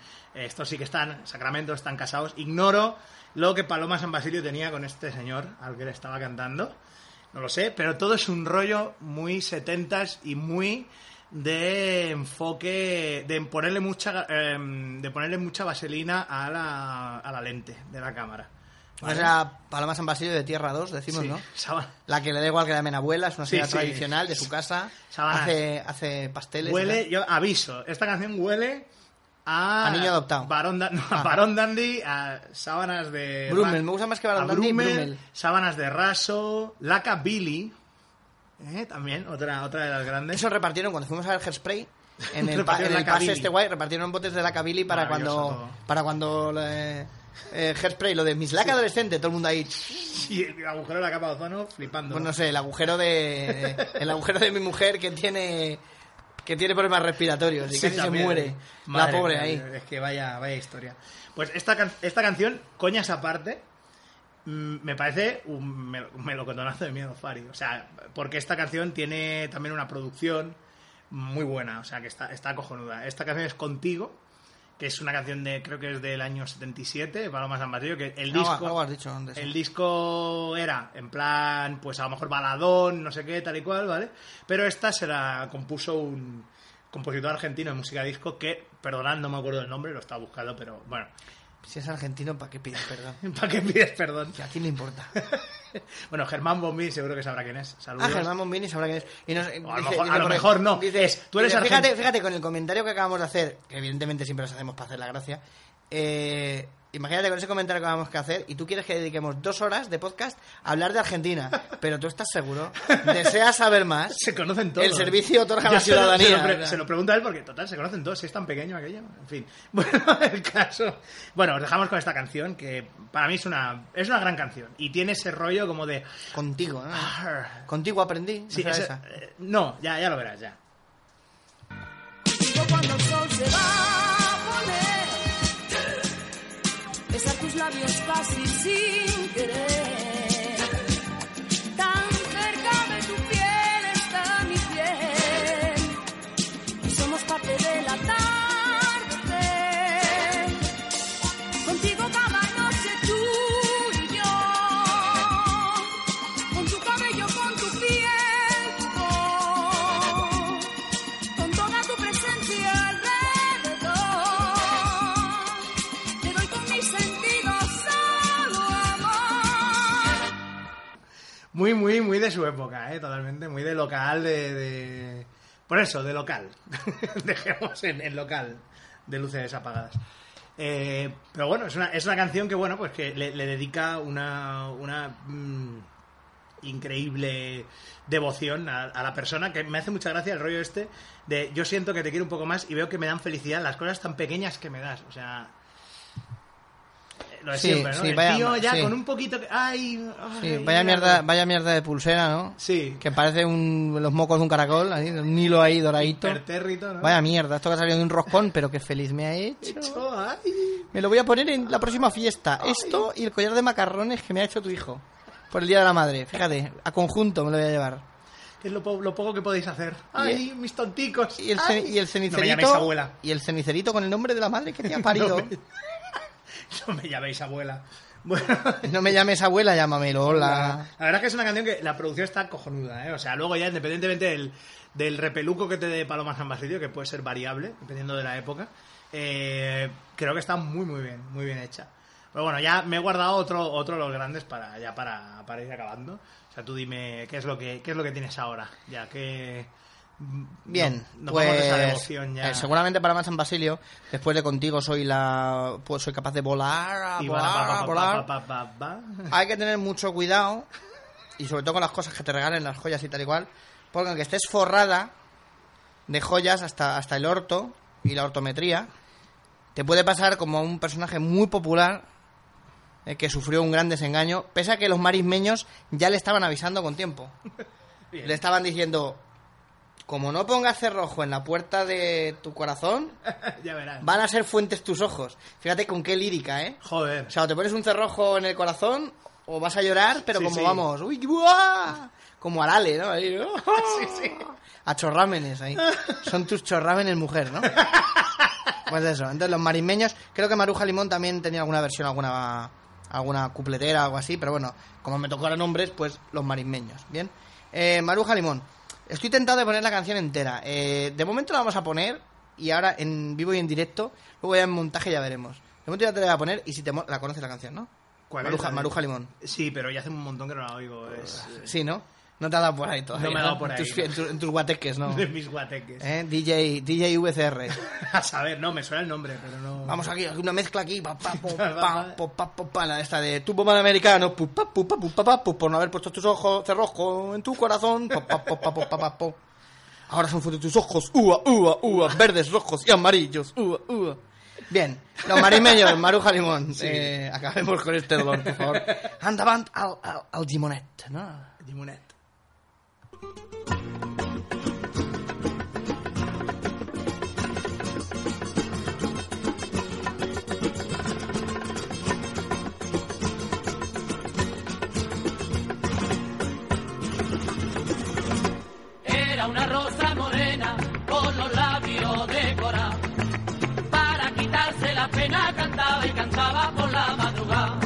estos sí que están, Sacramento, están casados. Ignoro lo que Paloma San Basilio tenía con este señor al que le estaba cantando. No lo sé, pero todo es un rollo muy setentas y muy de enfoque, de ponerle mucha, eh, de ponerle mucha vaselina a la, a la lente de la cámara.
O sea, Paloma San Basilio de Tierra 2, decimos,
Sí,
¿no?
sábana.
La que le da igual que la menabuela, es una
Sí,
señora
sí.
tradicional de su casa.
Sábanas.
Hace, hace pasteles.
Huele,
¿no?
yo aviso, esta canción huele a.
A niño adoptado. Ah.
Barón, Dan- <laughs> no, a Barón Dandy, a sábanas de.
Brummel,
ra-
me gusta más que Barón
a
Dandy,
Brummel,
Brummel.
Sábanas de raso, laca Billy. ¿eh? También, otra, otra de las grandes.
Eso repartieron cuando fuimos a ver Hairspray. En
<laughs>
el, pa-
Repartieron
en el
la
pase
Kabili.
este guay repartieron botes de la Kabili para
Maravilloso
cuando
todo.
para cuando eh, eh, Hairspray, lo de mis laca adolescente, todo el mundo ahí.
Y el agujero de la capa de ozono, flipando.
Pues no sé, el agujero de el agujero de mi mujer que tiene que tiene problemas respiratorios y
Sí,
casi se
también.
muere
Madre
la pobre
mía,
ahí.
Es que vaya, vaya historia. Pues esta, can- esta canción, coñas aparte, mm, me parece un mel- un melocotonazo de miedo, Fari. O sea, porque esta canción tiene también una producción muy buena, o sea, que está, está cojonuda. Esta canción es Contigo, que es una canción de, creo que es del año 77, de Paloma San Basilio, que el
Algo-
disco...
algo has dicho antes, ¿eh?
El
sí.
disco era, en plan, pues a lo mejor baladón, no sé qué, tal y cual, ¿vale? Pero esta se la compuso un compositor argentino de música disco que, perdonad, no me acuerdo el nombre, lo estaba buscando, pero bueno,
Si es argentino, ¿para qué pides perdón?
<laughs> ¿para qué pides perdón?
¿A quién le importa?
<laughs> Bueno, Germán Bombín seguro que sabrá quién es. Saludos.
Ah, Germán Bombini sabrá quién es. Y nos-
O
dice-
a lo mejor- a
dice
lo
por ahí-
mejor no. Es, tú eres
Mira, fíjate,
argentino.
fíjate, con el comentario que acabamos de hacer, que evidentemente siempre los hacemos para hacer la gracia, eh, imagínate con ese comentario que acabamos de hacer y tú quieres que dediquemos dos horas de podcast a hablar de
<laughs>
Argentina, pero tú estás seguro, deseas saber más,
Se conocen todos.
el servicio otorga a
Ya
la
se lo-
ciudadanía.
Se lo, pre-
o sea.
se lo pregunta él porque, total, se conocen todos. Si es tan pequeño aquello. En fin. <laughs> Bueno, el caso. Bueno, os dejamos con esta canción que para mí es una, es una gran canción. Y tiene ese rollo como de.
Contigo, ¿no?
"Arr".
Contigo aprendí. ¿no
Sí,
será
ese-
esa?
eh, no, ya, ya lo verás, ya.
Yo cuando el sol se va a poner, besar tus labios casi sin querer. Tan cerca de tu piel está mi piel, y somos parte de la tarde. Contigo cada noche tú y yo, con tu cabello, con tu piel, oh con toda tu presencia alrededor. Te doy con mis sentidos solo amor.
Muy, muy, muy de su época, ¿eh? Totalmente. Muy de local, de. de- Por eso, de local. <laughs> Dejemos en, en local, de luces apagadas. Eh, pero bueno, es una, es una canción que, bueno, pues que le, le dedica una. una mm, increíble devoción a, a la persona que me hace mucha gracia el rollo este de yo siento que te quiero un poco más y veo que me dan felicidad las cosas tan pequeñas que me das o sea eh, lo de
Sí,
siempre ¿no?
sí,
el
vaya-
tío ya
sí.
con un poquito que- ay,
Sí,
ay,
vaya
mira,
mierda, vaya mierda de pulsera, ¿no?
Sí.
Que parece un, los mocos de un caracol, ahí, un hilo ahí doradito.
Impertérrito, ¿no?
Vaya mierda, esto que ha salido de un roscón, pero qué feliz me ha hecho.
Hecho, ay.
Me lo voy a poner en la próxima fiesta. Esto y el collar de macarrones que me ha hecho tu hijo. Por el Día de la Madre, fíjate, a conjunto me lo voy a llevar.
Es lo, po- lo poco que podéis hacer. ¡Ay, mis tonticos!
Y el, ce-
ay.
y el
No me
cenicerito.
llaméis abuela. <laughs>
y el cenicerito con el nombre de la madre que te ha parido.
No me, no me llaméis abuela.
No me llames abuela, llámame Lola.
La verdad es que es una canción que la producción está cojonuda, ¿eh? O sea, luego ya independientemente del, del repeluco que te dé Paloma San Basilio, que puede ser variable, dependiendo de la época, eh, creo que está muy, muy bien, muy bien hecha. Pero bueno, ya me he guardado otro, otro de los grandes para, ya para, para ir acabando. O sea, tú dime qué es lo que, qué es lo que tienes ahora, ya que... mm,
Bien,
no, no
pues
vamos de esa devoción ya.
eh, seguramente para más San Basilio, después de contigo soy la pues soy capaz de volar, a
Y va,
volar,
va, va,
a
va,
volar.
va, va, va, va.
<laughs> Hay que tener mucho cuidado y sobre todo con las cosas que te regalen, las joyas y tal igual, porque aunque estés forrada de joyas hasta hasta el orto y la ortometría, te puede pasar como a un personaje muy popular eh, que sufrió un gran desengaño, pese a que los marismeños ya le estaban avisando con tiempo.
Bien.
Le estaban diciendo, como no pongas cerrojo en la puerta de tu corazón,
<laughs> ya verás.
van a ser fuentes tus ojos. Fíjate con qué lírica, ¿eh?
Joder.
O sea, o te pones un cerrojo en el corazón o vas a llorar, pero
Sí,
como
sí.
vamos, uy,
<laughs>
¡buah! como Arale, ¿no? Ahí, ¡oh! A chorrámenes
<laughs>
ahí. Son tus chorrámenes mujer, ¿no? Pues eso, entonces los marismeños, creo que Maruja Limón también tenía alguna versión, alguna alguna cupletera, algo así, pero bueno, como me tocaron nombres, pues los marismeños, ¿bien? Eh, Maruja Limón, estoy tentado de poner la canción entera, Eh, de momento la vamos a poner y ahora en vivo y en directo, luego ya en montaje ya veremos. De momento ya te la voy a poner y si te mo- la conoces la canción, ¿no?
¿Cuál es?
Maruja, Maruja Limón.
Sí, pero ya hace un montón que no la oigo. Es,
Sí, ¿no? No te ha dado por ahí todavía.
No me ha dado por
En
ahí,
tus,
no.
en tus- en tus guateques, ¿no?
<laughs> de mis guateques.
¿Eh? DJ, DJ VCR.
<laughs> A saber, no, me suena el nombre, pero no.
Pues. Vamos aquí, aquí una mezcla aquí, pa, pa,
<laughs>
po, pa, po, pa, po, pa, la esta de tu pop americano, pu, pa, pu, pa, pu, pa, pa, pu, por no haber puesto tus ojos, cerrojo en tu corazón, pa, pa, po, pa, po, pa, pa, po. Ahora son fruto de tus ojos, ua, ua, ua, verdes, rojos y amarillos, ua, ua. Bien, los marimeños, <laughs> Maruja Limón,
Sí.
eh, acabemos con este dolor, por
<laughs>
favor. Andaban al, al, al Gimonet, ¿no?
Ah. Gimonet.
Era una rosa morena con los labios decorados. Para quitarse la pena cantaba y cantaba por la madrugada.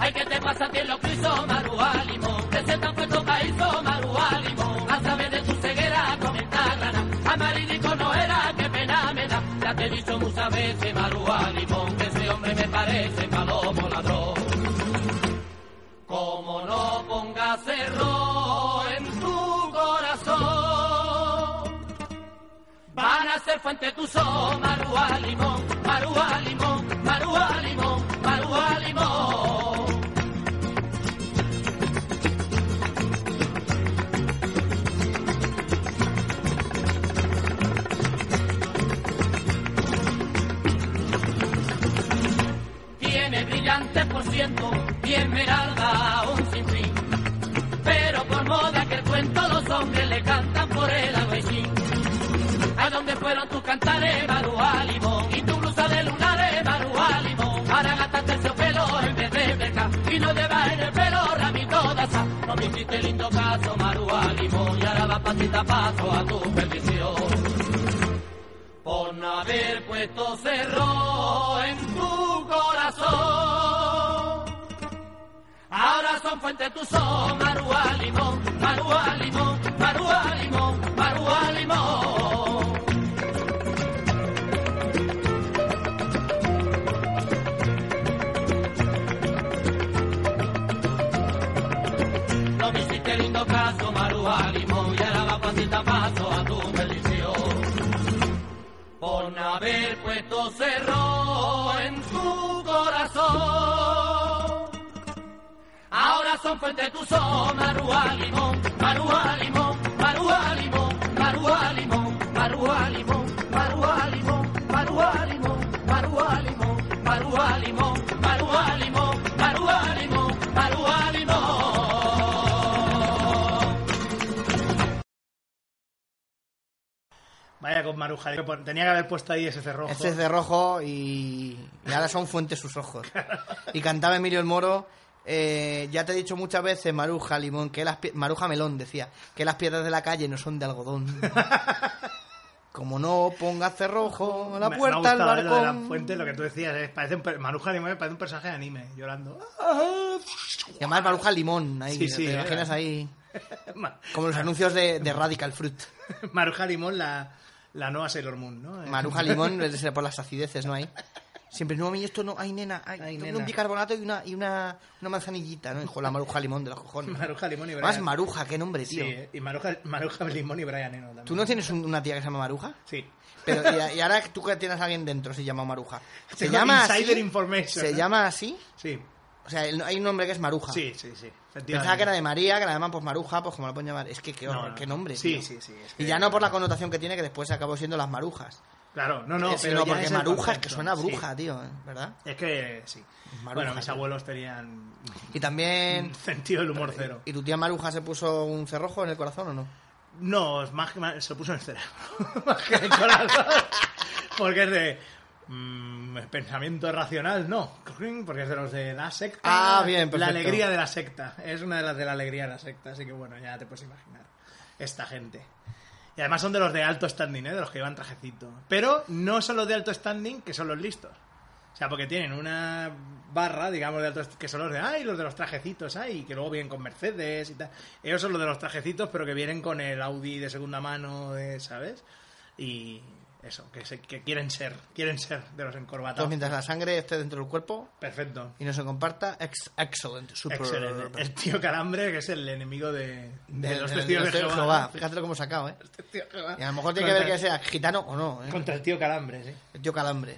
Ay, que te pasa que lo que hizo Maruá Limón? Que se te han puesto caído Maruá Limón. A saber de tu ceguera con esta grana. Amarillico no era, qué pena me da. Ya te he dicho muchas veces Maruá Limón. Que ese hombre me parece palomo ladrón. Como no pongas error en tu corazón, van a ser fuente tu sol, Marúa Limón, Marúa Limón, Marúa Limón, Marúa Limón. Tiene brillante por ciento y esmeralda un sinfín. Pero por moda que el cuento los hombres le cantan por el albaicín. ¿A dónde fueron tus cantares, Maruá Limón? Y tu blusa de lunares, Maruá Limón. Ahora gastaste ese pelo en vez de beca. Y no llevas en el pelo ramito de asa. No me hiciste lindo caso, Maruá Limón. Y ahora vas pasito a paso a tu perdición. Por no haber puesto cerro en tu corazón. Ahora son fuente tu son, Marúa Limón, Marúa Limón, Marúa Limón, Marúa Limón. No me hiciste lindo caso, Marúa Limón, y ahora va pasito a paso a tu bendición por no haber puesto cerro en tu corazón. Ahora son fuente tu son, Marúa Limón, Marúa Limón, Marúa Limón, Marúa Limón, Marúa Limón, Marúa Limón, Marúa Limón, Marúa Limón, Marúa Limón, Marúa Limón, Marúa Limón, Marúa Limón.
Vaya con Maruja. que pon- Tenía que haber puesto ahí ese cerrojo.
Este es de rojo y, y ahora son fuentes sus ojos. Y cantaba Emilio el Moro. eh, ya te he dicho muchas veces, Maruja
<laughs>
Limón, que las pie- Maruja Melón decía, que las piedras de la calle no son de algodón. Como no ponga cerrojo la
Me- me
puerta
ha
al
gustado, eh, lo de la
balcón.
fuente, lo que tú decías, eh, parece un, per- Maruja Limón parece un personaje de anime, llorando.
Y además Maruja Limón, ahí,
Sí, sí,
te
eh.
imaginas ahí. Como los anuncios de, de Radical Fruit.
<laughs> Maruja Limón, la, la nueva Sailor Moon, ¿no?
<laughs> Maruja Limón, será por las acideces, ¿no? Ahí. <laughs> Siempre, no, mami, esto no, ay, nena, ay, doble
nena.
un bicarbonato y una, y una, una manzanillita, ¿no? Hijo, la Maruja Limón de los cojones.
<laughs> Maruja Limón y Brian.
Más Maruja, qué nombre, tío.
Sí, eh, y Maruja, Maruja Limón y Brian Eno también.
¿Tú no tienes un- una tía que se llama Maruja?
Sí.
Pero, y, y ahora tú que tienes a alguien dentro se llama
<laughs>
Maruja. ¿Se
Tengo
llama
Insider
así?
Information.
¿Se
¿no?
llama así?
Sí.
O sea, el- hay un nombre que es Maruja.
Sí, sí, sí.
Pensaba que era de María, que la llaman pues Maruja, pues como la pueden llamar. Es que qué, horror,
No, no.
qué nombre.
Sí,
tío.
sí, sí, es
Y ya no por la connotación que tiene, que después acabó siendo las marujas.
Claro, no, no,
Eh,
pero
sino
ya
porque
es el
maruja es que
concepto,
suena a
sí.
bruja, tío, ¿eh? ¿verdad?
Es que sí.
Maruja,
bueno, mis
tío.
abuelos tenían
Y también.
<laughs> sentido del humor cero.
¿Y tu tía Maruja se puso un cerrojo en el corazón o no?
No, es más que más- se lo puso en el cerebro. <laughs> más que en el corazón. Porque es de. mm, pensamiento racional, no. Porque es de los de la secta.
Ah, bien,
La
perfecto.
alegría de la secta. Es una de las de la alegría de la secta. Así que bueno, ya te puedes imaginar. Esta gente. Y además son de los de alto standing, ¿eh? De los que llevan trajecito. Pero no son los de alto standing que son los listos. O sea, porque tienen una barra, digamos, de altos que son los de, ay, los de los trajecitos, ay, que luego vienen con Mercedes y tal. Ellos son los de los trajecitos, pero que vienen con el Audi de segunda mano, de, ¿sabes? Y eso, que, se- que quieren ser, quieren ser de los
Entonces,
encorbatados.
Pues mientras la sangre esté dentro del cuerpo
Perfecto.
y no se comparta, ex excellent, super.
Excelente. El tío Calambre, que es el enemigo de, de
del-
los
del-
testigos de
del
Jehová.
Jehová. Fíjate lo que hemos sacado, ¿eh? Y a lo mejor tiene que ver
Contra-
que sea gitano o no, ¿eh?
Contra el tío Calambre, sí.
El tío
<laughs>
Calambre.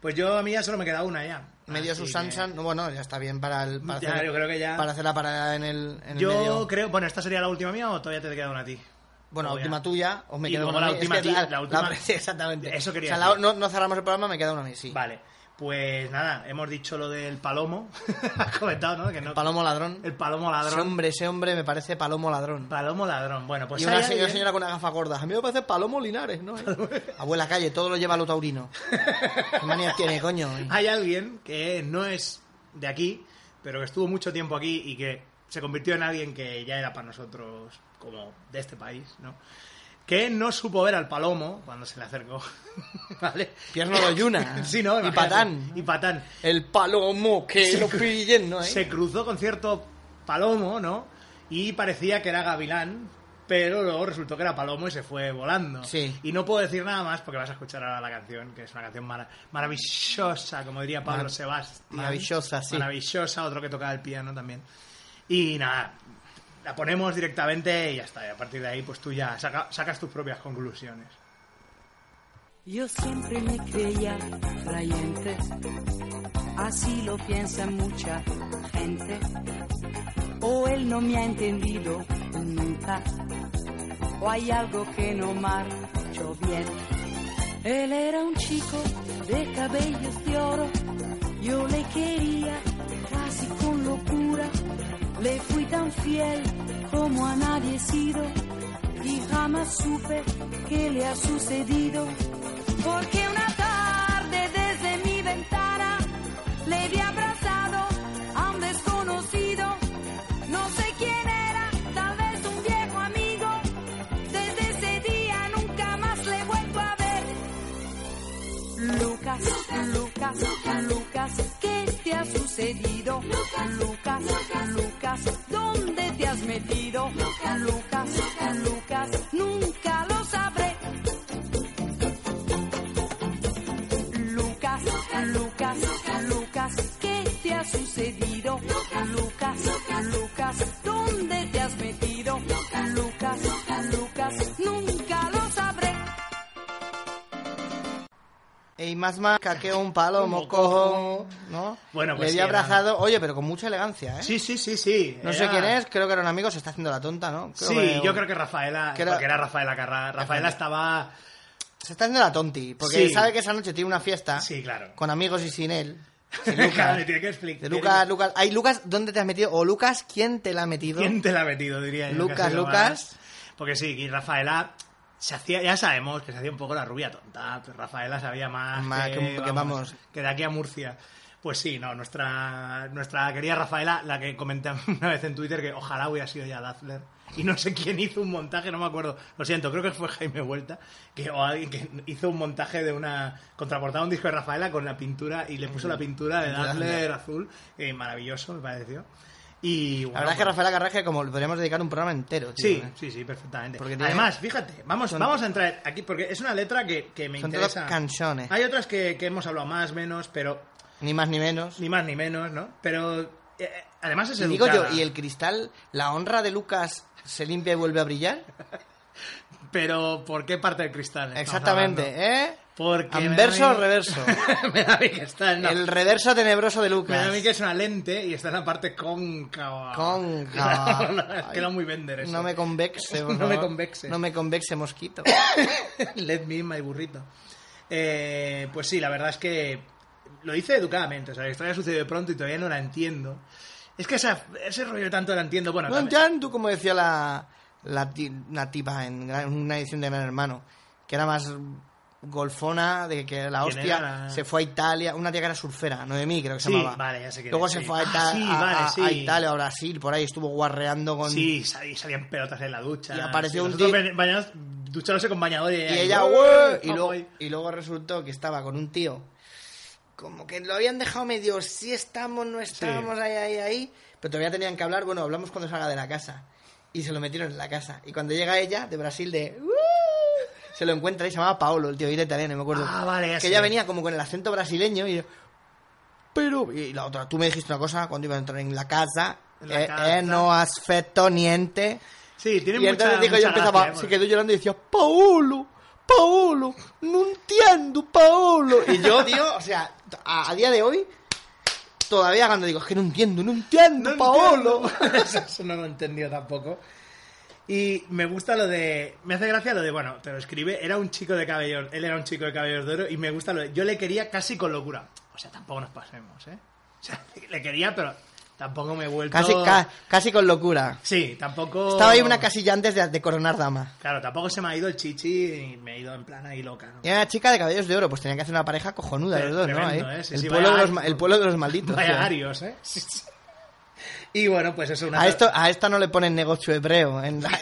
Pues yo a mí ya solo me queda una ya.
Medio
Así
Susansa, no, bueno, ya está bien para, el, para
Ya,
hacer,
yo creo que ya-
para hacer la parada en el, en
que-
el
Yo
medio.
creo, bueno, ¿esta sería la última mía o todavía te queda una a ti?
Bueno, la
Todavía.
última tuya, o me
Y
quedo
como
una
la
mía. Es
última
que
ti-
la-
la última-
sí, exactamente.
Eso quería
O sea, la-
decir.
no, no cerramos el programa, me queda una a mí, sí.
Vale, pues nada, hemos dicho lo del palomo. <laughs> Has comentado, ¿no? Que no...
Palomo ladrón.
El palomo
Ese
ladrón.
hombre, ese hombre me parece palomo ladrón.
Palomo ladrón. Bueno, pues
y una
ahí,
señora,
ahí, ¿eh?
señora con una gafa gorda. A mí me parece palomo Linares,
<laughs>
¿no? Abuela calle, todo lo lleva lo taurino. ¿Qué manías tiene, coño?
Hay alguien que no es de aquí, pero que estuvo mucho tiempo aquí y que se convirtió en alguien que ya era para nosotros como de este país, ¿no? Que no supo ver al palomo cuando se le acercó, <laughs> ¿vale?
Pierno de Oyuna.
<laughs> sí,
Y
¿no? Imagínate.
Patán.
Y patán.
El palomo que
Se
lo
cru-
pillen, ¿no? eh?
Se cruzó con cierto palomo, ¿no? Y parecía que era gavilán, pero luego resultó que era palomo y se fue volando.
Sí.
Y no puedo decir nada más porque vas a escuchar ahora la canción, que es una canción mara- maravillosa, como diría Pablo
Mar-
Sebastián.
maravillosa, sí.
Maravillosa, otro que tocaba el piano también. Y nada, la ponemos directamente y ya está. Y a partir de ahí, pues tú ya saca- sacas tus propias conclusiones.
Yo siempre me creía valiente, así lo piensa mucha gente. O él no me ha entendido nunca, o hay algo que no marchó bien. Él era un chico de cabellos de oro, yo le quería casi con locura, le fui tan fiel como a nadie he sido y jamás supe qué le ha sucedido. Porque una tarde desde mi ventana le vi abrazado a un desconocido. No sé quién era, tal vez un viejo amigo. Desde ese día nunca más le he vuelto a ver. Lucas, Lucas, Lucas, ¿qué te ha sucedido? Lucas, Lucas, Lucas, ¿dónde te has metido? Lucas, Lucas, Lucas, nunca lo sabré. Lucas, Lucas, Lucas, ¿qué te ha sucedido? Lucas, Lucas, ¿dónde te has metido? Lucas, Lucas, nunca lo sabré.
Y más marca que un palomo cojo, ¿no?
Bueno, pues
Le
sí,
había
era-
abrazado, oye, pero con mucha elegancia, ¿eh?
Sí, sí, sí, sí.
No sé
Era-
quién es, creo que era un amigo, se está haciendo la tonta, ¿no?
Sí, yo creo que Rafaela,
que era-
porque era Rafaela Carrá. Rafaela estaba...
Se está haciendo la tonti, porque
Sí.
sabe que esa noche tiene una fiesta
Sí, claro.
con amigos y sin él. Sin
Claro,
Lucas.
le tiene que explicar.
De Lucas, Lucas. Ay, Lucas, ¿dónde te has metido? O Lucas, ¿quién te la ha metido?
¿Quién te la ha metido? Diría yo. que
Lucas,
ha sido
Lucas.
más. Porque sí, y Rafaela se hacía, ya sabemos que se hacía un poco la rubia tonta. pero Rafaela sabía más,
Más que- que vamos.
que de aquí a Murcia. Pues sí, no, nuestra, nuestra querida Rafaela, la que comenté una vez en Twitter que ojalá hubiera sido ya Dazzler. Y no sé quién hizo un montaje, no me acuerdo. Lo siento, creo que fue Jaime Vuelta, que, o alguien que hizo un montaje de una. contraportada un disco de Rafaela con la pintura y le puso la pintura de Dazzler azul. eh, maravilloso, me pareció. Y,
La verdad es que Rafaela Carraje, como le podríamos dedicar un programa entero. tío,
Sí,
¿eh?
sí, sí, perfectamente.
Porque tiene-
Además, fíjate, vamos,
Son-
vamos a entrar aquí porque es una letra que, que me
Son todas
interesa. Ah.
canciones.
Hay otras que, que hemos hablado más, menos, pero.
Ni más ni menos.
Ni más ni menos, ¿no? Pero eh, además es
Y digo yo,
educada.
¿y el cristal, la honra de Lucas se limpia y vuelve a brillar?
Pero ¿por qué parte del cristal? estamos
Exactamente,
hablando?
¿eh?
Porque.
¿Anverso
me da a
o
mí-
reverso?
<laughs> me da a mí que está en la-
El reverso tenebroso de
Me da a
Lucas.
mí que es una lente y está en la parte cóncava. <laughs>
Cóncava.
Es que era muy vender eso.
No me convexe, por
<laughs> No me
favor.
convexe.
No me convexe, mosquito.
<laughs> Let me in my burrito. Eh, pues sí, la verdad es que lo hice educadamente. O sea, la historia sucedió de pronto y todavía no la entiendo. Es que esa- ese rollo tanto la entiendo. Bueno,
No
también-
entiendo, como decía la, la ti- una tipa en gran- una edición de Gran Hermano, que era más golfona, de que la
¿Quién
hostia
era la-
se fue a Italia, una tía que era surfera, Noemí creo que se
Sí,
llamaba.
vale, ya sé quién
Luego
es,
se
sí.
fue a,
Ah,
Ita-
sí,
a-
vale,
a-
sí.
a Italia, a Brasil, por ahí estuvo guarreando con...
Sí, sal- salían pelotas en la ducha.
Y apareció un
Nosotros
tío-
ba- bañados- duchándose con bañador
Y ella,
¡Ué!
"Ué", y
Ah,
luego,
voy.
y luego resultó que estaba con un tío. Como que lo habían dejado medio, si estamos, no estamos, ahí, ahí, ahí. Pero todavía tenían que hablar, bueno, hablamos cuando salga de la casa. Y se lo metieron en la casa. Y cuando llega ella, de Brasil, de... "Uh", se lo encuentra y se llamaba Paolo, el tío, y era italiano, me acuerdo.
Ah, vale, ya
Que
sé.
ella venía como con el acento brasileño y yo, Pero... Y la otra, tú me dijiste una cosa cuando iba a entrar en la casa.
En la
eh,
casa.
eh, no has feto niente.
Sí, tiene
Y
mucha-
entonces digo,
mucha
yo empezaba,
gracia, ¿eh?
se quedó llorando y decía, Paolo, Paolo, no entiendo, Paolo. Y yo, tío, o sea, a, a día de hoy, todavía cuando digo, es que no entiendo, no entiendo, Paolo.
<laughs> Eso, eso no lo he entendido tampoco. Y me gusta lo de. Me hace gracia lo de, bueno, te lo escribe. Era un chico de cabellos. Él era un chico de cabellos de oro. Y me gusta lo de. Yo le quería casi con locura. O sea, tampoco nos pasemos, ¿eh? O sea, <laughs> le quería, pero tampoco me he vuelto.
Casi, ca- casi con locura.
Sí, tampoco.
Estaba ahí una casilla antes de, de coronar dama.
Claro, tampoco se me ha ido el chichi y me he ido en plan ahí loca, ¿no?
Y era una chica de cabellos de oro, pues tenía que hacer una pareja cojonuda
Tre-
los dos,
tremendo,
¿no? Ahí.
¿eh? Sí,
el,
sí,
pueblo de
vaya-
los, ma- el pueblo de los malditos.
Vaya
tío.
arios, ¿eh? <laughs> Sí, sí. Y bueno, pues eso una
A, esto, a esta no le ponen negocio hebreo en,
<laughs>
la-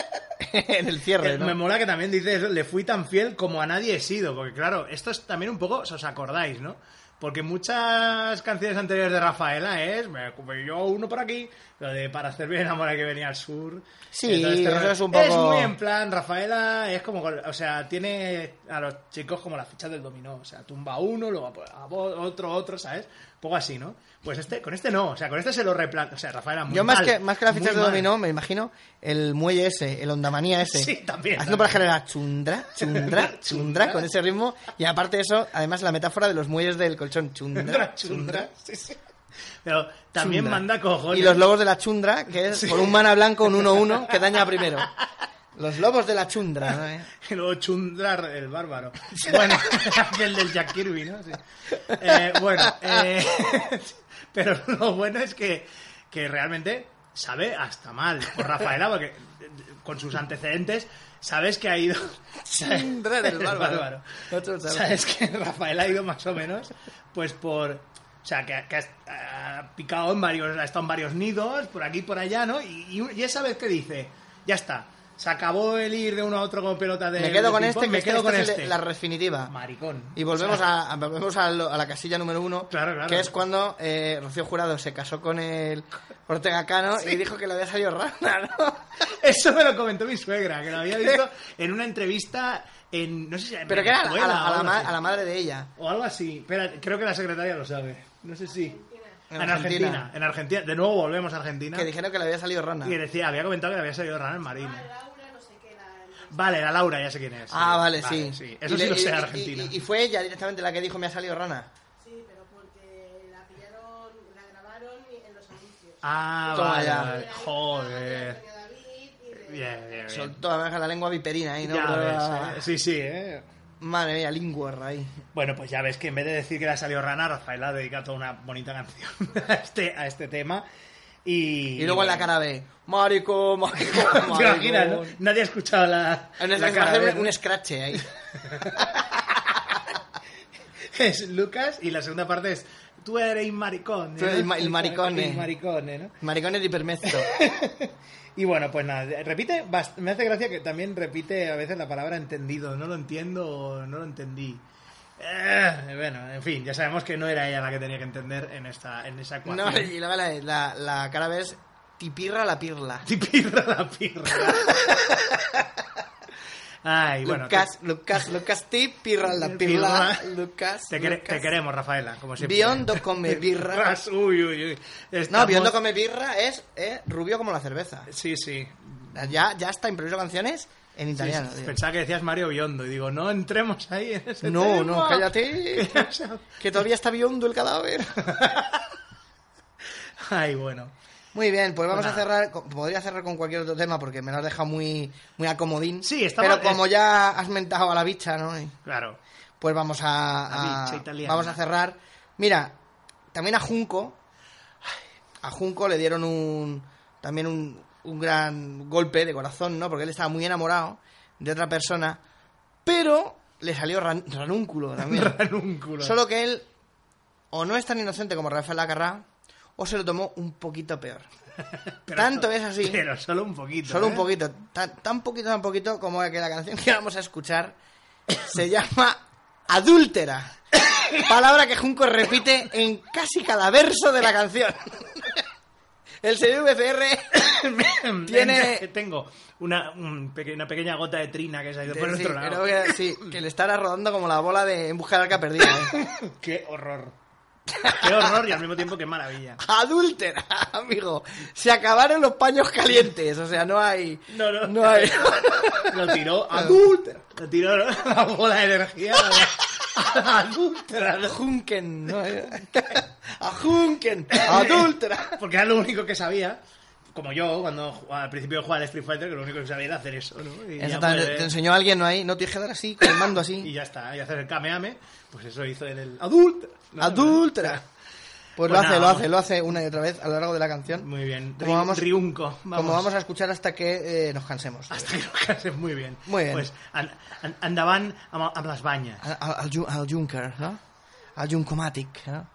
<laughs> en el cierre,
Eh, Me
¿no?
mola que también dice eso, le fui tan fiel como a nadie he sido, porque claro, esto es también un poco, si os acordáis, ¿no? Porque muchas canciones anteriores de Rafaela es, me ocupé yo uno por aquí, lo de para hacer bien amor hay que venir al sur.
Sí,
Y
eso
todo este rollo.
es un poco-
Es muy en plan, Rafaela es como, con- o sea, tiene a los chicos como las fichas del dominó, o sea, tumba uno, luego a- a otro, otro, ¿sabes? Un poco así, ¿no? Pues este, con este no, o sea, con este se lo replantea, o sea, Rafaela muy
Yo más
mal,
que, más que las fichas
muy
de
mal.
dominó, me imagino el muelle ese, el ondamanía ese.
<laughs> Sí, también,
Haciendo
también.
para generar chundra,
<laughs>
chundra, chundra, con ese ritmo. Y aparte de eso, además la metáfora de los muelles del colchón, chundra,
Chundra,
chundra.
chundra, sí, sí. Pero también
chundra.
manda cojones.
Y los lobos de la chundra, que es
Sí.
por un mana blanco, un 1-1, que daña primero. Los lobos de la chundra,
<laughs>
¿no, eh?
Y luego Chundrar el bárbaro. Bueno, <laughs> aquel del Jack Kirby, ¿no? Sí. Eh, bueno, eh, <laughs> pero lo bueno es que, que realmente sabe hasta mal por Rafaela, porque eh, con sus antecedentes sabes que ha ido...
Chundrar el
<laughs> El
bárbaro.
bárbaro.
Otro tal. <laughs>
Sabes que <laughs> Rafael ha ido más o menos, pues por. O sea, que, que ha, ha picado en varios. Ha estado en varios nidos, por aquí por allá, ¿no? Y, y- y esa vez que dice, ya está. Se acabó el ir de uno a otro con pelota de.
Me quedo
de
con
ping-pong,
este, que
me
este-
quedo
este
con
es el de-
este.
la definitiva.
Maricón.
Y volvemos,
O sea,
a, a- volvemos a, lo- a la casilla número uno,
claro.
que es cuando eh, Rocío Jurado se casó con el Ortega Cano y dijo que le había salido rana, ¿no?
<laughs> Eso me lo comentó mi suegra, que lo había visto en una entrevista en. No sé si. en
Pero que era a la, a
Venezuela
la- a
o
la
algo
ma-
así.
a la madre de ella.
O algo así. Espera, creo que la secretaria lo sabe. No sé si. Ah,
En
En Argentina.
Argentina.
En Argentina. De nuevo volvemos a Argentina.
Que dijeron que le había salido rana.
Y decía, había comentado que le había salido rana al marino. Vale, la Laura, ya sé quién es.
Ah, vale, sí.
Eso
Y
sí
le-
lo
y-
sé de
y-
Argentina.
Y, y fue ella directamente la que dijo me ha salido rana.
Ah,
Toma
vale,
ya.
vale. Joder. Bien, bien, bien.
Soltó además la lengua viperina ahí, ¿no?
Ya
Pero-
ves, eh. Sí, sí, eh.
Madre mía, lingüer ahí.
Bueno, pues ya ves que en vez de decir que le ha salido rana, Rafaela dedica toda una bonita canción <laughs> a este, a este tema. Y,
Y, luego en la
bueno,
cara B. Marico, marico,
<laughs> ¿Te
marico.
imaginas? no? Nadie ha escuchado la,
En
la
esa-
cara
hacer
B,
un,
¿no?
un scratch ahí.
<laughs> es Lucas y la segunda parte es tú eres maricón.
Tú eres el ma- el maricone.
El maricone, ¿no?
Maricones de hipermezzo.
<laughs> Y bueno, pues nada, repite, bast- me hace gracia que también repite a veces la palabra entendido, no lo entiendo o no lo entendí. Eh, bueno, en fin, ya sabemos que no era ella la que tenía que entender en esta en esa
No,
ecuación.
y luego la, la, la cara ves tipirra la pirla.
<laughs> Tipirra la pirla. Ay, bueno,
Lucas,
te-
Lucas, Lucas, tipirra <laughs>
<laughs>
la pirla.
Pirla.
Lucas.
te, quere-
Lucas.
te queremos, Rafaela, como siempre. <laughs>
Biondo come birra.
Pues uy, uy, uy.
No,
Estamos-
Biondo come birra es eh, rubio como la cerveza.
Sí, sí.
Ya, ya está, improviso canciones en
Sí,
italiano.
sí,
tío.
pensaba que decías Mario Biondo y digo, no entremos ahí en ese
No,
tema.
no, cállate. que todavía está biondo el cadáver.
<laughs> Ay, bueno.
Muy bien, pues vamos
Pues
a
nada.
cerrar. con- Podría cerrar con cualquier otro tema porque me lo has dejado muy, muy acomodín.
Sí, estaba-
Pero como
es-
ya has mentado a la bicha, ¿no? Y-
<laughs> Claro.
Pues vamos a,
La
a-
bicha italiana.
vamos a cerrar. Mira, también a Junco. A Junco le dieron un también un, un gran golpe de corazón, ¿no? Porque él estaba muy enamorado de otra persona, pero le salió ran- ranúnculo también.
<laughs> ranúnculo.
Solo que él o no es tan inocente como Rafael Acarrá o se lo tomó un poquito
<laughs>
peor. Tanto es así.
Pero <laughs> solo un poquito.
Solo un
¿eh?
poquito, tan, tan poquito, tan poquito como que la canción que vamos a escuchar se llama Adúltera.
<coughs>
Palabra que Junco repite en casi cada verso de la
<coughs>
canción. El señor
<coughs>
VCR <laughs> tiene...
Tengo una, un peque- una pequeña gota de trina que se ha ido por el
sí,
otro lado.
creo que, sí, que le estará rodando como la bola de En busca del arca perdida. ¿eh?
<laughs> Qué horror. Qué horror y al mismo tiempo qué maravilla.
Adúltera, amigo. Se acabaron los paños calientes. O sea, no hay...
No, no.
No hay...
Lo tiró adúltera. Lo tiró la bola de energía. <laughs> adúltera.
Junken. ¿no? A Junken. Adúltera.
Porque era lo único que sabía. Como yo, cuando jugaba- al principio jugaba al Street Fighter, que lo único que sabía era hacer eso, ¿no? Y ya,
Exactamente,
pues,
te enseñó alguien, ¿no? Ahí, no te dije dar así, con el mando así.
y ya está, y hacer el kameame, pues eso hizo en el adulto.
¡Adúltera! Pues,
Pues
lo hace,
nada,
lo
vamos.
hace, lo hace una y otra vez a lo largo de la canción.
Muy bien,
Como
Ri-
vamos-
riunco. Vamos.
Como vamos a escuchar hasta que eh, nos cansemos.
Muy bien.
Muy bien.
Pues an- an- andaban a, a las bañas.
Al, al- al Jun- al Junker, ¿no? Al Junkomatic, ¿no?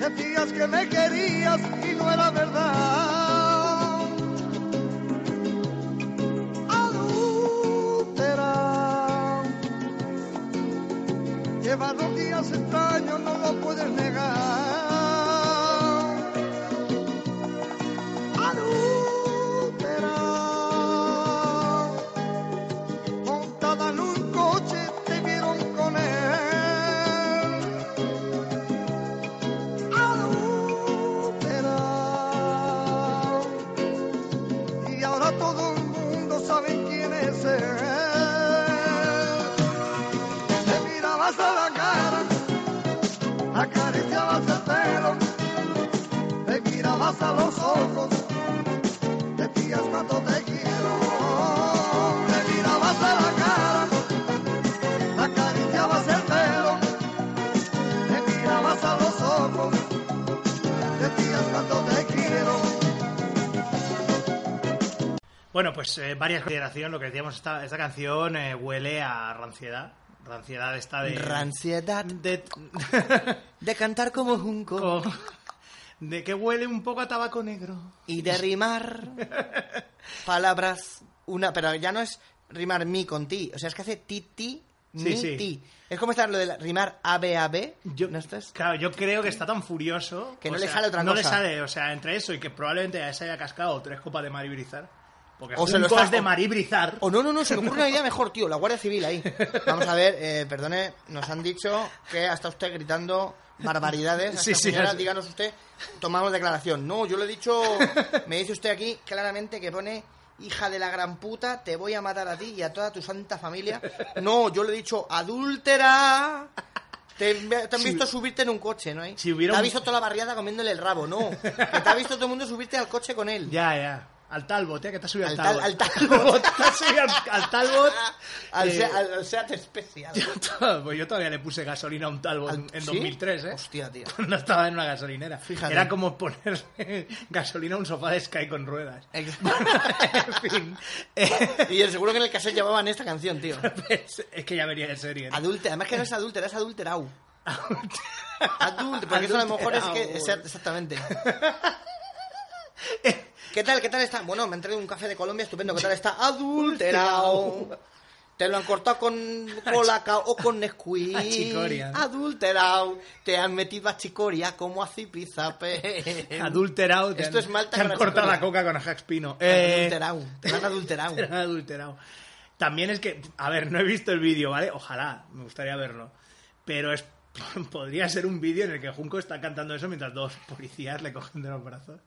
Decías que me querías y no era verdad. Adúltera. Llevas dos días extraños, no lo puedes negar. Adúltera. Montada en un coche te vieron con él. adúltera. Y ahora todo el mundo sabe quién es él. Te mirabas a la cara, acariciabas el pelo, te mirabas a los ojos, decías cuánto te quiero. Te mirabas a la cara, acariciabas el pelo, te mirabas a los ojos, decías cuánto te quiero.
Bueno, pues eh, varias consideraciones. Lo que decíamos, esta, esta canción eh, huele a ranciedad. Ranciedad está de...
Ranciedad <laughs> de... cantar como junco
de que huele un poco a tabaco negro.
y de
<laughs>
rimar palabras una pero ya no es rimar mi con ti o sea es que hace ti ti
Sí,
mi
sí.
ti es como estar lo de la- rimar a b a b
Yo, Claro, yo creo que está tan furioso...
Que
o
no le
sea,
sale otra
no
cosa.
le sale, o sea, entre eso y que probablemente se haya cascado tres copas de maribrizar. Porque
O
o
se lo está-
de
o-
maribrizar.
o no no no
<laughs>
se me ocurre una idea mejor tío la guardia civil ahí vamos a ver eh, perdone nos han dicho que hasta usted gritando barbaridades. a
Sí,
esta
sí,
señora,
es-
díganos usted, tomamos declaración. No, yo le he dicho, me dice usted aquí claramente que pone, hija de la gran puta, te voy a matar a ti y a toda tu santa familia. No, yo le he dicho, adúltera. Te, te han
Si-
visto subirte en un coche, ¿no? hay?
si hubiera
Te ha
un-
visto toda la barriada comiéndole el rabo, no. Que te ha visto todo el mundo subirte al coche con él.
Ya, ya. Al Talbot, eh, que te has subido al,
Al tal-
Talbot.
al Talbot.
Te <laughs> has subido al, al Talbot.
Al,
eh,
Seat- al- al Seat especial.
pues <laughs> yo todavía le puse gasolina a un Talbot en- en
¿Ah, ¿Sí?
2003, ¿eh?
Hostia, tío.
Cuando estaba en una gasolinera.
Fíjate.
Era como ponerle <laughs> gasolina a un sofá de Sky
<laughs>
con ruedas. en fin.
Y yo seguro que en el cassette llevaban esta canción, tío.
Es, es que ya venía de serie. ¿no?
Adulta, además que no es adúltera, es adulterau. Adulta, porque eso a lo mejor es que.
Adulterau.
exact-
<laughs>
Exactamente. ¿Qué tal? ¿Qué tal está? Bueno, me han traído un café de Colombia estupendo. ¿Qué tal está?
<laughs>
Adulterao. Te lo han cortado con colaca o con Nesquik.
Achicoria, ¿no?
Adulterao. Te han metido a chicoria como a zipizape.
Adulterado. te
Eh, Esto
han-
es malta
Te han
con
cortado la
azúcar.
coca con ajax pino. Eh,
Adulterao. Te lo han
<laughs>
adulterao.
Te lo han adulterado. También es que, a ver, no he visto el vídeo, ¿vale? Ojalá, me gustaría verlo. Pero es, <laughs> podría ser un vídeo en el que Junco está cantando eso mientras dos policías le cogen de los brazos.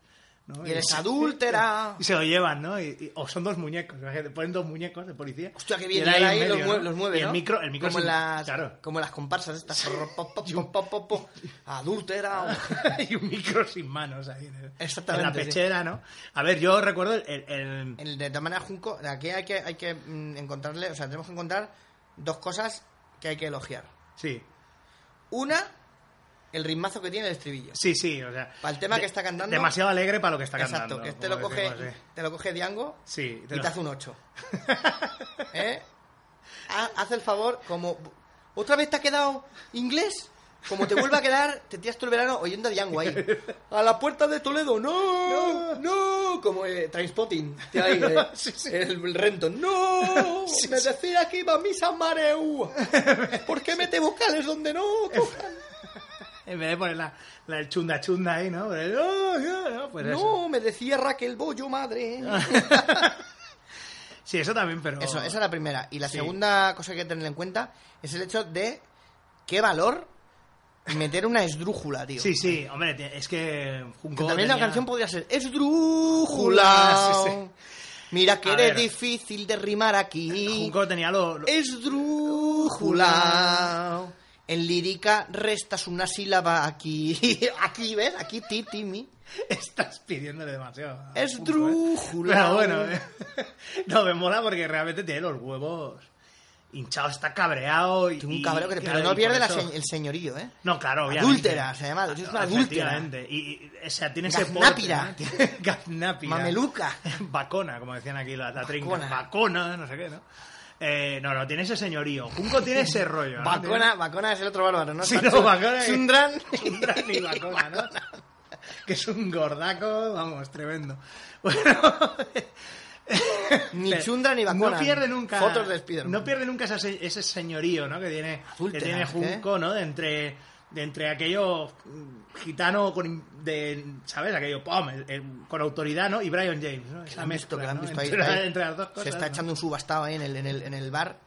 ¿no?
Y eres adúltera.
Y se lo llevan, ¿no? Y- y- o son dos muñecos, imagínate, ponen dos muñecos de policía.
Hostia, qué
y
bien.
él
y él
en
ahí
medio,
los, mue-
¿no?
los mueve,
Y el
¿no?
micro, el micro
como,
es un-
las,
claro.
como las comparsas estas. Po, po, po, po, po, po.
<laughs>
Adúltera.
y un micro sin manos ahí en, el- en la
Exactamente, sí.
pechera, ¿no? A ver, yo recuerdo el- el- el,
El de todas maneras, Junco, aquí hay que, hay que mm, encontrarle, o sea, tenemos que encontrar dos cosas que hay que elogiar.
Sí,
Una, el ritmazo que tiene el estribillo.
sí, sí, o sea...
Para el tema
de-
que está cantando.
Demasiado alegre para lo que está
Exacto,
cantando.
que te lo,
como
coge,
decimos, eh.
te lo coge Diango
Sí, te
y
lo-
te hace un 8. ¿Eh? Ha- Haz el favor, como. ¿Otra vez te ha quedado inglés? Como te vuelva a quedar, te tiras todo el verano oyendo a Django ahí. <laughs> ¡A la puerta de Toledo! ¡No! ¡No! Como eh, Trainspotting. tío, ahí, <laughs> eh, El Renton. <laughs> ¡No! ¡Me decía que iba a misa mareu! ¿Por qué mete vocales donde no? tocan?
En vez de poner la, la del chunda chunda ahí, ¿no? Pero, "Oh, yeah", no, pues eso.
¡No! Me decía Raquel Bollo, madre.
<laughs> Sí, eso también, pero...
Eso, esa es la primera. Y la
Sí.
segunda cosa que hay que tener en cuenta es el hecho de qué valor meter una esdrújula, tío.
Sí, sí, hombre, te- es que... Junco
Que también la
tenía-
canción podría ser esdrújula.
<laughs> Sí, sí.
Mira que
A
eres
ver.
difícil de rimar aquí.
Junco tenía lo... lo-
Esdrújula. En lírica restas una sílaba aquí. <laughs> Aquí, ¿ves? Aquí titi mi.
Estás pidiéndole demasiado. a
Es
Junco, ¿eh?
drújula.
Pero bueno, eh. <laughs> no, me mola porque realmente tiene los huevos hinchados, está cabreado y...
Tengo un
y-
cabrón que... Pero
claro, y
no
por
pierde la
eso-
se- el señorío, ¿eh?
No, claro, obviamente.
Adúltera, se llama. Es una adúltera.
Efectivamente. Y, y, o sea, tiene ese
Gaznápira.
porte, <laughs> ¿no? Gaznápira.
Mameluca.
<laughs> Bacona, como decían aquí la, la trinca.
Bacona.
Bacona, no sé qué, ¿no? Eh, no, no, tiene ese señorío. Junco tiene ese rollo. ¿no?
Bacona, Bacona es el otro bárbaro, ¿no?
Sí,
Sancho?
no, Bacona es-
Sundran.
Tiene un gran y
<laughs>
bacona, ¿no? Que es un gordaco, vamos, tremendo. <laughs> Bueno,
Ni
<laughs> Pero
Chundra ni Bacona.
No pierde nunca.
Fotos de Spiderman.
No pierde nunca esa se- ese señorío, ¿no? Que tiene, que
Adúltera,
tiene
¿eh?
Junco, ¿no? De entre, de entre aquello mm, gitano con. in- De, ¿Sabes? Aquello, pum, el- el- con autoridad, ¿no? Y Brian James, ¿no?
Que
Esa
la han visto,
mezcla,
que la han
¿no?
visto ahí,
entre,
ahí.
entre las dos cosas.
Se está
¿no?
echando un subastado ahí en el, en el, en el bar.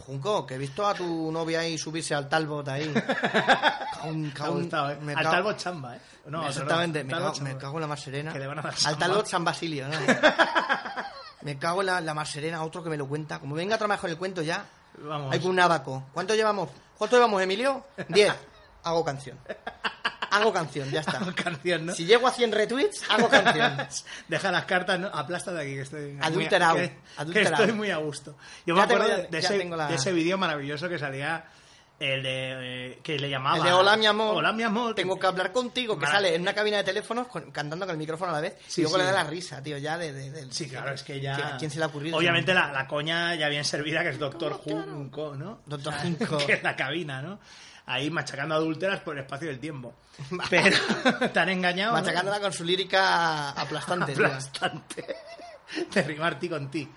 Junco, que he visto a tu novia ahí subirse al Talbot
<laughs>
ahí. Caun,
Te ha
caun,
gustado, ¿eh?
me
Al
cago-
Talbot Chamba, ¿eh? No,
Exactamente,
al
me
Talbot
cago, me
Chamba.
cago en la más serena.
Que le van a dar
al
San
Talbot
Marcos.
San Basilio,
<laughs>
¿no? me cago en la, la más serena, otro que me lo cuenta. Como venga otra vez con el cuento ya,
Vamos.
hay con un abaco. ¿Cuánto llevamos? ¿Cuánto llevamos,
<laughs>
Emilio? Diez. Hago canción. Hago canción, ya está.
canción, ¿no?
Si llego a 100 retweets, hago canción.
<laughs> Deja las cartas, ¿no? aplasta de aquí que estoy muy-
Adulterado,
que- que
adulterado.
estoy muy a gusto. Yo
Ya
me
tengo
acuerdo
la-
de,
ya
ese,
tengo la-
de ese vídeo maravilloso que salía el de eh, que le llamaba
El de hola mi amor.
Hola mi amor.
Tengo que hablar contigo, que
Marav-
sale en una cabina de teléfonos con- cantando con el micrófono a la vez.
Sí,
y luego
sí.
le da la risa, tío, ya de... de- del-
Sí, claro, es que
¿Que
ya
¿A quién se le ha ocurrido?
Obviamente la, la coña ya bien servida que es Doctor Junco, ¿no?
Doctor
O sea,
Junco.
<laughs> que es la cabina, ¿no? Ahí machacando adúlteras por el espacio del tiempo. <laughs> Pero tan engañado. <laughs> ¿no?
Machacándola con su lírica aplastante. tío.
aplastante. <laughs> De rimar ti con ti.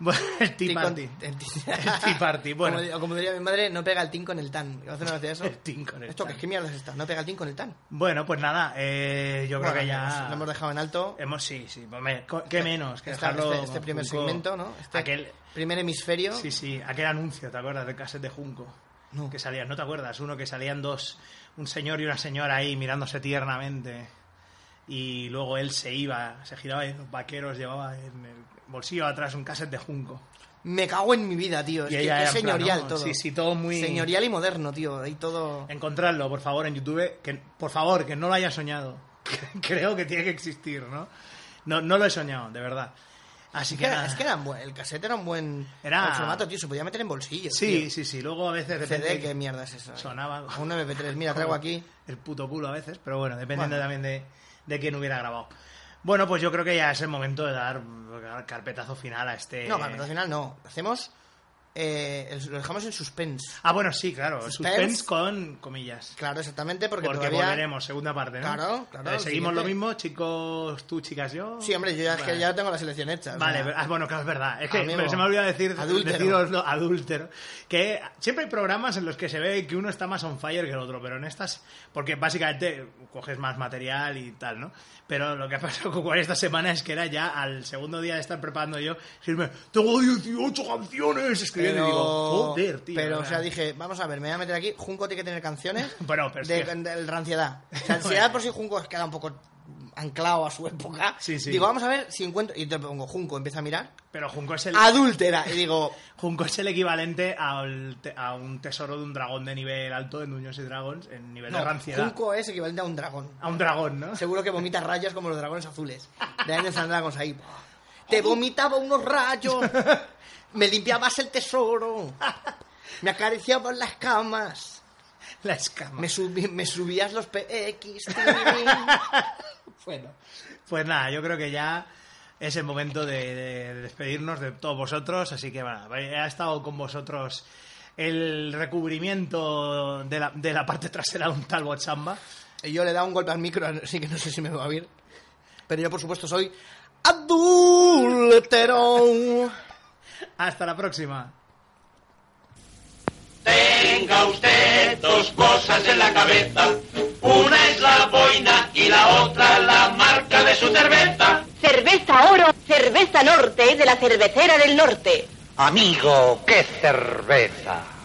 Bueno, el
Tin
ti
con-
party.
el tin-
El tea party, bueno.
Como, di- o como diría mi madre, no pega el tin con el tan. ¿Qué va a hacer una gracia eso?
El tin con el
Esto,
tan.
que ¿qué mierda es esta? No pega el tin con el tan.
Bueno, pues nada, eh, yo creo
Bueno,
que ya...
Lo hemos dejado en alto.
Hemos, sí, sí. hombre, co- ¿Qué menos que
Esta-
dejarlo
este, este primer
Junco?
segmento, ¿no? Este
Aquel,
primer hemisferio.
sí, sí, aquel anuncio, ¿te acuerdas? Del cassette de Junco. Que salían, ¿no te acuerdas? Uno que salían dos, un señor y una señora ahí mirándose tiernamente. Y luego él se iba, se giraba y los vaqueros llevaba en el bolsillo atrás un cassette de junco.
Me cago en mi vida, tío. Es
Y
que,
ella
qué
era en plan,
señorial
¿no?
todo.
Sí, sí, todo muy-
Señorial y moderno, tío. Y todo.
Encontrarlo, por favor, en YouTube. Que, por favor, que no lo haya soñado. <laughs> Creo que tiene que existir, ¿no? No, no lo he soñado, de verdad. Así
Es
que,
que, era,
nada.
es que era un buen- el cassette era un buen,
Era-
buen formato, tío. Se podía meter en bolsillos.
Sí,
tío.
sí, sí. Luego a veces depende.
CD, qué mierda es eso. eh.
Sonaba.
Un MP3, mira, traigo aquí.
El puto culo a veces, pero bueno, dependiendo
Bueno.
también de, de quién hubiera grabado. Bueno, pues yo creo que ya es el momento de dar dar carpetazo final a este.
No, pero al final no. Hacemos. eh, el- lo dejamos en suspense.
Ah, bueno, sí, claro.
Suspense.
Suspense con comillas.
Claro, exactamente, porque,
Porque,
todavía.
volveremos, segunda parte, ¿no?
Claro, claro,
Eh,
el
seguimos lo
siguiente.
mismo, chicos, tú, chicas, yo.
Sí, hombre, yo ya, es que
Vale.
ya tengo la selección hecha. o
Vale,
sea.
pero- ah, bueno, claro, es verdad. Es que
Amigo,
pero se me ha olvidado decir,
adúltero.
deciroslo, adúltero. Que siempre hay programas en los que se ve que uno está más on fire que el otro, pero en estas, porque básicamente coges más material y tal, ¿no? Pero lo que ha pasado <laughs> con Juan esta semana es que era ya al segundo día de estar preparando yo, decirme, tengo 18 canciones escribiendo.
Pero,
Y digo, joder, tío.
pero o
¿verdad?
sea, dije, vamos a ver, me voy a meter aquí. Junco tiene que tener canciones
<laughs> Bueno, pero es
de,
que-
del
<laughs>
ranciedad. O sea, ansiedad por si Junco queda un poco anclado a su época.
Sí, sí.
Digo, vamos a ver si encuentro. Y te pongo Junco, empieza a mirar.
Pero Junco es el.
Adúltera. Y digo,
Junco es el equivalente al te- a un tesoro de un dragón de nivel alto en Duños y Dragons, en nivel de
no,
ranciedad.
Junco es equivalente a un dragón.
A un dragón, ¿no?
Seguro que vomita rayas como los dragones
<laughs>
azules. De Dungeons and Dragons ahí. Te vomitaba unos rayos.
<laughs>
Me limpiabas el tesoro. Me acariciabas las camas.
La escama.
Me, subi- me subías los
<laughs>
PX.
Bueno, pues nada, yo creo que ya es el momento de, de despedirnos de todos vosotros, así que bueno, pues, ha estado con vosotros el recubrimiento de la, de la parte trasera de un tal Bochamba.
Y yo le he dado un golpe al micro, así que no sé si me va a oír. Pero yo, por supuesto,
<laughs>
soy adúltero.
Hasta la próxima.
Tenga usted dos cosas en la cabeza. Una es la boina y la otra la marca de su cerveza.
Cerveza Oro, cerveza norte de la cervecera del norte.
Amigo, ¿qué cerveza?